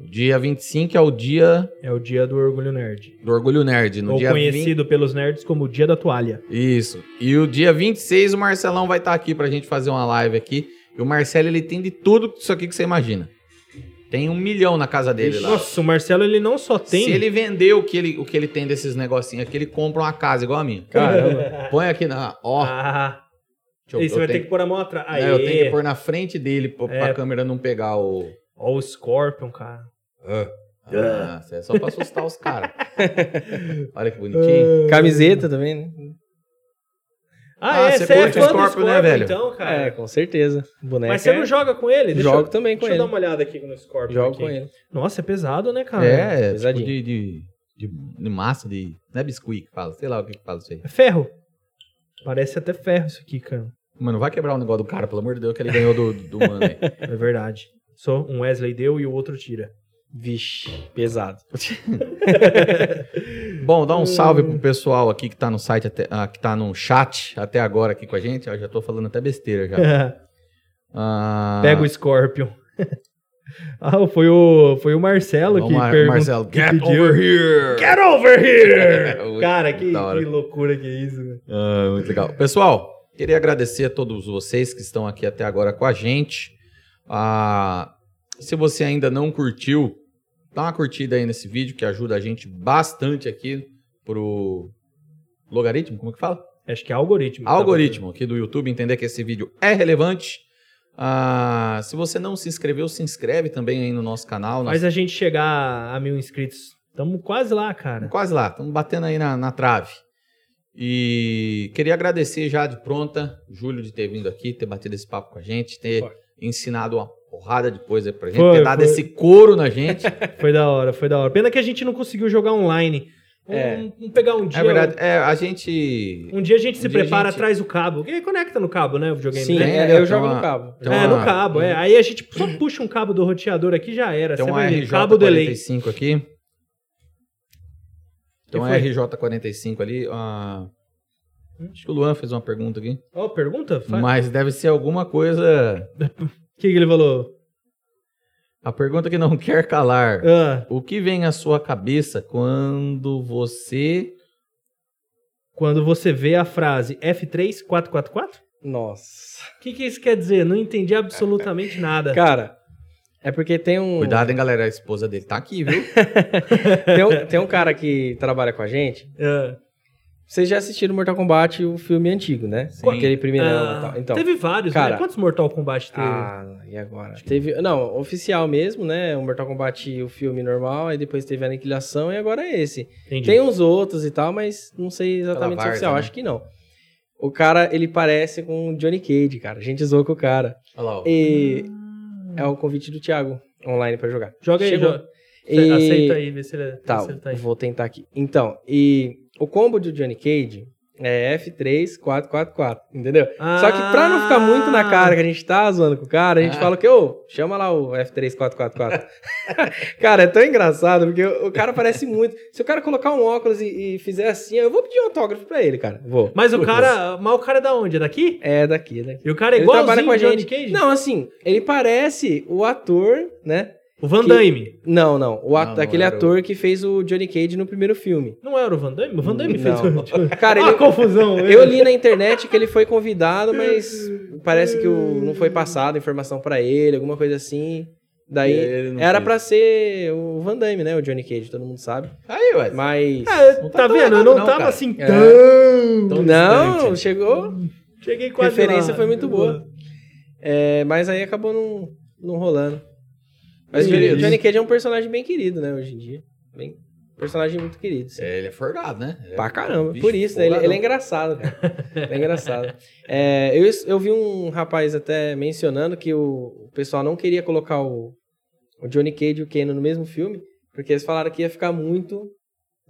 A: Dia 25 é o dia
B: É o dia do Orgulho Nerd.
A: Do Orgulho Nerd, no
B: Ou
A: dia 20.
B: conhecido pelos nerds como o dia da toalha.
A: Isso. E o dia 26 o Marcelão vai estar aqui pra gente fazer uma live aqui. E o Marcelo, ele tem de tudo isso aqui que você imagina. Tem um milhão na casa dele lá.
B: Nossa, o Marcelo ele não só tem...
A: Se ele vender o que ele, o que ele tem desses negocinhos aqui, ele compra uma casa igual a minha.
C: Caramba.
A: Põe aqui na. Ó,
B: Ah,
A: deixa eu-
B: e você
A: eu
B: vai ter
A: tenho-
B: que pôr a mão atrás.
A: né, eu tenho que
B: Aê.
A: pôr na frente dele pra, pra
B: É.
A: câmera não pegar o.
B: Ó, o Scorpion, cara.
A: Ah, isso é só pra assustar os caras. Olha que bonitinho.
C: Camiseta também, né?
B: Ah,
A: Ah,
B: é,
A: você
B: você é
A: curte
B: fã do
A: Scorpion, né,
B: Scorpion,
A: velho? né?
B: então, cara.
C: É, com certeza. Boneca.
B: Mas você não
C: é-
B: joga com ele? Deixa
C: Jogo
B: eu,
C: também com
B: Deixa eu dar
C: ele.
B: uma olhada aqui no Scorpion.
C: Jogo
B: aqui.
C: com ele.
B: Nossa, é pesado, né, cara?
A: É, tipo
C: pesadinho.
A: de, de, de, de massa, de. Não é biscuit que fala, sei lá o que que fala isso aí.
B: É ferro. Parece até ferro isso aqui, cara.
A: Mano, vai quebrar o negócio do cara, pelo amor de Deus, que ele ganhou do, do mano aí.
B: É verdade. Só um Wesley deu e o outro tira.
C: Vixe, pesado.
A: Bom, dá um salve
B: Hum.
A: pro pessoal aqui que tá no site, até- ah, que tá no chat até agora aqui com a gente. Eu já tô falando até besteira já. Ah,
B: É. Pega o Scorpion. ah, foi o, foi o Marcelo que
A: vamos lá,
B: perguntou.
A: Marcelo, get
B: pediu.
A: over here!
B: Get over here!
A: Muito
B: cara, que,
A: da hora.
B: que loucura que é isso, velho.
A: Ah, muito legal. Pessoal, queria agradecer a todos vocês que estão aqui até agora com a gente. Ah, se você ainda não curtiu, dá uma curtida aí nesse vídeo que ajuda a gente bastante aqui pro logaritmo, como é que fala?
B: Acho que é algoritmo. que tá
A: algoritmo aqui do YouTube entender que esse vídeo é relevante. Ah, se você não se inscreveu, se inscreve também aí no nosso canal.
B: botando.
A: Nós
B: Faz a gente chegar a mil inscritos. Tamo quase lá,
A: estamos
B: cara.
A: né? quase lá, estamos batendo aí na, na trave. E queria agradecer já de pronta, Júlio, de ter vindo aqui, ter batido esse papo com a gente, ter
C: Foi.
A: ensinado uma porrada de coisa aí pra gente,
B: Foi,
A: ter dado
B: foi.
A: esse couro na gente. É
B: Foi da hora, foi da hora. Pena que a gente não conseguiu jogar online. Vamos,
C: É.
B: vamos pegar um dia.
A: é verdade, é, a gente.
B: Um dia a gente se
A: Um dia a
B: prepara,
A: gente-
B: traz o cabo. Porque conecta no cabo, né? O videogame.
C: Sim,
B: né?
A: né?
C: é,
A: Tem
C: eu jogo
A: uma-
C: no cabo.
A: tem
B: é,
A: uma-
B: no cabo, é. Aí a gente só puxa um cabo do roteador aqui já era.
A: Tem
B: Você
A: um
B: vai ver, cabo do delay.
A: RJ45 aqui. Tem um
B: foi? Hum?
A: RJ45 ali. ah, acho que o Luan fez uma pergunta aqui.
B: Ó, pergunta? Fa-
A: Mas deve ser alguma coisa.
B: O que, que ele falou?
A: A pergunta que não quer calar.
B: Ah,
A: O que vem à sua cabeça quando você.
B: quando você vê a frase F3444?
C: Nossa.
B: O que, que isso quer dizer? Não entendi absolutamente nada.
C: Cara, é porque tem um.
A: Cuidado, hein, galera? A esposa dele tá aqui, viu?
C: Tem um, tem um cara que trabalha com a gente.
B: Ah,
C: Vocês já assistiram Mortal Kombat, o filme antigo, né?
A: Sim.
C: Aquele primeiro
B: ah,
C: e tal. Então.
B: teve vários,
C: cara-
B: né? Quantos Mortal Kombat teve?
C: Ah, e agora? Teve. Não, oficial mesmo, né? O Mortal Kombat, o filme normal, aí depois teve a Aniquilação e agora é esse.
B: Entendi.
C: Tem uns outros e tal, mas não sei exatamente se
A: Varza,
C: é oficial,
A: né?
C: acho que não. O cara, ele parece com o Johnny Cage, cara. A gente zoou com o cara.
A: Olha lá, ó.
C: E
B: Hum.
C: é o convite do Thiago online pra jogar.
B: Joga aí,
C: Chegou.
B: joga.
C: E-
B: Aceita aí, vê se ele, vê
C: Tá,
B: se ele tá aí.
C: vou tentar aqui. Então, e o combo do Johnny Cage é F3444, entendeu?
B: Ah!
C: Só que pra não ficar muito na cara que a gente tá zoando com o cara, a gente
A: Ah.
C: fala que, ô, chama lá o F3444. cara, é tão engraçado, porque o o cara parece muito. Se o cara colocar um óculos e, e fizer assim, eu vou pedir um autógrafo pra ele, cara. Vou.
B: Mas o cara. Mas o cara é da onde? É daqui?
C: É daqui, é daqui.
B: E o cara é
C: Ele
B: igualzinho
C: trabalha com a
B: o Johnny
C: gente.
B: Cage?
C: Não, assim, ele parece o ator, né?
B: O Van
C: que-
B: Damme.
C: Não, não. O
A: Não,
C: ato,
A: não
C: aquele
A: era o-
C: ator que fez o Johnny Cage no primeiro filme.
B: Não era o Van Damme? O Van Damme
C: Não.
B: fez o.
C: Cara,
B: Olha
C: ele,
B: a confusão.
A: É.
C: Eu li na internet que ele foi convidado, mas parece que o- não foi passada informação pra ele, alguma coisa assim. Daí
A: Ele É, não
C: era
A: fez.
C: pra ser o Van Damme, né? O Johnny Cage, todo mundo sabe.
A: Aí, ué.
C: Mas.
B: É,
A: Não tá tão
B: tá vendo? Eu
A: errado
B: não,
A: não,
B: tava
A: cara.
B: assim
C: É.
B: tão.
A: tão
C: não,
A: distante.
C: chegou.
B: Cheguei
C: A
B: quase
C: referência
B: lá.
C: foi muito boa. É, mas aí acabou não, não rolando. Mas o Johnny,
A: Beleza.
C: Johnny Cage é um personagem bem querido, né? Hoje em dia. Bem, personagem muito querido. sim.
A: É, Ele é forgado, né? Ele é
C: Pra caramba.
A: bicho
C: Por isso, né? ele,
A: folgadão.
C: ele é engraçado, cara. Ele é engraçado. É, eu, eu vi um rapaz até mencionando que o, o pessoal não queria colocar o, o Johnny Cage e o Kano no mesmo filme, porque eles falaram que ia ficar muito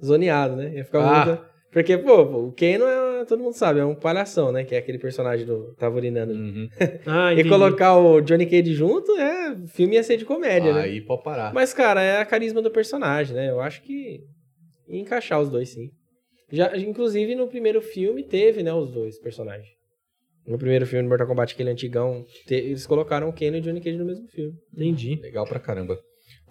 C: zoneado, né? Ia ficar
A: Ah.
C: muito. Porque, pô, pô, o Kano é, todo mundo sabe, é um palhação, né? Que é aquele personagem do Tava urinando.
A: Uhum.
B: Ah,
C: E
B: entendi.
C: colocar o Johnny Cage junto, é, o filme ia ser de comédia, né?
A: Aí pode parar.
C: Mas, cara, é a carisma do personagem, né? Eu acho que ia encaixar os dois, sim. Já, inclusive, no primeiro filme teve, né, os dois personagens. No primeiro filme do Mortal Kombat, aquele antigão, te- eles colocaram o Kano e o Johnny Cage no mesmo filme.
B: Entendi.
A: Legal pra caramba.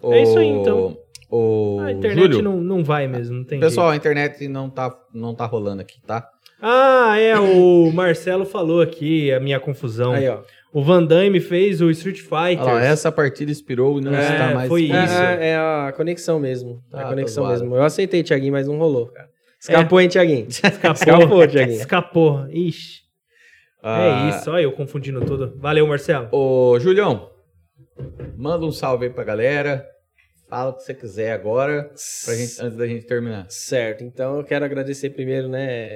B: É isso aí,
A: Ô,
B: então.
A: ô,
B: A internet
A: Júlio,
B: não, não vai mesmo, não tem jeito.
A: Pessoal, a internet não tá, não tá rolando aqui, tá?
B: Ah, é, o Marcelo falou aqui a minha confusão.
C: Aí, ó.
B: O Van Damme fez o Street Fighter.
A: Olha lá, essa partida inspirou e não
B: É,
A: está mais.
B: foi
C: É,
B: isso.
C: é- é a conexão mesmo. É
A: Ah,
C: a
A: tá
C: conexão
A: zoado.
C: mesmo. Eu aceitei, Thiaguinho, mas não rolou, cara. Escapou, hein, Thiaguinho?
B: Escapou.
C: Escapou, Thiaguinho.
B: Escapou. Ixi.
A: Ah,
B: É isso, olha eu confundindo tudo. Valeu, Marcelo.
A: Ô, Julião, Manda um salve aí pra galera. Fala o que você quiser agora, pra gente, antes da gente terminar.
C: Certo, então eu quero agradecer primeiro, né?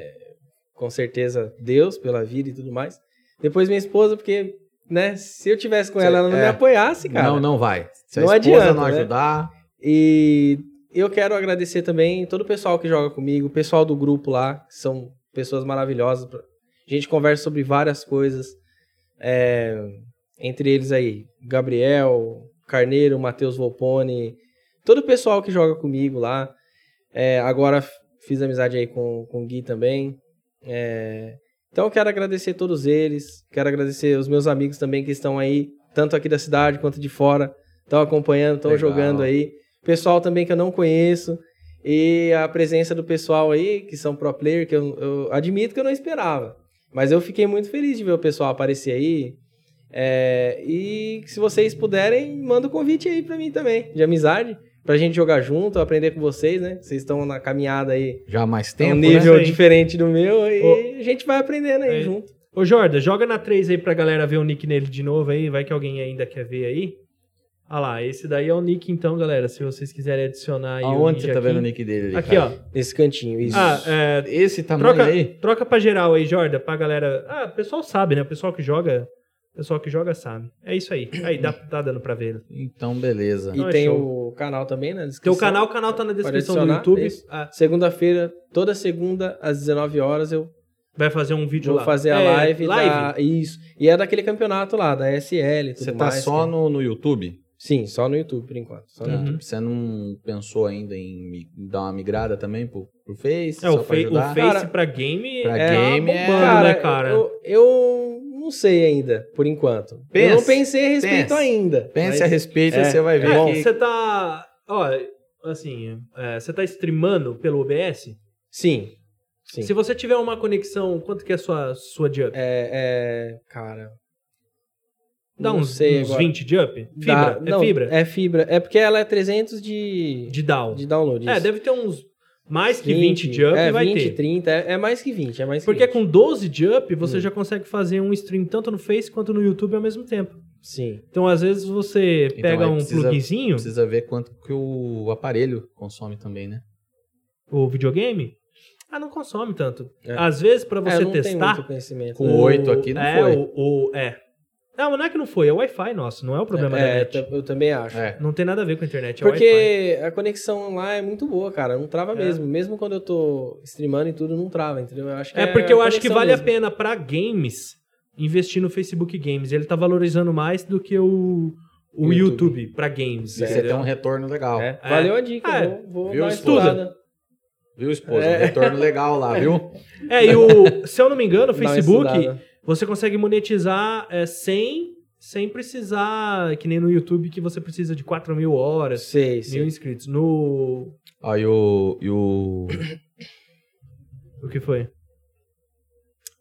C: Com certeza, Deus pela vida e tudo mais. Depois minha esposa, porque, né? Se eu tivesse com
A: Cê-
C: ela, ela não
A: é.
C: me apoiasse, cara.
A: Não, não vai. Se a esposa
C: Não adianta,
A: não
C: né?
A: ajudar,
C: E eu quero agradecer também todo o pessoal que joga comigo, o pessoal do grupo lá, que são pessoas maravilhosas. A gente conversa sobre várias coisas. É, entre eles aí, Gabriel, Carneiro, Matheus Volpone, todo o pessoal que joga comigo lá. É, agora f- fiz amizade aí com, com o Gui também. É, então eu quero agradecer todos eles, quero agradecer os meus amigos também que estão aí, tanto aqui da cidade quanto de fora, estão acompanhando, estão
A: Legal.
C: jogando aí. Pessoal também que eu não conheço. E a presença do pessoal aí, que são pro player, que eu, eu admito que eu não esperava. Mas eu fiquei muito feliz de ver o pessoal aparecer aí. É, e se vocês puderem, manda o convite aí pra mim também, de amizade, pra gente jogar junto, aprender com vocês, né? Vocês estão na caminhada aí,
A: já há mais
B: É
C: tem
A: tempo,
C: um
A: né?
C: nível
B: Sim.
C: diferente do meu, e
B: Ô.
C: a gente vai aprendendo aí
B: É.
C: junto.
B: Ô, Jorda, joga na 3 aí pra galera ver o nick nele de novo aí. Vai que alguém ainda quer ver aí. Ah lá, esse daí é o nick então, galera. Se vocês quiserem adicionar aí o
A: Aonde
B: ninja
A: você tá vendo o
B: aqui.
A: nick dele ali,
B: Aqui,
A: cara?
B: ó.
C: Nesse cantinho, isso.
B: Ah, é,
A: Esse
C: Tá
A: tamanho
B: troca,
A: aí?
B: troca pra geral aí, Jorda, pra galera... Ah, o pessoal sabe, né? O pessoal que joga... O pessoal que joga sabe. É isso aí. Aí, dá, tá dando pra ver.
A: Então, beleza.
C: e
B: não é
C: tem
B: show.
C: o canal também né, na descrição.
B: Porque o canal, o canal tá na descrição do
C: adicionar,
B: YouTube.
C: isso.
B: Ah,
C: Segunda-feira, toda segunda, às 19 horas, eu
B: vai fazer um vídeo
C: vou
B: lá.
C: fazer a
B: É,
C: live. da- isso. E é daquele campeonato lá, da SL e tudo
A: Você tá
C: mais.
A: só
C: que-
A: no, no YouTube?
C: Sim, só no YouTube, por enquanto. Só no
A: Tá.
B: Uhum.
A: Você não pensou ainda em mi- dar uma migrada também pro, pro Face?
B: É,
A: só pra
B: o, Fe- o
A: ajudar?
B: Face
C: Cara,
B: pra game...
A: pra
B: é,
A: game
B: tá
A: é-
B: bombando,
C: Cara,
B: né, cara?
C: Eu, eu não sei ainda, por enquanto.
A: Pensa,
C: eu não pensei a respeito
A: pensa.
C: ainda.
A: Pense a
C: mas-
A: respeito, aí
C: É,
A: você vai ver.
B: É,
A: que-
B: você tá. Ó, assim, é, você tá streamando pelo OBS?
C: Sim. Sim.
B: Se você tiver uma conexão, quanto que é a sua, sua jump?
C: É, é, cara.
B: Dá
C: não
B: uns,
C: sei
B: uns
C: agora.
B: 20 jump? Fibra?
C: Dá-
B: é
C: não,
B: fibra?
C: É fibra. É porque ela é 300 de,
B: De down.
C: de download.
B: é,
C: isso.
B: deve ter uns mais que 20, jump
C: é,
B: vai
C: 20,
B: ter.
C: 30. É, é mais que 20. É mais que
B: Porque
C: 20.
B: com 12 jump você
C: Hum.
B: já consegue fazer um stream tanto no Face quanto no YouTube ao mesmo tempo.
C: Sim.
B: Então, às vezes, você
A: Então,
B: pega
A: aí
B: um
A: precisa-
B: pluginzinho,
A: Precisa ver quanto que o aparelho consome também, né?
B: o videogame, ah, não consome tanto.
C: É.
B: Às vezes, pra
C: É,
B: você
C: não tem
B: testar,
C: muito conhecimento.
A: Com
C: né?
B: O-
A: oito aqui não
B: é,
A: foi.
B: O, o- é. Não, mas não é que não foi, é o Wi-Fi nosso, não é o problema da
C: é,
B: net.
C: eu também acho.
A: É.
B: Não tem nada a ver com a internet, é o Wi-Fi.
C: Porque a conexão lá é muito boa, cara. Não trava
B: É.
C: mesmo. Mesmo quando eu tô streamando e tudo, não trava, entendeu? Eu acho que
B: É porque eu acho que vale
C: a
B: a pena
C: pena.
B: pra games investir no Facebook Games. Ele tá valorizando mais do que o, o
C: YouTube.
B: YouTube. pra games.
A: Você
B: entendeu?
A: tem um retorno legal.
C: É, Valeu a dica,
B: Ah, é.
C: vou, vou
A: Viu,
C: dar uma
A: esposa?
C: estudada.
A: Viu, esposa?
C: É.
A: Um retorno legal lá, viu?
B: É, e o, se eu não me engano, o
C: Dar uma
B: Facebook,
C: estudada.
B: você consegue monetizar é, sem, sem precisar, que nem no YouTube, que você precisa de 4 mil horas,
C: Sei,
B: mil
C: sei.
B: inscritos. No...
A: Ó, e o, e o,
B: O que foi?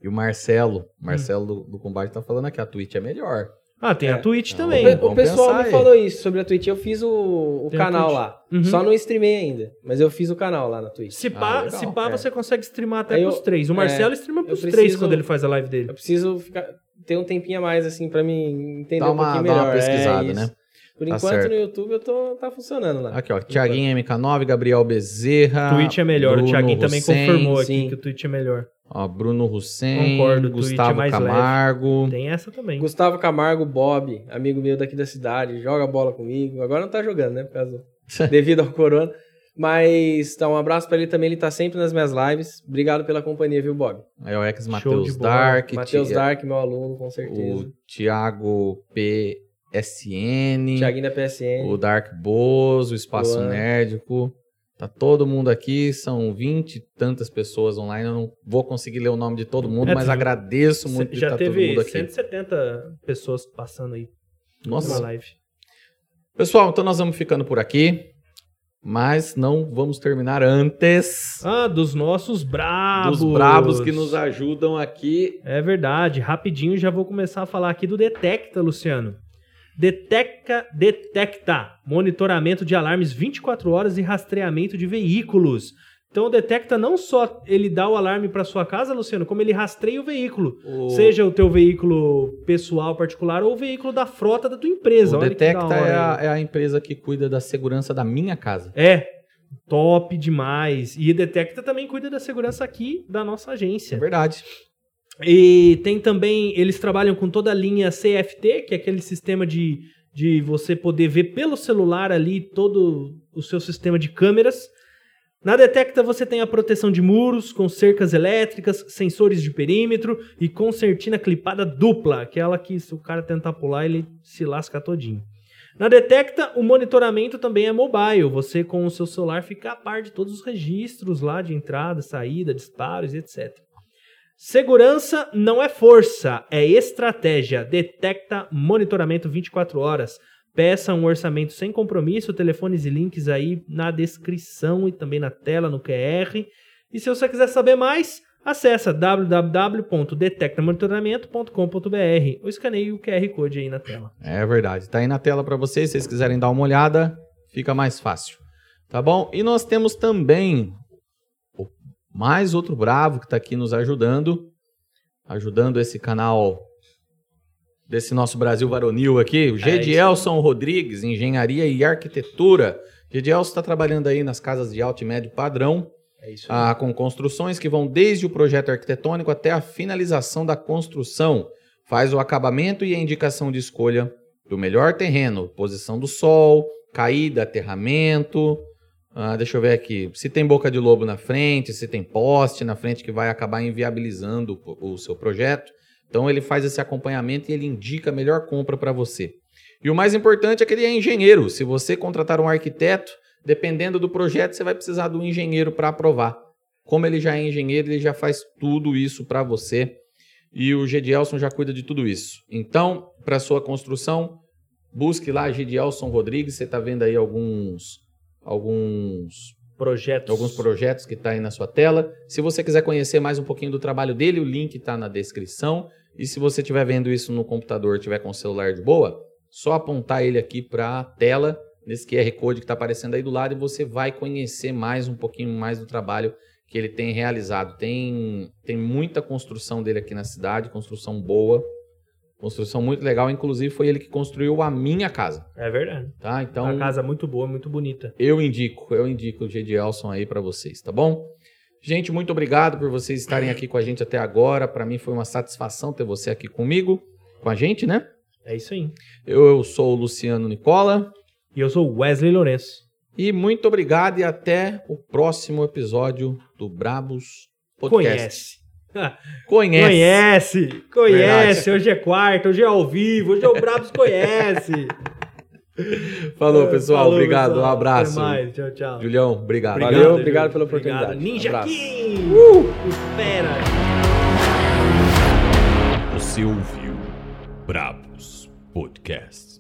A: e o
B: Hum.
A: Marcelo, Marcelo do, do Combate tá falando aqui, a Twitch é melhor.
B: Ah, tem
C: É.
B: a Twitch
A: Não,
B: também.
A: Bem,
C: o,
A: vamos
C: pessoal
A: pensar
C: me
A: aí. um
C: falou isso sobre a Twitch. Eu fiz o, o
B: Tem a
C: canal
B: Twitch.
C: lá.
B: Uhum.
C: Só não streamei ainda, mas eu fiz o canal lá na Twitch.
B: Se pá,
A: Ah, legal,
B: se pá
C: é.
B: você consegue streamar até
C: Aí eu-
B: pros três.
A: é,
B: O Marcelo streama pros três
C: preciso-
B: quando ele faz a live dele.
C: Eu preciso ficar- ter um tempinho a mais, assim, pra mim entender
A: Dá
C: um
A: uma,
C: pouquinho
A: dá
C: melhor.
A: uma
C: é
A: pesquisada,
C: isso.
A: né?
C: Por
A: Tá
C: enquanto
A: certo.
C: no YouTube eu tô, tá funcionando lá.
A: Aqui, ó. Thiaguinho MK9, Gabriel Bezerra.
B: Twitch é melhor. o
A: Ah, Bruno
B: Thiaguinho também
A: Hussein,
B: confirmou aqui
C: sim.
B: que o Twitch é melhor.
A: Ó, Bruno Hussein,
B: Concordo, Twitch é
A: Gustavo
B: mais leve.
A: Camargo.
B: Tem essa também.
C: Gustavo Camargo, Bob, amigo meu daqui da cidade, joga bola comigo. Agora não tá jogando, né? Por causa devido ao corona. Mas tá um abraço pra ele também, ele tá sempre nas minhas lives. Obrigado pela companhia, viu, Bob?
A: Aí é o ex
B: Show de
A: Matheus
B: bola.
A: Dark.
C: Matheus
A: Ti-
C: Dark, meu aluno, com certeza.
A: O Thiago PSN.
C: Thiaguinho da PSN.
A: O Dark Bozo, o Espaço
C: Luan.
A: Nerdico. Tá todo mundo aqui, são 20 e tantas pessoas online. Eu não vou conseguir ler o nome de todo mundo,
B: É,
A: mas
B: tu-
A: agradeço muito de
B: Já
A: estar todo
B: teve
A: mundo aqui.
B: 170 pessoas passando aí pela
A: Nossa.
B: live.
A: Pessoal, então nós vamos ficando por aqui, mas não vamos terminar antes.
B: Ah, dos nossos brabos.
A: dos brabos que nos ajudam aqui.
B: É verdade. Rapidinho já vou começar a falar aqui do Detecta, Luciano. Detecta, detecta monitoramento de alarmes 24 horas e rastreamento de veículos. Então o detecta não só ele dá o alarme para sua casa, Luciano, como ele rastreia o veículo.
A: O,
B: Seja o teu veículo pessoal particular ou o veículo da frota da tua empresa.
A: o
B: Olha que da
A: Detecta
B: hora,
A: é
B: hein?
A: a, é a empresa que cuida da segurança da minha casa.
B: É, top demais. E Detecta também cuida da segurança aqui da nossa
A: É
B: agência.
A: verdade.
B: E tem também, eles trabalham com toda a linha CFT, que é aquele sistema de, de você poder ver pelo celular ali todo o seu sistema de câmeras. Na Detecta você tem a proteção de muros, com cercas elétricas, sensores de perímetro e concertina clipada dupla, aquela que se o cara tentar pular ele se lasca todinho. Na Detecta, o monitoramento também é mobile. Você, com o seu celular, fica a par de todos os registros lá de entrada, saída, disparos, etc. Segurança não é força, é estratégia. Detecta monitoramento 24 horas. Peça um orçamento sem compromisso, telefones e links aí na descrição e também na tela, no QR. E se você quiser saber mais, acessa www.detectamonitoramento.com.br ou escaneie o QR Code aí na tela.
A: É verdade. Tá aí na tela para vocês, se vocês quiserem dar uma olhada, fica mais fácil. Tá bom? E nós temos também o- mais outro bravo que tá aqui nos ajudando, ajudando esse canal desse nosso Brasil varonil aqui, o Gedielson Rodrigues, Engenharia e Arquitetura. Gedielson está tá trabalhando aí nas casas de alto e médio padrão,
C: É isso. aí.
A: ah, com construções que vão desde o projeto arquitetônico até a finalização da construção. Faz o acabamento e a indicação de escolha do melhor terreno, posição do sol, caída, aterramento. Ah, deixa eu ver aqui. Se tem boca de lobo na frente, se tem poste na frente que vai acabar inviabilizando o, o seu projeto. Então ele faz esse acompanhamento e ele indica a melhor compra para você. E o mais importante é que ele é engenheiro. Se você contratar um arquiteto, dependendo do projeto, você vai precisar do engenheiro para aprovar. Como ele já é engenheiro, ele já faz tudo isso para você. E o Gedielson já cuida de tudo isso. Então, para sua construção, busque lá Gedielson Rodrigues. Você está vendo aí alguns alguns
B: Projetos.
A: alguns projetos que está aí na sua tela. Se você quiser conhecer mais um pouquinho do trabalho dele, o link está na descrição. E se você estiver vendo isso no computador, tiver com o celular de boa, só apontar ele aqui para a tela nesse QR Code que está aparecendo aí do lado e você vai conhecer mais um pouquinho mais do trabalho que ele tem realizado. Tem, tem muita construção dele aqui na cidade, construção boa, construção muito legal. Inclusive foi ele que construiu a minha casa,
B: É verdade.
A: tá? Então
B: Uma casa muito boa, muito bonita.
A: eu indico, eu indico o Gedielson aí pra vocês, tá bom? Gente, muito obrigado por vocês estarem aqui com a gente até agora. Pra mim foi uma satisfação ter você aqui comigo, com a gente, né?
B: É isso aí.
A: Eu, eu sou o Luciano Nicola
B: E eu sou Wesley Lourenço.
A: e muito obrigado e até o próximo episódio do Brabos Podcast.
B: Conhece.
A: Conhece.
B: Conhece, conhece.
A: Verdade.
B: Hoje é quarta, hoje é ao vivo, hoje é o Brabos conhece.
A: Falou, pessoal.
B: Falou,
A: obrigado.
B: pessoal.
A: Um abraço.
B: Até mais. Tchau, tchau.
A: Julião, obrigado.
C: Valeu,
B: Júlio.
C: obrigado pela oportunidade.
B: Obrigado. Ninja
C: Abraço.
B: King!
A: Uh!
B: Espera!
D: Você ouviu Brabos Podcast.